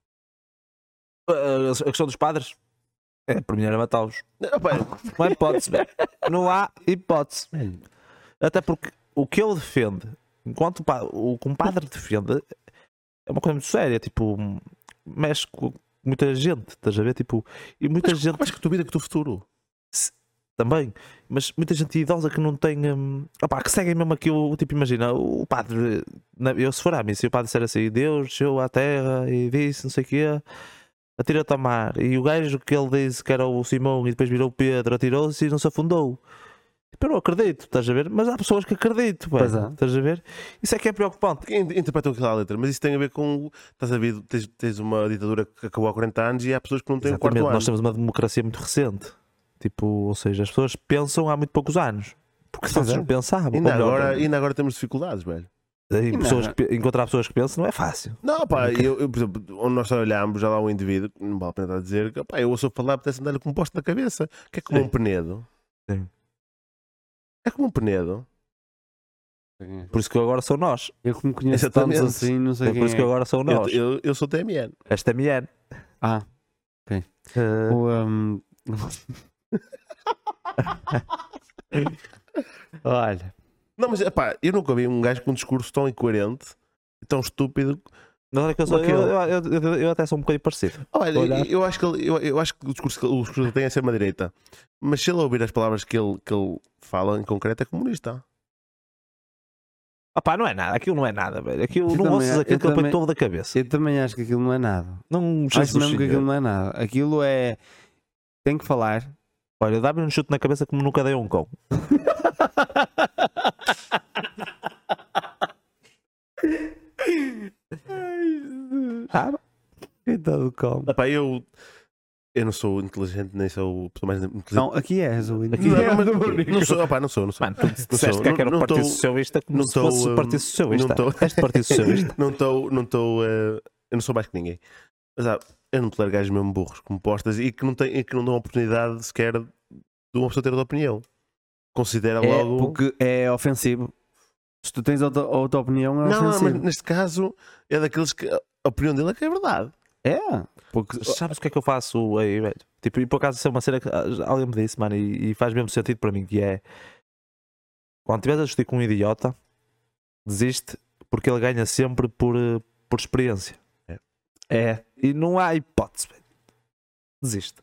Speaker 2: [LAUGHS] a questão dos padres? É, para mim era matá-los.
Speaker 3: Não, pá,
Speaker 2: Não há hipótese, velho. Não há hipótese. Até porque o que ele defende, enquanto o, pa- o que um padre defende, é uma coisa muito séria. Tipo, mexe com muita gente, estás a ver? Tipo, e muita gente
Speaker 3: mas que tu vida que tu futuro.
Speaker 2: também, mas muita gente idosa que não tem. hum, opá, que seguem mesmo aquilo. Tipo, imagina, o padre. na- Eu, se for à missa, e o padre disser assim: Deus desceu à terra e disse não sei o quê, atira-te ao mar. E o gajo que ele disse que era o Simão e depois virou o Pedro, atirou-se e não se afundou. Tipo, eu não acredito, estás a ver? Mas há pessoas que acreditam,
Speaker 1: Pois
Speaker 2: velho,
Speaker 1: há.
Speaker 2: estás a ver? Isso é que é preocupante.
Speaker 3: Quem interpretam aquilo à letra, mas isso tem a ver com. Estás a ver, tens, tens uma ditadura que acabou há 40 anos e há pessoas que não têm o quarto
Speaker 2: Exatamente,
Speaker 3: ano.
Speaker 2: nós temos uma democracia muito recente. Tipo, ou seja, as pessoas pensam há muito poucos anos. Porque
Speaker 1: Pois
Speaker 2: todos
Speaker 1: é.
Speaker 2: pensavam.
Speaker 3: Ainda
Speaker 2: ou melhor, é?
Speaker 3: agora, ainda agora temos dificuldades, velho.
Speaker 2: Daí,
Speaker 1: E
Speaker 2: pessoas
Speaker 1: nada.
Speaker 2: que pe- encontrar pessoas que pensam não é fácil.
Speaker 3: Não, pá,
Speaker 2: Ok.
Speaker 3: eu, eu, por exemplo, onde nós trabalhámos, já lá um indivíduo, não vale a pena estar a dizer, que, pá, eu ouço falar, apetece dar-lhe com um posto na cabeça. Que é como
Speaker 2: Sim.
Speaker 3: um penedo.
Speaker 2: Sim.
Speaker 3: É como um penedo.
Speaker 2: Por isso que eu agora sou nós.
Speaker 1: Eu como conheço
Speaker 3: Exatamente.
Speaker 1: tantos assim, não sei
Speaker 2: É
Speaker 1: quem
Speaker 2: por isso que eu
Speaker 1: é.
Speaker 2: agora sou
Speaker 3: Eu,
Speaker 2: nós.
Speaker 3: eu, eu sou TMN.
Speaker 2: Esta é a Miane.
Speaker 1: Ah,
Speaker 2: Eh,
Speaker 1: o, um... Olha,
Speaker 3: Não, mas pá, eu nunca vi um gajo com um discurso tão incoerente e tão estúpido.
Speaker 2: mas olha que eu, sou-
Speaker 3: aquilo.
Speaker 2: eu- eu- eu- eu- eu até sou um bocadinho parecido.
Speaker 3: Olha,
Speaker 2: Olha.
Speaker 3: eu, eu acho que ele- eu, eu acho que o discurso que, ele- o discurso que ele tem é ser uma direita. Mas se ele ouvir as palavras que ele, que ele fala em concreto, é comunista.
Speaker 2: Opá, não é nada, aquilo não é nada, velho. Aquilo
Speaker 1: Eu
Speaker 2: não
Speaker 1: também-
Speaker 2: ouças aquilo
Speaker 1: eu
Speaker 2: que ele põe
Speaker 1: também-
Speaker 2: todo da cabeça.
Speaker 1: [LAUGHS] eu também acho que aquilo não é nada.
Speaker 2: Não
Speaker 1: Acho
Speaker 2: Jesus,
Speaker 1: mesmo que
Speaker 2: senhor.
Speaker 1: aquilo não é nada. Aquilo é. Tem que falar.
Speaker 2: Olha, dá-me um chute na cabeça como nunca dei a um cão. Sabe? Coitado do cão.
Speaker 3: Ah, pá, eu, eu não sou inteligente, nem sou a pessoa mais inteligente.
Speaker 1: Não, aqui és o
Speaker 2: Aqui
Speaker 1: indivíduo.
Speaker 3: Não,
Speaker 2: é
Speaker 3: mas-
Speaker 2: do
Speaker 3: não sou, opá, não sou, não sou.
Speaker 2: Mano,
Speaker 1: [LAUGHS]
Speaker 2: tu disseste
Speaker 3: sou,
Speaker 2: que é que era
Speaker 3: não-
Speaker 2: o
Speaker 3: não
Speaker 2: Partido
Speaker 3: tô-
Speaker 2: Socialista como
Speaker 3: não
Speaker 2: se
Speaker 3: tô,
Speaker 2: fosse o
Speaker 3: hum,
Speaker 2: Partido Socialista.
Speaker 3: não tô.
Speaker 2: És
Speaker 1: [LAUGHS]
Speaker 2: Partido Socialista.
Speaker 3: [LAUGHS] Não estou, não estou, eh, eu não sou mais que ninguém. Mas há, eu não tolero gajos mesmo burros, como postas, e que não, têm, e que não dão oportunidade sequer de uma pessoa ter outra opinião. Considera
Speaker 1: É
Speaker 3: logo.
Speaker 1: porque é ofensivo. Se tu tens outra, outra opinião, é
Speaker 3: Não, mas
Speaker 1: ofensivo.
Speaker 3: neste caso é daqueles que a opinião dele é que é verdade.
Speaker 1: É. Porque
Speaker 2: Mas
Speaker 3: ah,
Speaker 2: Sabes o que é que eu faço aí, velho? Tipo, e por acaso isso é uma cena que ah, já alguém me disse, mano, e, e faz mesmo sentido para mim, que é quando estiveres a discutir com um idiota, desiste porque ele ganha sempre por, eh, por experiência.
Speaker 3: É.
Speaker 2: É. E não há hipótese, velho. Desiste.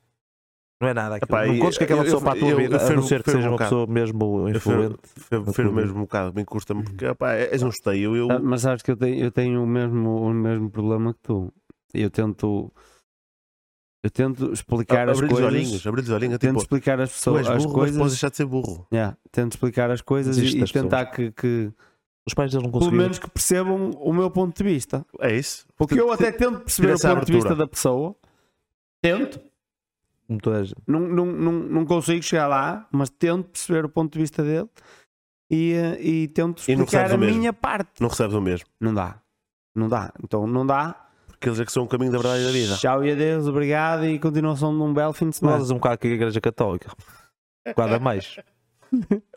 Speaker 2: Não é nada aquilo.
Speaker 3: Epá,
Speaker 2: não
Speaker 3: e-
Speaker 2: contes que aquela
Speaker 3: eu-
Speaker 2: pessoa
Speaker 3: eu-
Speaker 2: para a tua
Speaker 3: eu-
Speaker 2: vida,
Speaker 3: eu
Speaker 2: a não
Speaker 3: fervo-
Speaker 2: ser que
Speaker 3: fervo
Speaker 2: seja
Speaker 3: um
Speaker 2: uma
Speaker 3: bocado.
Speaker 2: pessoa mesmo
Speaker 3: Eu fui, um-
Speaker 2: influente.
Speaker 3: fui, fui
Speaker 2: Influente.
Speaker 3: mesmo um bocado, me custa-me, porque opá, é- és um esteio. Eu,
Speaker 1: Uhum. Ah, Mas sabes que eu tenho, eu tenho o, mesmo, o mesmo problema que tu. Eu tento. Eu tento explicar as
Speaker 3: abri-lhe Ah, os
Speaker 1: coisas.
Speaker 3: olhinhos, abri-lhe os olhinhos,
Speaker 1: tento
Speaker 3: tipo,
Speaker 1: explicar as
Speaker 3: tu
Speaker 1: pessoas
Speaker 3: és
Speaker 1: as
Speaker 3: burro, mas podes
Speaker 1: coisas.
Speaker 3: deixar de ser burro.
Speaker 1: Yeah, tento explicar as coisas e,
Speaker 2: Desiste
Speaker 1: e
Speaker 2: das pessoas.
Speaker 1: tentar que, que
Speaker 2: Os pais deles não
Speaker 1: pelo
Speaker 2: conseguiram.
Speaker 1: menos que percebam o meu ponto de vista.
Speaker 3: É isso?
Speaker 1: Porque eu até tento perceber o
Speaker 3: essa
Speaker 1: ponto de vista
Speaker 3: abertura.
Speaker 1: da pessoa, Tento.
Speaker 2: Como toda a gente.
Speaker 1: Não, não, não, não consigo chegar lá, mas tento perceber o ponto de vista dele e, eh, e tento
Speaker 3: E não
Speaker 1: explicar
Speaker 3: recebes
Speaker 1: a
Speaker 3: o mesmo.
Speaker 1: minha parte.
Speaker 3: Não recebes o mesmo.
Speaker 1: Não dá. Não dá. Então não dá.
Speaker 3: Porque eles é que são o caminho da verdade e da vida.
Speaker 1: Tchau e adeus, obrigado e continuação de um belo fim de
Speaker 3: é?
Speaker 1: semana.
Speaker 2: Nós um bocado com a
Speaker 3: [LAUGHS]
Speaker 2: Igreja Católica. Quadra mais.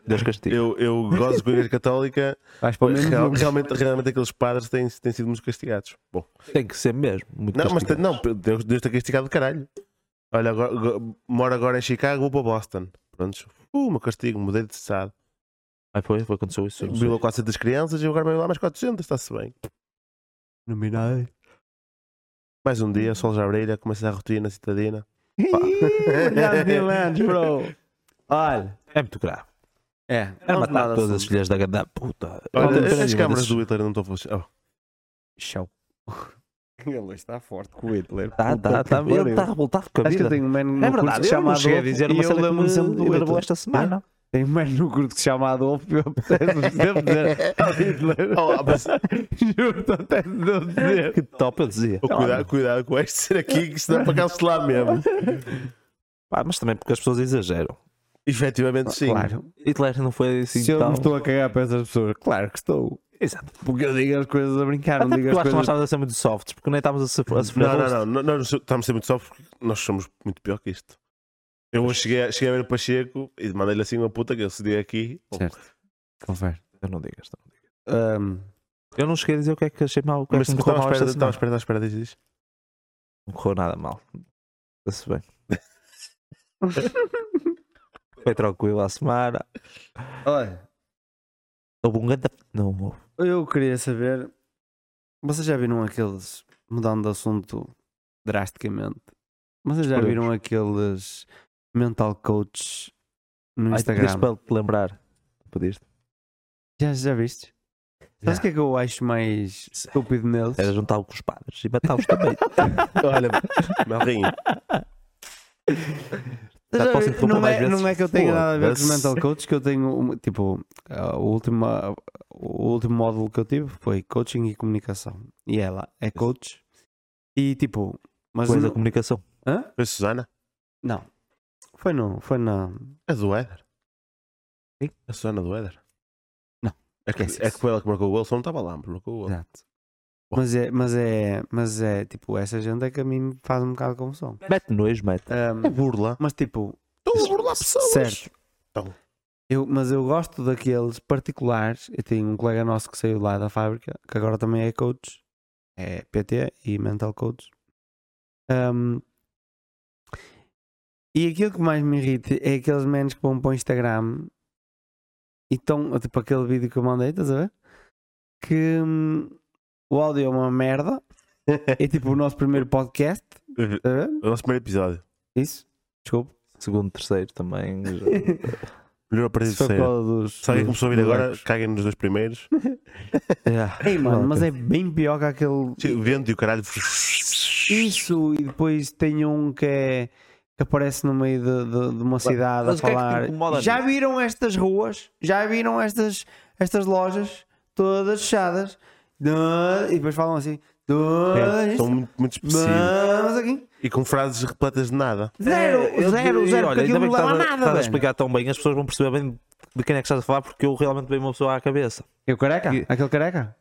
Speaker 2: Deus castiga.
Speaker 3: Eu, eu gosto da Igreja Católica.
Speaker 1: Vais para o mesmo
Speaker 3: Real-
Speaker 1: jogo.
Speaker 3: [LAUGHS] realmente, realmente aqueles padres têm, têm sido muito castigados. Bom,
Speaker 2: Tem que ser mesmo. Muito
Speaker 3: não, mas
Speaker 2: castigado.
Speaker 3: não, Deus, Deus tem castigado de caralho. Olha, agora, agora- moro agora em Chicago, vou para Boston. Prontos. Uh, meu castigo, mudei de estado.
Speaker 2: Ah, foi, foi, aconteceu isso. aconteceu
Speaker 3: Violou 400 crianças e agora vai lá mais 400, está-se bem.
Speaker 1: Nominais.
Speaker 3: Mais um dia, o sol já brilha, começa a rotina citadina.
Speaker 1: Obrigado, [LAUGHS] Diamantes, bro. Olha.
Speaker 2: isso. É muito grave.
Speaker 1: É,
Speaker 2: É
Speaker 1: não
Speaker 2: matar
Speaker 1: nada
Speaker 2: todas as
Speaker 1: [LAUGHS] sobre.
Speaker 2: filhas da grande puta.
Speaker 3: Olha,
Speaker 2: Não tem
Speaker 3: as
Speaker 2: nenhuma
Speaker 3: câmaras
Speaker 2: desses-
Speaker 3: do Hitler não estão funcionando.
Speaker 1: Show. Ele está forte com o Hitler.
Speaker 2: Tá, tá, tá. Ele está revoltado com a
Speaker 1: Acho que
Speaker 2: vida.
Speaker 1: eu tenho um man no
Speaker 2: É
Speaker 1: curso que
Speaker 2: verdade, eu
Speaker 1: se chama
Speaker 2: não
Speaker 1: Adolfo
Speaker 2: cheguei a dizer
Speaker 1: e
Speaker 2: uma
Speaker 1: eu
Speaker 2: cena que
Speaker 1: lembro-me sempre um do
Speaker 2: me enervou
Speaker 1: Hitler.
Speaker 2: esta semana.
Speaker 1: Tenho um man no curso que se chama Adolfo e eu apeteço-me sempre dizer "Oh, Hitler.
Speaker 3: Oh, ah, mas-
Speaker 1: Juro-te até de não dizer.
Speaker 2: Que top, eu dizia.
Speaker 3: Oh, cuidado, cuidado com este ser aqui, que isto dá para cancelar mesmo. [LAUGHS]
Speaker 2: Pá, mas também porque as pessoas exageram.
Speaker 3: Efetivamente, sim.
Speaker 1: Claro.
Speaker 2: Hitler não foi assim
Speaker 1: Se eu
Speaker 2: tão...
Speaker 1: me estou a cagar para essas pessoas, claro que estou.
Speaker 2: Exato.
Speaker 1: Porque eu digo as coisas a brincar,
Speaker 2: Até
Speaker 1: não
Speaker 2: porque
Speaker 1: digo
Speaker 2: eu
Speaker 1: as
Speaker 2: acho que nós
Speaker 1: um coisas.
Speaker 2: estávamos a ser muito softs, porque nem estávamos a sofrer. a sofrer
Speaker 3: Não,
Speaker 2: roast.
Speaker 3: não, não, não, nós estamos a ser muito só porque nós somos muito pior que isto. Eu hoje cheguei, a- cheguei a ver o Pacheco e mandei-lhe assim uma puta que eu cedi aqui. Oh,
Speaker 1: Certo. Confere.
Speaker 2: Eu não digas. não digas.
Speaker 1: Ahm,
Speaker 2: Eu não cheguei a dizer o que é que achei mal. O que
Speaker 3: Mas
Speaker 2: é que me
Speaker 3: estava
Speaker 2: correu
Speaker 3: à
Speaker 2: mal esta
Speaker 3: espera, estava à
Speaker 2: semana.
Speaker 3: espera, estava à espera, diz, diz.
Speaker 2: Não correu nada mal. Está-se bem. foi tranquilo a semana.
Speaker 1: Olha,
Speaker 2: Houve um grande. Não houve.
Speaker 1: eu queria saber. Vocês já viram aqueles. Mudando de assunto drasticamente. Vocês já
Speaker 2: Podemos.
Speaker 1: viram aqueles mental coaches no
Speaker 2: Ai,
Speaker 1: Instagram?
Speaker 2: pediste para te lembrar. Pediste.
Speaker 1: Já, já viste? Sabes o que é que eu acho mais estúpido neles?
Speaker 2: Era juntá-lo com os padres e
Speaker 1: [LAUGHS]
Speaker 2: matá-los também.
Speaker 3: Olha, Melrinho,
Speaker 2: Já
Speaker 1: Já
Speaker 2: posso
Speaker 1: vi-
Speaker 2: interromper
Speaker 1: não,
Speaker 2: mais
Speaker 1: é,
Speaker 2: vezes?
Speaker 1: não é que eu tenha nada a ver com os
Speaker 2: Foda-se.
Speaker 1: mental coaches, que eu tenho, uma- tipo, ah, o último, ah, o último módulo que eu tive foi coaching e comunicação. E ela é coach. E tipo, mas
Speaker 2: Coisa da
Speaker 1: não-
Speaker 2: comunicação.
Speaker 1: Hã?
Speaker 3: foi a Susana?
Speaker 1: Não. Foi no, foi na,
Speaker 3: É do Éder? É
Speaker 2: Sim.
Speaker 3: A Susana do Éder?
Speaker 1: Não,
Speaker 3: É que,
Speaker 1: esquece
Speaker 3: é que
Speaker 1: isso.
Speaker 3: foi ela que marcou o gol, só não estava lá, mas marcou o gol.
Speaker 1: exato. Mas é, mas é, mas é, tipo, essa gente é que a mim me faz um bocado de confusão.
Speaker 2: Mete nojo, mete.
Speaker 1: Ahm,
Speaker 3: É burla.
Speaker 1: mas tipo,
Speaker 3: Estou a burlar pessoas.
Speaker 1: Certo.
Speaker 3: Então.
Speaker 1: Eu, mas eu gosto daqueles particulares. Eu tenho um colega nosso que saiu lá da fábrica, que agora também é coach, é PT e mental coach. Ahm, e aquilo que mais me irrita é aqueles menos que vão para o Instagram e estão, tipo aquele vídeo que eu mandei, estás a ver? Que hum, o áudio é
Speaker 3: [LAUGHS]
Speaker 1: uma merda. É tipo o nosso primeiro podcast, estás a ver?
Speaker 3: É O nosso primeiro episódio.
Speaker 1: Isso, desculpa.
Speaker 2: Segundo, terceiro
Speaker 1: [LAUGHS]
Speaker 2: também. já-
Speaker 3: Melhor a partir de
Speaker 1: Isso foi
Speaker 3: sair.
Speaker 2: é-
Speaker 1: por causa dos.
Speaker 3: Se alguém
Speaker 1: dos-
Speaker 3: começou a vir
Speaker 1: dos
Speaker 3: agora,
Speaker 1: likes.
Speaker 3: caguem nos dois primeiros.
Speaker 2: Yeah.
Speaker 1: Ei, mano,
Speaker 2: Não,
Speaker 1: mas
Speaker 2: tá.
Speaker 1: é bem pior que aquele.
Speaker 3: Sim, O vento e o caralho.
Speaker 1: Isso, e depois tem um que é. que aparece no meio de, de- de uma cidade
Speaker 2: mas o que
Speaker 1: a
Speaker 2: é que te
Speaker 1: falar.
Speaker 2: incomoda
Speaker 1: Já
Speaker 2: nisso?
Speaker 1: viram estas ruas? Já viram estas, estas lojas? Todas fechadas? Não, E depois falam assim. Não,
Speaker 3: É,
Speaker 1: isto,
Speaker 3: São muito, muito específicos.
Speaker 1: Mas aqui.
Speaker 3: E com frases repletas de nada.
Speaker 1: Zero,
Speaker 2: É, eu diria,
Speaker 1: zero, zero, porque
Speaker 2: Olha, ainda
Speaker 1: aquilo
Speaker 2: bem
Speaker 1: não
Speaker 2: que
Speaker 1: leva
Speaker 2: estás,
Speaker 1: a
Speaker 2: a-
Speaker 1: nada.
Speaker 2: estás a
Speaker 1: velho.
Speaker 2: explicar tão bem, as pessoas vão perceber bem de quem é que estás a falar, porque eu realmente veio uma pessoa à cabeça.
Speaker 1: E o careca?
Speaker 2: E-
Speaker 1: Aquele careca?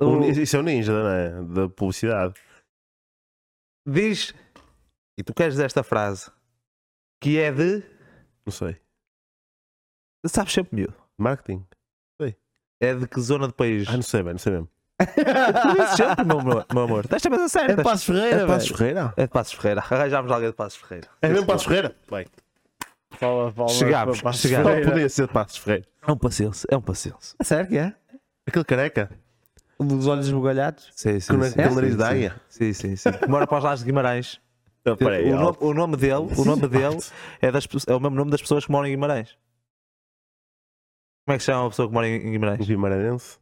Speaker 3: Um
Speaker 2: O-
Speaker 3: nin- Isso é um ninja, não é? Da publicidade.
Speaker 2: Diz, e tu queres esta frase, que é de.
Speaker 3: Não sei.
Speaker 2: Sabes sempre, miúdo.
Speaker 3: Marketing.
Speaker 2: É de que zona do país?
Speaker 3: Ah, não sei, bem, não sei mesmo.
Speaker 2: Tu dizes sempre, meu, meu, meu amor. Deixa-me a sério.
Speaker 1: Ah, É Passos Ferreira,
Speaker 3: Passos
Speaker 1: velho.
Speaker 3: Ferreira?
Speaker 2: É de Passos Ferreira. Arranjámos alguém de Passos Ferreira.
Speaker 3: É mesmo Passos Ferreira? Bem,
Speaker 1: Um,
Speaker 2: Chegámos, chegámos.
Speaker 3: não podia ser Passos Ferreira.
Speaker 2: É um paciência, é um paciência.
Speaker 1: É sério que é? Um
Speaker 3: Aquele careca,
Speaker 1: Dos olhos esbugalhados?
Speaker 2: Sim, sim.
Speaker 3: com na-
Speaker 2: sim,
Speaker 3: com o
Speaker 2: sim,
Speaker 3: nariz
Speaker 2: sim.
Speaker 3: de águia.
Speaker 2: Sim, sim, sim. Que Mora para os lados de Guimarães.
Speaker 3: Ah, peraí,
Speaker 2: o,
Speaker 3: ó.
Speaker 2: nome, o nome dele, o [LAUGHS] nome dele
Speaker 3: [LAUGHS]
Speaker 2: é, das pe- é o mesmo nome das pessoas que moram em Guimarães. Como é que se chama a pessoa que mora em em Guimarães?
Speaker 3: Guimarãense.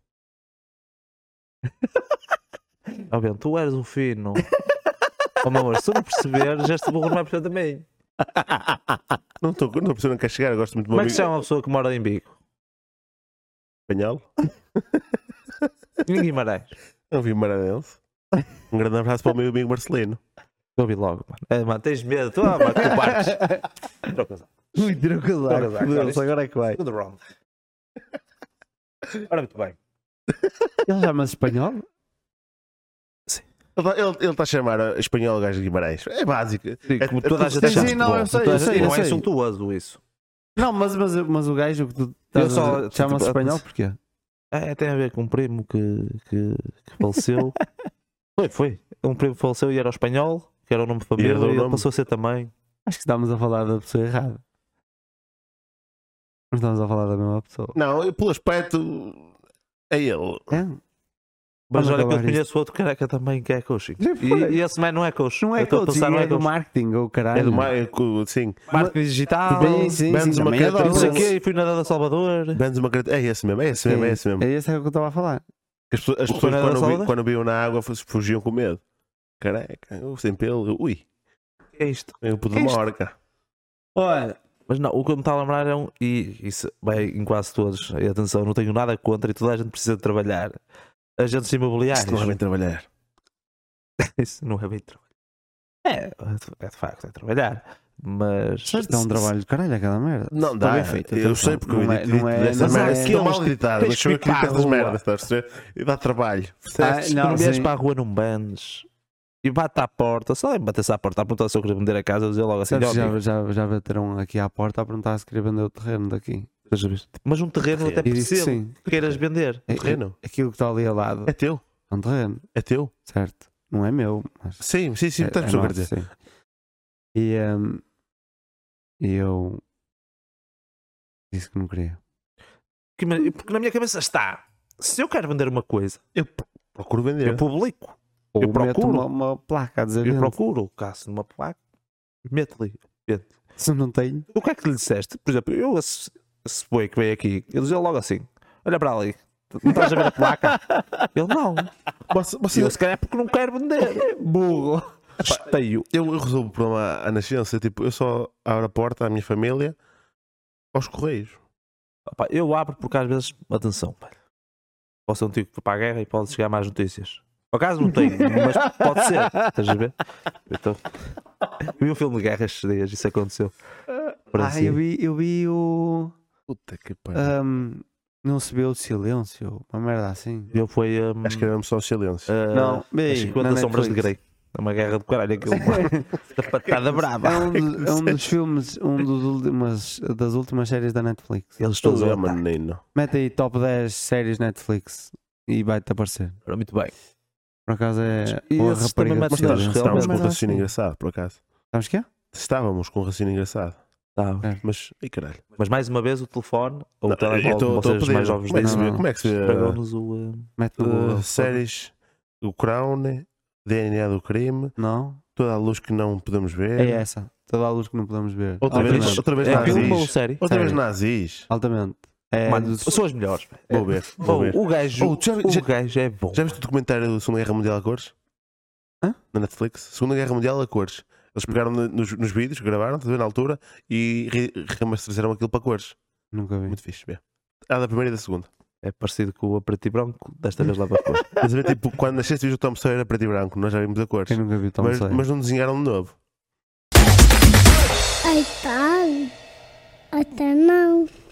Speaker 2: Oh, bem, tu eras um [LAUGHS] fino. Oh, meu amor, se tu não perceberes, este burro não vai perceber também.
Speaker 3: Não estou não estou não quer chegar, eu gosto muito do
Speaker 2: Como
Speaker 3: meu
Speaker 2: é que
Speaker 3: amigo
Speaker 2: se chama a pessoa que mora em Bigo?
Speaker 3: espanhol.
Speaker 2: Em Guimarães.
Speaker 3: [LAUGHS] É um Guimarãense. Um grande abraço para o meu amigo Marcelino.
Speaker 2: Eu vi logo, mano. É, mano, tens medo. Tu, ah, mano, tu partes. Troca o casaco.
Speaker 1: Ui, tirou o
Speaker 2: Troca o
Speaker 1: casaco.
Speaker 2: casaco, olha
Speaker 1: Deus,
Speaker 2: isto.
Speaker 1: agora é que vai.
Speaker 2: Segundo round. Ora, muito bem.
Speaker 1: Ele chama-se espanhol?
Speaker 3: Ele está a chamar a espanhol o gajo de Guimarães. É básico.
Speaker 2: Sim,
Speaker 3: É-
Speaker 2: como toda a
Speaker 3: tu-
Speaker 2: gente
Speaker 3: sim,
Speaker 2: acha
Speaker 1: sim, não,
Speaker 2: futebol.
Speaker 1: eu sei,
Speaker 2: Toda a
Speaker 1: eu
Speaker 2: gente-
Speaker 1: sei, eu
Speaker 2: Não é
Speaker 1: sei.
Speaker 2: insultuoso isso.
Speaker 1: Não, mas, mas, mas o gajo que tu estás
Speaker 2: Eu só-
Speaker 1: a dizer chama-se
Speaker 2: tipo,
Speaker 1: espanhol porquê?
Speaker 2: [LAUGHS] É, tem a ver com um primo que, que, que [LAUGHS] faleceu. foi, foi. Um primo que faleceu e era espanhol, que era o nome de família,
Speaker 3: herdou o
Speaker 2: e ele
Speaker 3: nome.
Speaker 2: passou a ser também.
Speaker 1: Acho que estamos a falar da pessoa errada. Não estamos a falar da mesma pessoa.
Speaker 3: Não, eu, pelo aspecto. É ele.
Speaker 1: É?
Speaker 2: Mas
Speaker 1: Vamos
Speaker 2: olha que eu
Speaker 1: acabar
Speaker 2: conheço outro careca também que é coaching.
Speaker 1: Já foi.
Speaker 2: E, e esse man não é coach.
Speaker 1: Não
Speaker 2: Eu
Speaker 1: é
Speaker 2: estou a
Speaker 1: coaching,
Speaker 2: pensar, não
Speaker 1: é do
Speaker 2: coach.
Speaker 1: marketing ou caralho.
Speaker 3: É do Marco, sim.
Speaker 2: marketing digital.
Speaker 1: Bem, sim,
Speaker 3: Menos
Speaker 1: sim,
Speaker 3: uma
Speaker 1: também é
Speaker 3: carta,
Speaker 2: Não sei o
Speaker 1: do-
Speaker 2: quê, e fui nadar a Salvador.
Speaker 3: Vendes uma careta- É esse mesmo, é esse mesmo, é esse mesmo.
Speaker 1: É esse é o que eu estava a falar.
Speaker 3: As pessoas, as
Speaker 2: O
Speaker 3: pessoas
Speaker 2: Fernando
Speaker 3: quando,
Speaker 2: Sauda?
Speaker 3: vi, quando viam na água fu- fugiam com medo. Caraca, eu sem pelo, eu- ui,
Speaker 2: É isto.
Speaker 3: eu puto
Speaker 1: É
Speaker 3: de uma
Speaker 1: isto.
Speaker 3: orca.
Speaker 1: Olha,
Speaker 2: Mas não, o que eu me está a lembrar é um. E isso, bem, em quase todos, e atenção, não tenho nada contra e toda a gente precisa de trabalhar. Agentes
Speaker 1: Ah,
Speaker 2: imobiliários.
Speaker 3: Isto não é bem trabalhar.
Speaker 2: [LAUGHS] Isso não é bem trabalho. É, é de facto, é trabalhar. Mas.
Speaker 1: isto dá um trabalho de caralho aquela merda.
Speaker 3: Não
Speaker 1: Está
Speaker 3: dá,
Speaker 1: bem feito,
Speaker 3: eu
Speaker 1: atenção.
Speaker 3: sei porque
Speaker 1: Não
Speaker 3: eu
Speaker 1: é-
Speaker 3: edito
Speaker 1: não é-
Speaker 3: dessas
Speaker 1: mas há
Speaker 3: merdas. Aquilo é
Speaker 1: aqueles
Speaker 3: mal editado,
Speaker 2: tens
Speaker 3: mas sou eu que
Speaker 2: que
Speaker 3: edito
Speaker 2: pipar
Speaker 3: essas
Speaker 2: rua.
Speaker 3: merdas, estás a perceber? E dá trabalho.
Speaker 1: Ah,
Speaker 3: percebes?
Speaker 2: Não,
Speaker 1: não,
Speaker 2: não vieres
Speaker 1: sim.
Speaker 2: para a rua num bandes e bate à porta, só em bater-se à porta, a perguntar se eu queria vender a casa, eu dizia logo assim,
Speaker 1: Sabes,
Speaker 2: "Ó, amigo,
Speaker 1: já, já, já bateram aqui à porta a perguntar se queria vender o terreno daqui.
Speaker 2: seja visto." mas um terreno eu até
Speaker 1: E disse que
Speaker 2: percebo
Speaker 1: sim. um
Speaker 2: que queiras vender.
Speaker 1: É-
Speaker 3: Terreno?
Speaker 1: é- Aquilo que está ali ao lado
Speaker 3: É teu,
Speaker 1: é um terreno,
Speaker 3: é teu.
Speaker 1: certo? Não é meu, mas.
Speaker 3: Sim, sim, sim,
Speaker 1: é-
Speaker 3: estás
Speaker 1: é
Speaker 3: a perceber o que eu
Speaker 1: nosso,
Speaker 3: quero dizer.
Speaker 1: sim. E hum, e eu disse que não queria.
Speaker 2: Que me- Porque na minha cabeça está, se eu quero vender uma coisa,
Speaker 3: Eu p- procuro
Speaker 2: eu
Speaker 1: É.
Speaker 3: vender.
Speaker 2: publico,
Speaker 1: Ou
Speaker 2: Eu
Speaker 1: meto
Speaker 2: procuro.
Speaker 1: uma, uma placa a dizer
Speaker 2: eu
Speaker 1: vende.
Speaker 2: procuro, caso numa placa, meto-lhe.
Speaker 1: se não tenho.
Speaker 2: O que é que lhe disseste? Por exemplo, eu, esse, esse boi que veio aqui, ele dizia logo assim, olha para ali, não estás a ver a
Speaker 1: [LAUGHS]
Speaker 2: placa? Ele não,
Speaker 3: Você- você-
Speaker 2: eu se calhar é porque não quero vender. Burro. Esteio.
Speaker 3: eu, eu resolvo o problema à, à nascença, tipo, eu só abro a porta à minha família aos correios.
Speaker 2: Opa, eu abro porque às vezes, atenção, pá. posso ser um tio que foi para a guerra e pode chegar mais notícias. Por acaso não tenho, mas pode ser. Estás a ver? Então, eu vi um filme de guerra estes dias, isso aconteceu. Por
Speaker 1: Ah,
Speaker 2: assim.
Speaker 1: eu vi, eu vi o.
Speaker 3: Puta que pariu.
Speaker 1: hum, não se vê o silêncio, uma merda assim.
Speaker 2: Eu fui. hum,
Speaker 3: Acho que era mesmo só o silêncio.
Speaker 2: ah,
Speaker 1: Não,
Speaker 2: as
Speaker 1: bem,
Speaker 2: 50
Speaker 1: na
Speaker 2: Sombras de
Speaker 1: Netflix.
Speaker 2: Grey. É uma guerra do caralho, aquilo. [LAUGHS] Tapatada brava.
Speaker 1: É um, do- é um dos filmes, um dos últimas, das últimas séries da Netflix.
Speaker 2: Eles
Speaker 3: Estou
Speaker 2: todos a
Speaker 3: a "Oh,
Speaker 2: lutar.
Speaker 3: menino.
Speaker 1: Mete aí top 10 séries Netflix e vai-te aparecer.
Speaker 2: Ora, Muito bem.
Speaker 1: Por acaso é.
Speaker 2: E
Speaker 1: Ou a
Speaker 2: esses também
Speaker 1: rapariga.
Speaker 2: metem
Speaker 1: que
Speaker 3: Mas
Speaker 2: Sim,
Speaker 1: faz.
Speaker 3: nós
Speaker 2: mas
Speaker 3: estávamos com um
Speaker 1: realmente-
Speaker 3: raciocínio engraçado, por acaso.
Speaker 1: Sabes que é?
Speaker 3: Estávamos com um raciocínio engraçado.
Speaker 2: Tá.
Speaker 3: Mas, e caralho.
Speaker 2: Mas mais uma vez o telefone,
Speaker 3: Não,
Speaker 2: ou o
Speaker 3: eu
Speaker 2: telemóvel,
Speaker 3: estou-
Speaker 2: como
Speaker 3: estou a
Speaker 2: vocês
Speaker 3: pedir.
Speaker 2: mais jovens
Speaker 3: Como é que se
Speaker 1: dizem.
Speaker 3: vê- Como é que se vê, uh,
Speaker 2: Estragou-nos o. hum,
Speaker 1: Mete no
Speaker 3: uh,
Speaker 1: Google.
Speaker 3: séries, o Crown, né? DNA do crime,
Speaker 1: Não?
Speaker 3: toda a luz que não podemos
Speaker 1: É
Speaker 3: ver.
Speaker 1: essa. Toda a luz que não podemos ver.
Speaker 3: Outra
Speaker 2: vez-
Speaker 1: Altamente.
Speaker 3: outra vez
Speaker 2: É filme ou
Speaker 3: nazis.
Speaker 2: série?
Speaker 3: Outra vez
Speaker 1: sério.
Speaker 3: nazis.
Speaker 1: Altamente. É
Speaker 2: Mano,
Speaker 1: dos-
Speaker 2: são as melhores.
Speaker 3: Vou ver. Vou
Speaker 2: Bom,
Speaker 3: ver.
Speaker 2: o gajo,
Speaker 3: Oh, já-
Speaker 2: o
Speaker 3: já-
Speaker 2: gajo é bom.
Speaker 3: Já viste o documentário da Segunda Guerra Mundial a cores?
Speaker 1: Hã?
Speaker 3: Na Netflix? Segunda Guerra Mundial a cores. Eles pegaram no- nos, nos vídeos, gravaram, estás a ver, na altura, e re- remasterizaram aquilo para cores.
Speaker 1: Nunca vi.
Speaker 3: Muito fixe, bem. Ah, da primeira e da segunda.
Speaker 2: É parecido com o preto e branco, desta vez lá para fora.
Speaker 3: Mas a ver, tipo, quando nasceste, viste o Tom Sawyer era preto e branco, nós já vimos a cores.
Speaker 1: Quem nunca viu então Tom
Speaker 3: mas,
Speaker 1: Sawyer?
Speaker 3: mas não desenharam de novo.
Speaker 4: I thought, I don't know.